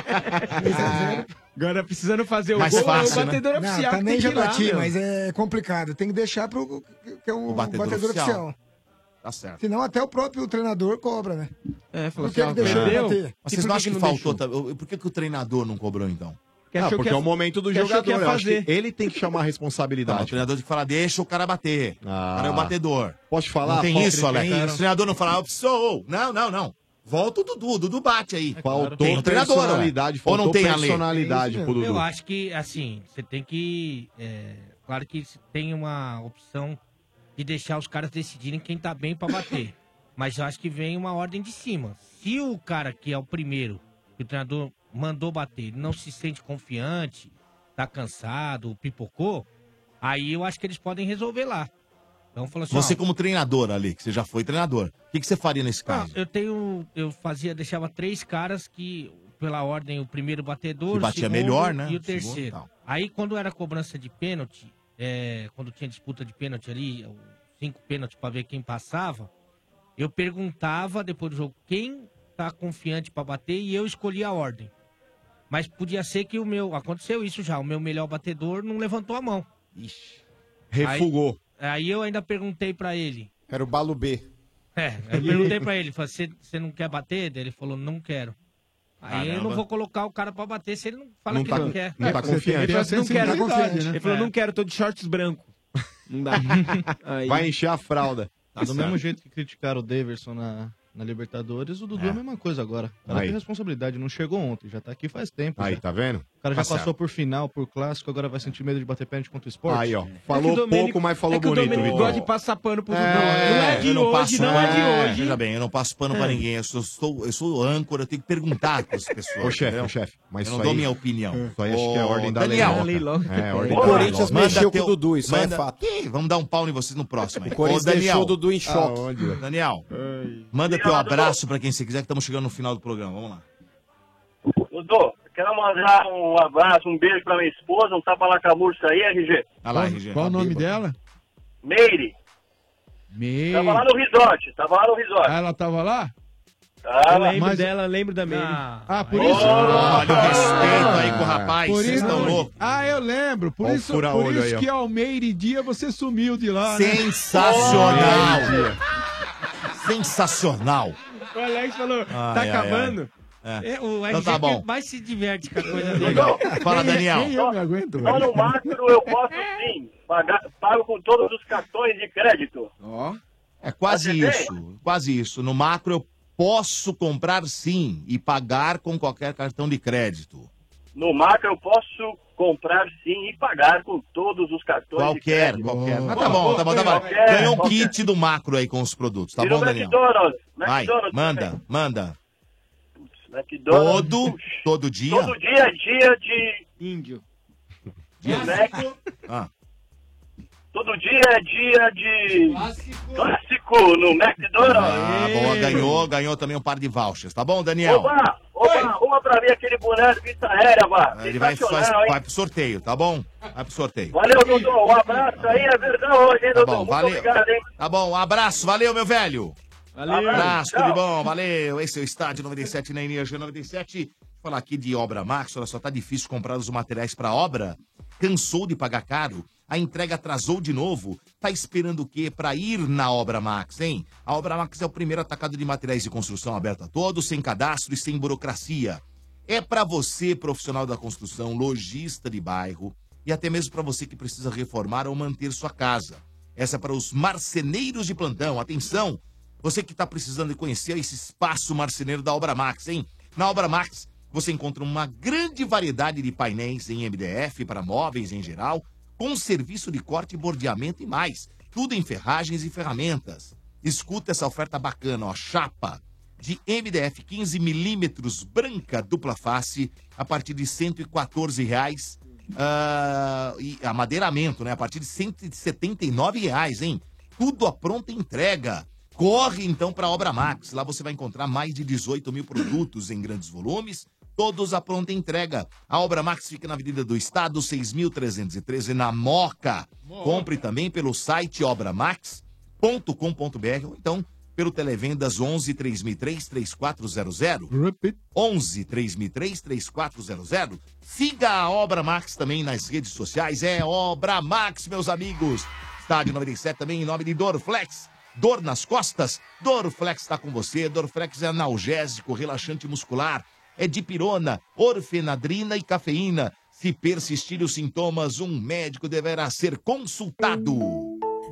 Ah, Agora precisando fazer o
Mais
gol,
fácil, né?
é o batedor
Não,
oficial que
também
tem
já
que ir lá,
bati,
meu.
mas é complicado. Tem que deixar pro que que é o,
O
batedor,
batedor
oficial.
oficial. Tá certo.
Senão até o próprio treinador cobra, né?
É,
falou Por que assim, que ó, deixou ele perdeu? bater?
Mas
E
vocês
por
não
que
acham
que
que,
não
faltou? tá? Por que, que o treinador não cobrou, então?
Que achou que ia- que achou que ia fazer. ele tem que chamar a responsabilidade. Ah.
o treinador tem que falar, deixa o cara bater. O cara é o batedor.
Posso falar?
Não tem
Paulo,
isso, Alex.
criticaram?
O treinador não fala, "Ah, sou. eu." Não, não, não. Volta o Dudu, o Dudu bate aí.
Faltou
tem o treinador, ué.
É personalidade,
Ou não
faltou
tem É a lei.
personalidade pro Dudu.
Eu acho que, assim, você tem que. é, claro que se tem uma opção de deixar os caras decidirem quem tá bem pra
[laughs]
bater. Mas eu acho que vem uma ordem de cima. Se o cara que é o primeiro, que o treinador mandou bater, ele não se sente confiante, tá cansado, pipocou, aí eu acho que eles podem resolver lá. Então falou assim, ó,
Você como treinador, Alex, você já foi treinador. O que, que você faria nesse
Não,
caso?
Ah, eu tenho. um, Eu fazia, deixava três caras que, pela ordem, o primeiro batedor,
Que batia
o segundo
melhor, né?
E
O segundo,
o terceiro.
tal.
Aí quando era cobrança de pênalti, é, quando tinha disputa de pênalti ali, eu- cinco pênaltis pra ver quem passava, eu perguntava depois do jogo quem tá confiante pra bater e eu escolhia a ordem. Mas podia ser que o meu. Aconteceu isso já, o meu melhor batedor não levantou a mão. Ixi.
Refugou.
Aí, aí eu ainda perguntei pra ele.
Era o Balu B.
É, Eu perguntei pra ele, falei, "Você- você não quer bater? Daí Ele falou, não quero. Aí eu
Caramba.
não vou colocar o cara pra bater se ele não fala
Não
que
tá-
não quer.
não tá
Você tem
confiante.
que ter
Ele falou,
essa
"Não quero,
sensibilidade,
não quero."
né?
Ele falou,
É.
"Não quero, tô de shorts branco. Não dá. Aí-
Vai encher a fralda.
Tá do mesmo jeito que criticaram o Daverson na, na Libertadores, o Dudu é. a mesma coisa agora. O cara
Aí.
tem responsabilidade, não chegou ontem, já tá aqui faz tempo.
Aí,
já.
tá vendo?
O cara já
Tá
passou
certo.
por final, por clássico, agora vai sentir medo de bater pênalti contra o esporte.
Aí, ó.
É.
Falou
É que o
pouco, mas falou
é que o
bonito,
Domênico
Vitor.
gosta de passar pano pro Dudu.
É, eu
não é de hoje,
passo-
não é de hoje.
Veja bem, eu não passo pano pra
É.
ninguém. Eu sou, sou- eu sou âncora, eu tenho que perguntar para as pessoas.
Ô, chefe,
entendeu?
ô, chefe, mas
eu
isso
não dou
aí-
minha opinião.
Isso aí acho que é
Ô,
ordem da
Daniel,
lei louca. É, ordem
Ô,
da lei louca.
manda
mexeu com
teu-
o Dudu, isso aí é
manda-
fato.
Ih, vamos dar um pau em vocês no próximo. hein?
O Corinthians
Ô, Daniel,
deixou o Dudu em choque.
Aonde, velho? Daniel, manda teu abraço pra quem você quiser, que estamos chegando no final do programa. Vamos lá.
Dudu, quero mandar um abraço, um beijo pra minha esposa, um tapa lá com a mursa aí, RG.
Olha lá, Tá RG.
Qual o nome dela?
Meire,
Meire.
tava lá no resort, tava lá no resort.
Ah, ela tava lá?
Tava.
dela, lembro da Meire.
Ah, por isso? Ah,
Olha o respeito
aí com o rapaz,
Por
vocês
isso-
estão loucos.
Ah, eu lembro. Por
Ó o
isso, por
fura-olho
isso
aí, ó.
que ao meio-dia você sumiu de lá. né?
Sensacional! Sensacional!
O Alex falou,
Ai,
tá
ai,
acabando?
ai.
É, o
Então
RG
tá bom.
que mais se diverte com a coisa dele.
Legal. Fala, Daniel.
Nem é eu me aguento,
Só
velho.
no
macro eu posso sim. Pagar, pago com todos os cartões de crédito.
É quase
Acertei?
isso, quase isso. No macro eu posso comprar sim e pagar com qualquer cartão de crédito.
No macro eu posso comprar sim e pagar com todos os cartões
Qualquer,
de crédito. Oh.
qualquer. Ah, tá bom, tá bom, tá bom.
Qualquer,
Ganhou um
qualquer.
kit do macro aí com os produtos, tá
Virou
bom, Daniel?
McDonald's,
Vai,
McDonald's
manda, manda.
McDonald's.
Todo, todo dia?
né, Todo dia é dia de índio.
Dia-
Boneco.
Ah.
Todo dia é dia de clássico, no McDonald's.
Ah, boa, ganhou, ganhou também um par de vouchers, tá bom, Daniel?
Oba, oba, oba pra mim aquele boneco de vista aérea, vá.
É, Ele vai, faz,
Sensacional, hein?
vai pro sorteio, tá bom? Vai pro sorteio.
Valeu, Dudu. Um abraço aí, é verdade hoje, hein,
Tá
Dudu?
bom,
Muito
valeu.
obrigado, hein?
Tá bom, um abraço, valeu, meu velho. Um
Valeu.
Abraço,
Tchau.
tudo de bom, valeu. Esse é o Estádio 97 na Energia 97. Falar aqui de obra Max, olha só, tá difícil comprar os materiais pra obra. Cansou de pagar caro? A entrega atrasou de novo? Tá esperando o quê pra ir na obra Max, hein? A obra Max é o primeiro atacado de materiais de construção aberto a todos, sem cadastro e sem burocracia. É para você, profissional da construção, lojista de bairro e até mesmo para você que precisa reformar ou manter sua casa. Essa é para os marceneiros de plantão. Atenção, você que está precisando de conhecer esse espaço marceneiro da Obra Max, hein? Na Obra Max você encontra uma grande variedade de painéis em MDF para móveis em geral, com serviço de corte, bordeamento e mais. Tudo em ferragens e ferramentas. Escuta essa oferta bacana, ó, chapa de MDF 15 milímetros branca dupla face a partir de R$ 114 reais ah, e amadeiramento, né? A partir de R$ 179 reais, hein? Tudo à pronta entrega. Corre então para a Obra Max. Lá você vai encontrar mais de 18 mil produtos em grandes volumes, todos à pronta entrega. A Obra Max fica na Avenida do Estado, 6.313, na Moca. Compre também pelo site obramax.com.br ou então pelo Televendas 11 3003 3400. Repeat. 11 3003 3400. Siga a Obra Max também nas redes sociais. É Obra Max, meus amigos. Estádio 97 também em nome de Dorflex. Dor nas costas? Dorflex está com você. Dorflex é analgésico, relaxante muscular. É dipirona, orfenadrina e cafeína. Se persistirem os sintomas, um médico deverá ser consultado.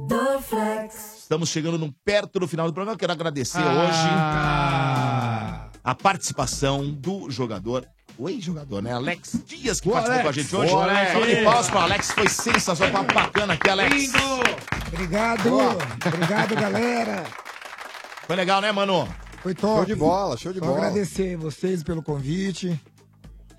Dorflex,
Estamos chegando no- perto do final do programa. Quero agradecer
Ah.
hoje a participação do jogador, o ex-jogador, né? Alex Dias, que
Ô,
participou com a
Alex.
gente hoje.
Ô, Alex.
Salve de palmas pro Alex, foi sensacional. Papo bacana aqui, Alex.
Obrigado,
[laughs]
obrigado, galera.
Foi legal, né, mano?
Foi top.
Show de bola, show de
Só
bola.
agradecer vocês pelo convite.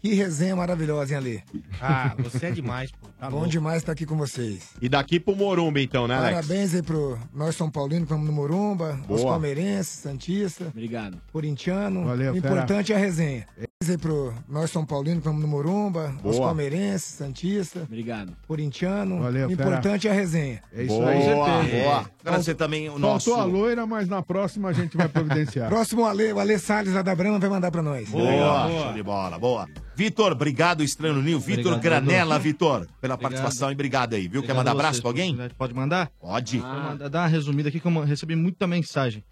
Que resenha maravilhosa, hein, Ale?
Ah, você é demais, pô. Tá
Bom
louco.
demais estar aqui com vocês.
E daqui pro Morumbi, então, né, Alex?
Parabéns aí pro nós São Paulino que vamos no Morumba, os
Boa.
palmeirenses, Santista. Obrigado. Corintiano.
Valeu,
o
fera.
importante é a resenha. Parabéns aí pro nós São Paulino que vamos no Morumba, os
Boa.
palmeirenses, Santista. Obrigado. Corintiano.
Valeu,
o
fera.
importante é a resenha.
É isso aí.
Boa,
É.
boa. Agradecer também o
Faltou
nosso...
a loira, mas na próxima a gente vai providenciar.
[laughs] Próximo Ale, o Ale Salles lá da Brama vai mandar pra nós.
Boa, show de bola, boa. Vitor, obrigado, Estranho Ninho. Vitor
Obrigado,
Granela,
Dudu.
Vitor, pela
Obrigado.
participação e obrigado aí, viu? Quer
Obrigado
mandar
a vocês
abraço pra
pela
alguém?
oportunidade. Pode mandar?
Pode.
Ah. Vou mandar- dar uma resumida aqui, que eu ma- recebi
[laughs]
muita mensagem.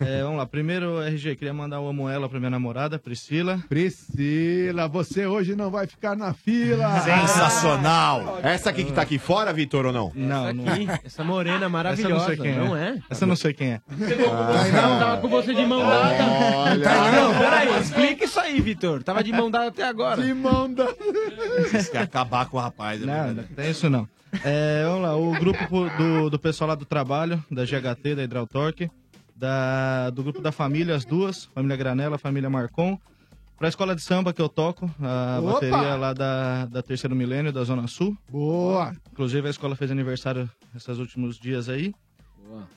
É, vamos lá. Primeiro, RG, queria mandar uma moela pra minha namorada, Priscila.
Priscila, você hoje não vai ficar na fila.
Sensacional.
Essa aqui que tá aqui fora, Vitor, ou não?
Não, não é.
Essa morena
Essa eu não
maravilhosa,
sei quem
não
é.
é?
Essa eu não sei quem é.
Tava com você de mão dada. Tá, não, peraí, explica isso aí, Vitor. Tava de mão dada até agora.
De mão dada.
Vocês querem acabar com o rapaz, é
Não, não tem isso não. É, vamos lá, o grupo po- do, do pessoal lá do trabalho, da GHT, da Hidrautorque, da, do grupo da família, as duas, família Granela, família Marcon, pra escola de samba que eu toco, a
Opa!
bateria lá da, da Terceiro Milênio, da Zona Sul.
Boa!
Inclusive a escola fez aniversário esses últimos dias aí.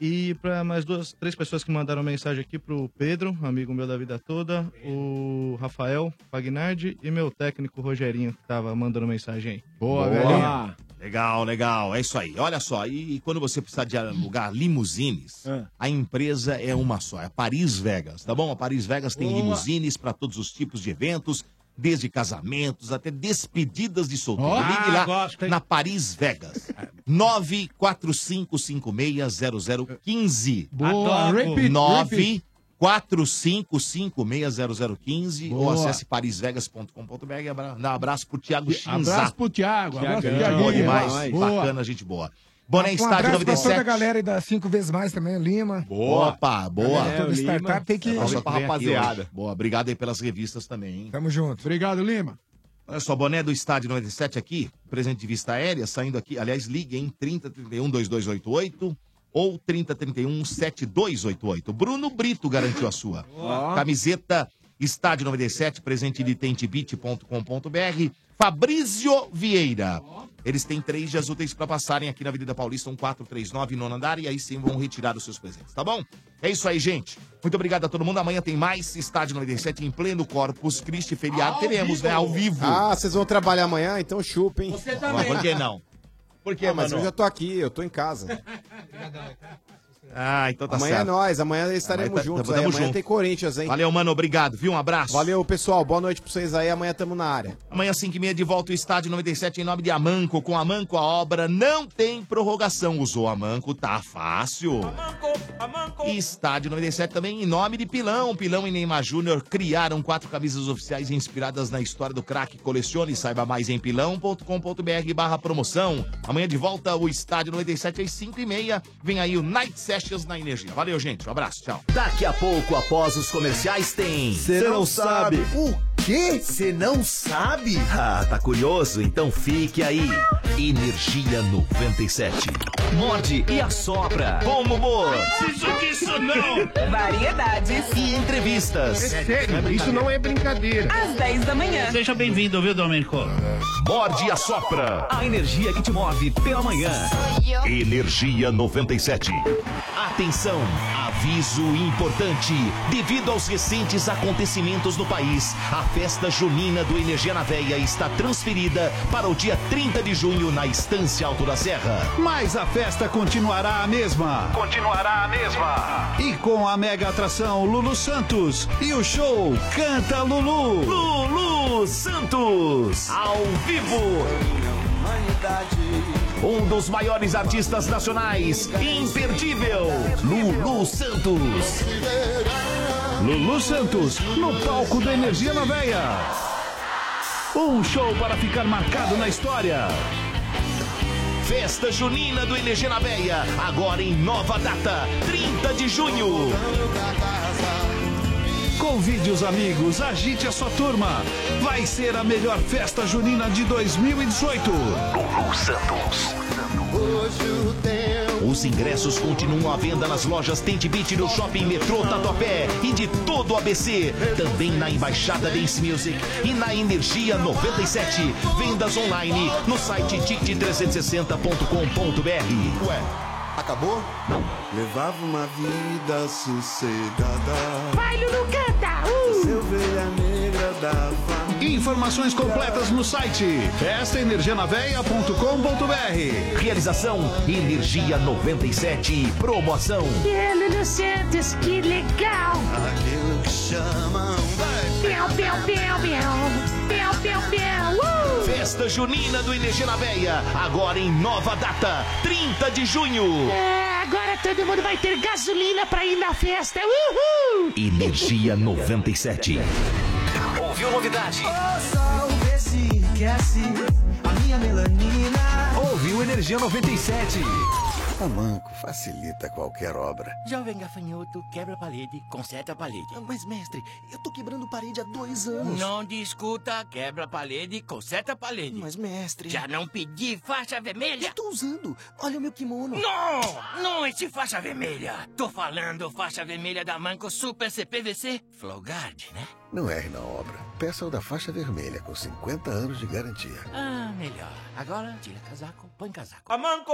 E para mais duas, três pessoas que mandaram mensagem aqui pro Pedro, amigo meu da vida toda, o Rafael Pagnardi e meu técnico Rogerinho, que tava mandando mensagem aí.
Boa, Legal, legal. É isso aí. Olha só, e, e quando você precisar de alugar limusines,
Ah.
a empresa é uma só, é Paris Vegas, tá bom? A Paris Vegas tem
Boa.
limusines para todos os tipos de eventos, desde casamentos até despedidas de solteiro.
Ó.
Ligue
Ah,
lá
gosto, hein? É.
na
[laughs]
Paris Vegas. 945560015.
Boa. Adoro. Repeat, repeat.
45560015 ou
Boa.
acesse parisvegas.com.br. e abra- Dá um abraço pro Thiago Chinzato.
Abraço pro Thiago, abraço pro
Thiagão,
Thiaguinho.
bom demais,
Boa.
bacana, gente boa.
né,
Boné
um
Estádio
abraço pra toda a
97.
galera e da 5 vezes mais também, Lima.
Boa, Opa, boa.
Galera, toda startup tem que.
Salve pra rapaziada. boa, obrigado aí pelas revistas também, hein?
Tamo junto.
Obrigado, Lima. Olha só, boné do Estádio 97 aqui, presente de vista aérea, saindo aqui. Aliás, ligue em 3031 2288 ou 3031 7288. Bruno Brito garantiu a sua.
Ó.
Camiseta Estádio 97, presente de tentebit.com.br. Fabrício Vieira. Eles têm três dias úteis para passarem aqui na Avenida Paulista, 1439, nono andar, e aí sim vão retirar os seus presentes, tá bom? É isso aí, gente. Muito obrigado a todo mundo. Amanhã tem mais Estádio 97 em pleno Corpus Christi, feriado. Teremos, né? Ao vivo.
Ah, vocês vão trabalhar amanhã? Então chupa, hein? Você
também. Por que não? Por que,
ah, mas
mano?
eu já tô aqui, eu tô em casa.
[laughs] Ah, então tá
amanhã
certo.
é nós, amanhã estaremos
Amanhã tá-
juntos. aí,
tamo- tamo
amanhã
junto.
tem Corinthians, hein?
Valeu, mano. Obrigado, viu? Um abraço.
Valeu, pessoal. Boa noite pra vocês aí. Amanhã tamo na área.
Amanhã, 5 e meia, de volta ao estádio 97 em nome de Amanco. Com Amanco, a obra não tem prorrogação. Usou Amanco, tá fácil. E Estádio 97 também em nome de Pilão. Pilão e Neymar Júnior criaram quatro camisas oficiais inspiradas na história do craque. Colecione, saiba mais em pilão.com.br barra promoção. Amanhã de volta o Estádio 97 às 5 e meia. Vem aí o Night Sessions na Energia. Valeu, gente. Um abraço, tchau.
Daqui a pouco, após os comerciais, tem. Você
não sabe.
O quê? Você não sabe? Ah, tá curioso? Então fique aí. Energia 97. Morde e assopra. Bom humor.
Isso que isso não!
[laughs] Variedades. E entrevistas.
é brincadeira. Às 10 da manhã.
Seja bem-vindo, viu, Domenico? Morde e assopra. A energia que te move pela manhã. Energia 97. Atenção, aviso importante. Devido aos recentes acontecimentos no país, a festa junina do Energia na Veia está transferida para o dia 30 de junho na Estância Alto da Serra.
Mas a festa continuará a mesma. Continuará a mesma. E com a mega atração Lulu Santos e o show Canta Lulu.
Lulu Santos, ao vivo. Um dos maiores artistas nacionais, imperdível, Lulu Santos.
Lulu Santos no palco da Energia na Veia. Um show para ficar marcado na história.
Festa junina do Energia na Veia, agora em nova data, 30 de junho.
Convide os amigos, agite a sua turma. Vai ser a melhor festa junina de 2018.
Lulu Santos. Os ingressos continuam à venda nas lojas Tente Beat do Shopping Metrô Tatuapé e de todo o ABC. Também na Embaixada Dance Music e na Energia 97. Vendas online no site tique360.com.br. Ué, acabou?
Levava uma vida sossegada.
Vai, Lulu, canta!
Ovelha negra dava.
Informações completas no site festaenergianaveia.com.br.
Realização Energia 97. Promoção.
É, Lulu Santos, que legal!
Aquilo que chamam
Piau, piau, piau, piau! Piau, piau, piau! Uh!
Festa Junina do Energia na Veia, agora em nova data, 30 de junho.
É, agora todo mundo vai ter gasolina pra ir na festa! Uhul!
Energia 97. Ouviu novidade?
a minha melanina. Ouviu Energia 97. A Tá Manco facilita qualquer obra.
Jovem gafanhoto, quebra a parede, conserta a parede.
Mas, mestre, eu tô quebrando parede há dois
Não discuta, quebra a parede, conserta a parede. Mas, mestre. Já não pedi faixa vermelha?
Tô usando. Olha o meu kimono.
Não! Não esse faixa vermelha! Tô falando faixa vermelha da Manco Super CPVC Flowguard, né?
Não erre na obra. Peça o da faixa vermelha com 50 anos de garantia.
Ah, melhor. Agora, tira casaco, põe casaco.
Amanco!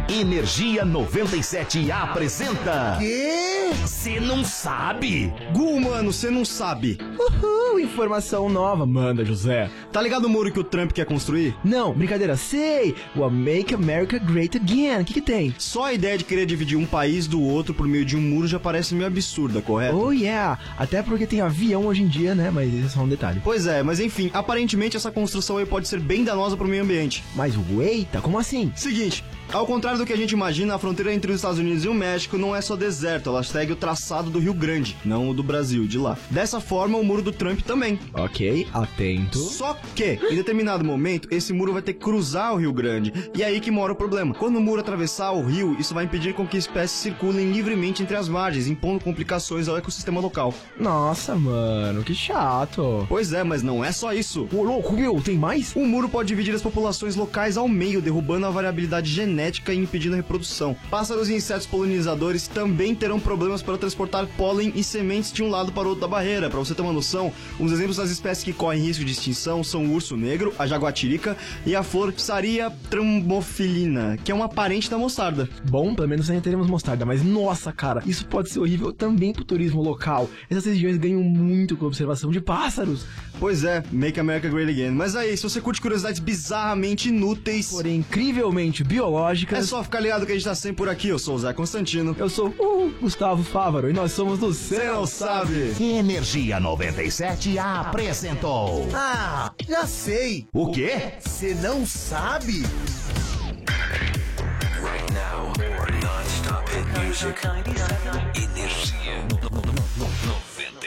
Energia 97 apresenta.
Quê?
Você não sabe?
Gu, mano, você não sabe. Uhul, informação nova. Manda, José. Tá ligado o muro que o Trump quer construir? Não, brincadeira, sei. O Make America Great Again. O que, que tem? Só a ideia de querer dividir um país do outro por meio de um muro já parece meio absurda, correto? Oh, yeah. Até porque tem avião hoje em dia, né? Mas isso é só um detalhe. Pois é, mas enfim, aparentemente essa construção aí pode ser bem danosa pro meio ambiente. Mas eita, como assim? Seguinte, ao contrário do que a gente imagina, a fronteira entre os Estados Unidos e o México não é só deserto, ela segue o traçado do Rio Grande, não o do Brasil, de lá. Dessa forma, o muro do Trump também. Ok, atento. Só que, em determinado momento, esse muro vai ter que cruzar o Rio Grande. E é aí que mora o problema. Quando o muro atravessar o rio, isso vai impedir com que espécies circulem livremente entre as margens, impondo complicações ao ecossistema local. Nossa, mano, que chato. Pois é, mas não é só isso. Ô, louco, meu, tem mais? O muro pode dividir as populações locais ao meio, derrubando a variabilidade genética e impedindo a reprodução. Pássaros e insetos polinizadores também terão problemas para transportar pólen e sementes de um lado para o outro da barreira. Para você ter uma noção, uns exemplos das espécies que correm risco de extinção são o urso negro, a jaguatirica e a flor Psaria trambofilina, que é uma parente da mostarda. Bom, pelo menos ainda teremos mostarda, mas nossa, cara, isso pode ser horrível também para o turismo local. Essas regiões ganham muito com a observação de pássaros. Pois é, Make America Great Again. Mas aí, se você curte curiosidades bizarramente inúteis, porém incrivelmente biológicas, é só ficar ligado que a gente tá sempre por aqui. Eu sou o Zé Constantino. Eu sou o Gustavo Fávaro e nós somos do Cê Não Sabe.
Energia 97 apresentou.
Ah, já sei.
O quê?
Você não sabe?
Right now, non-stop hit music. Energia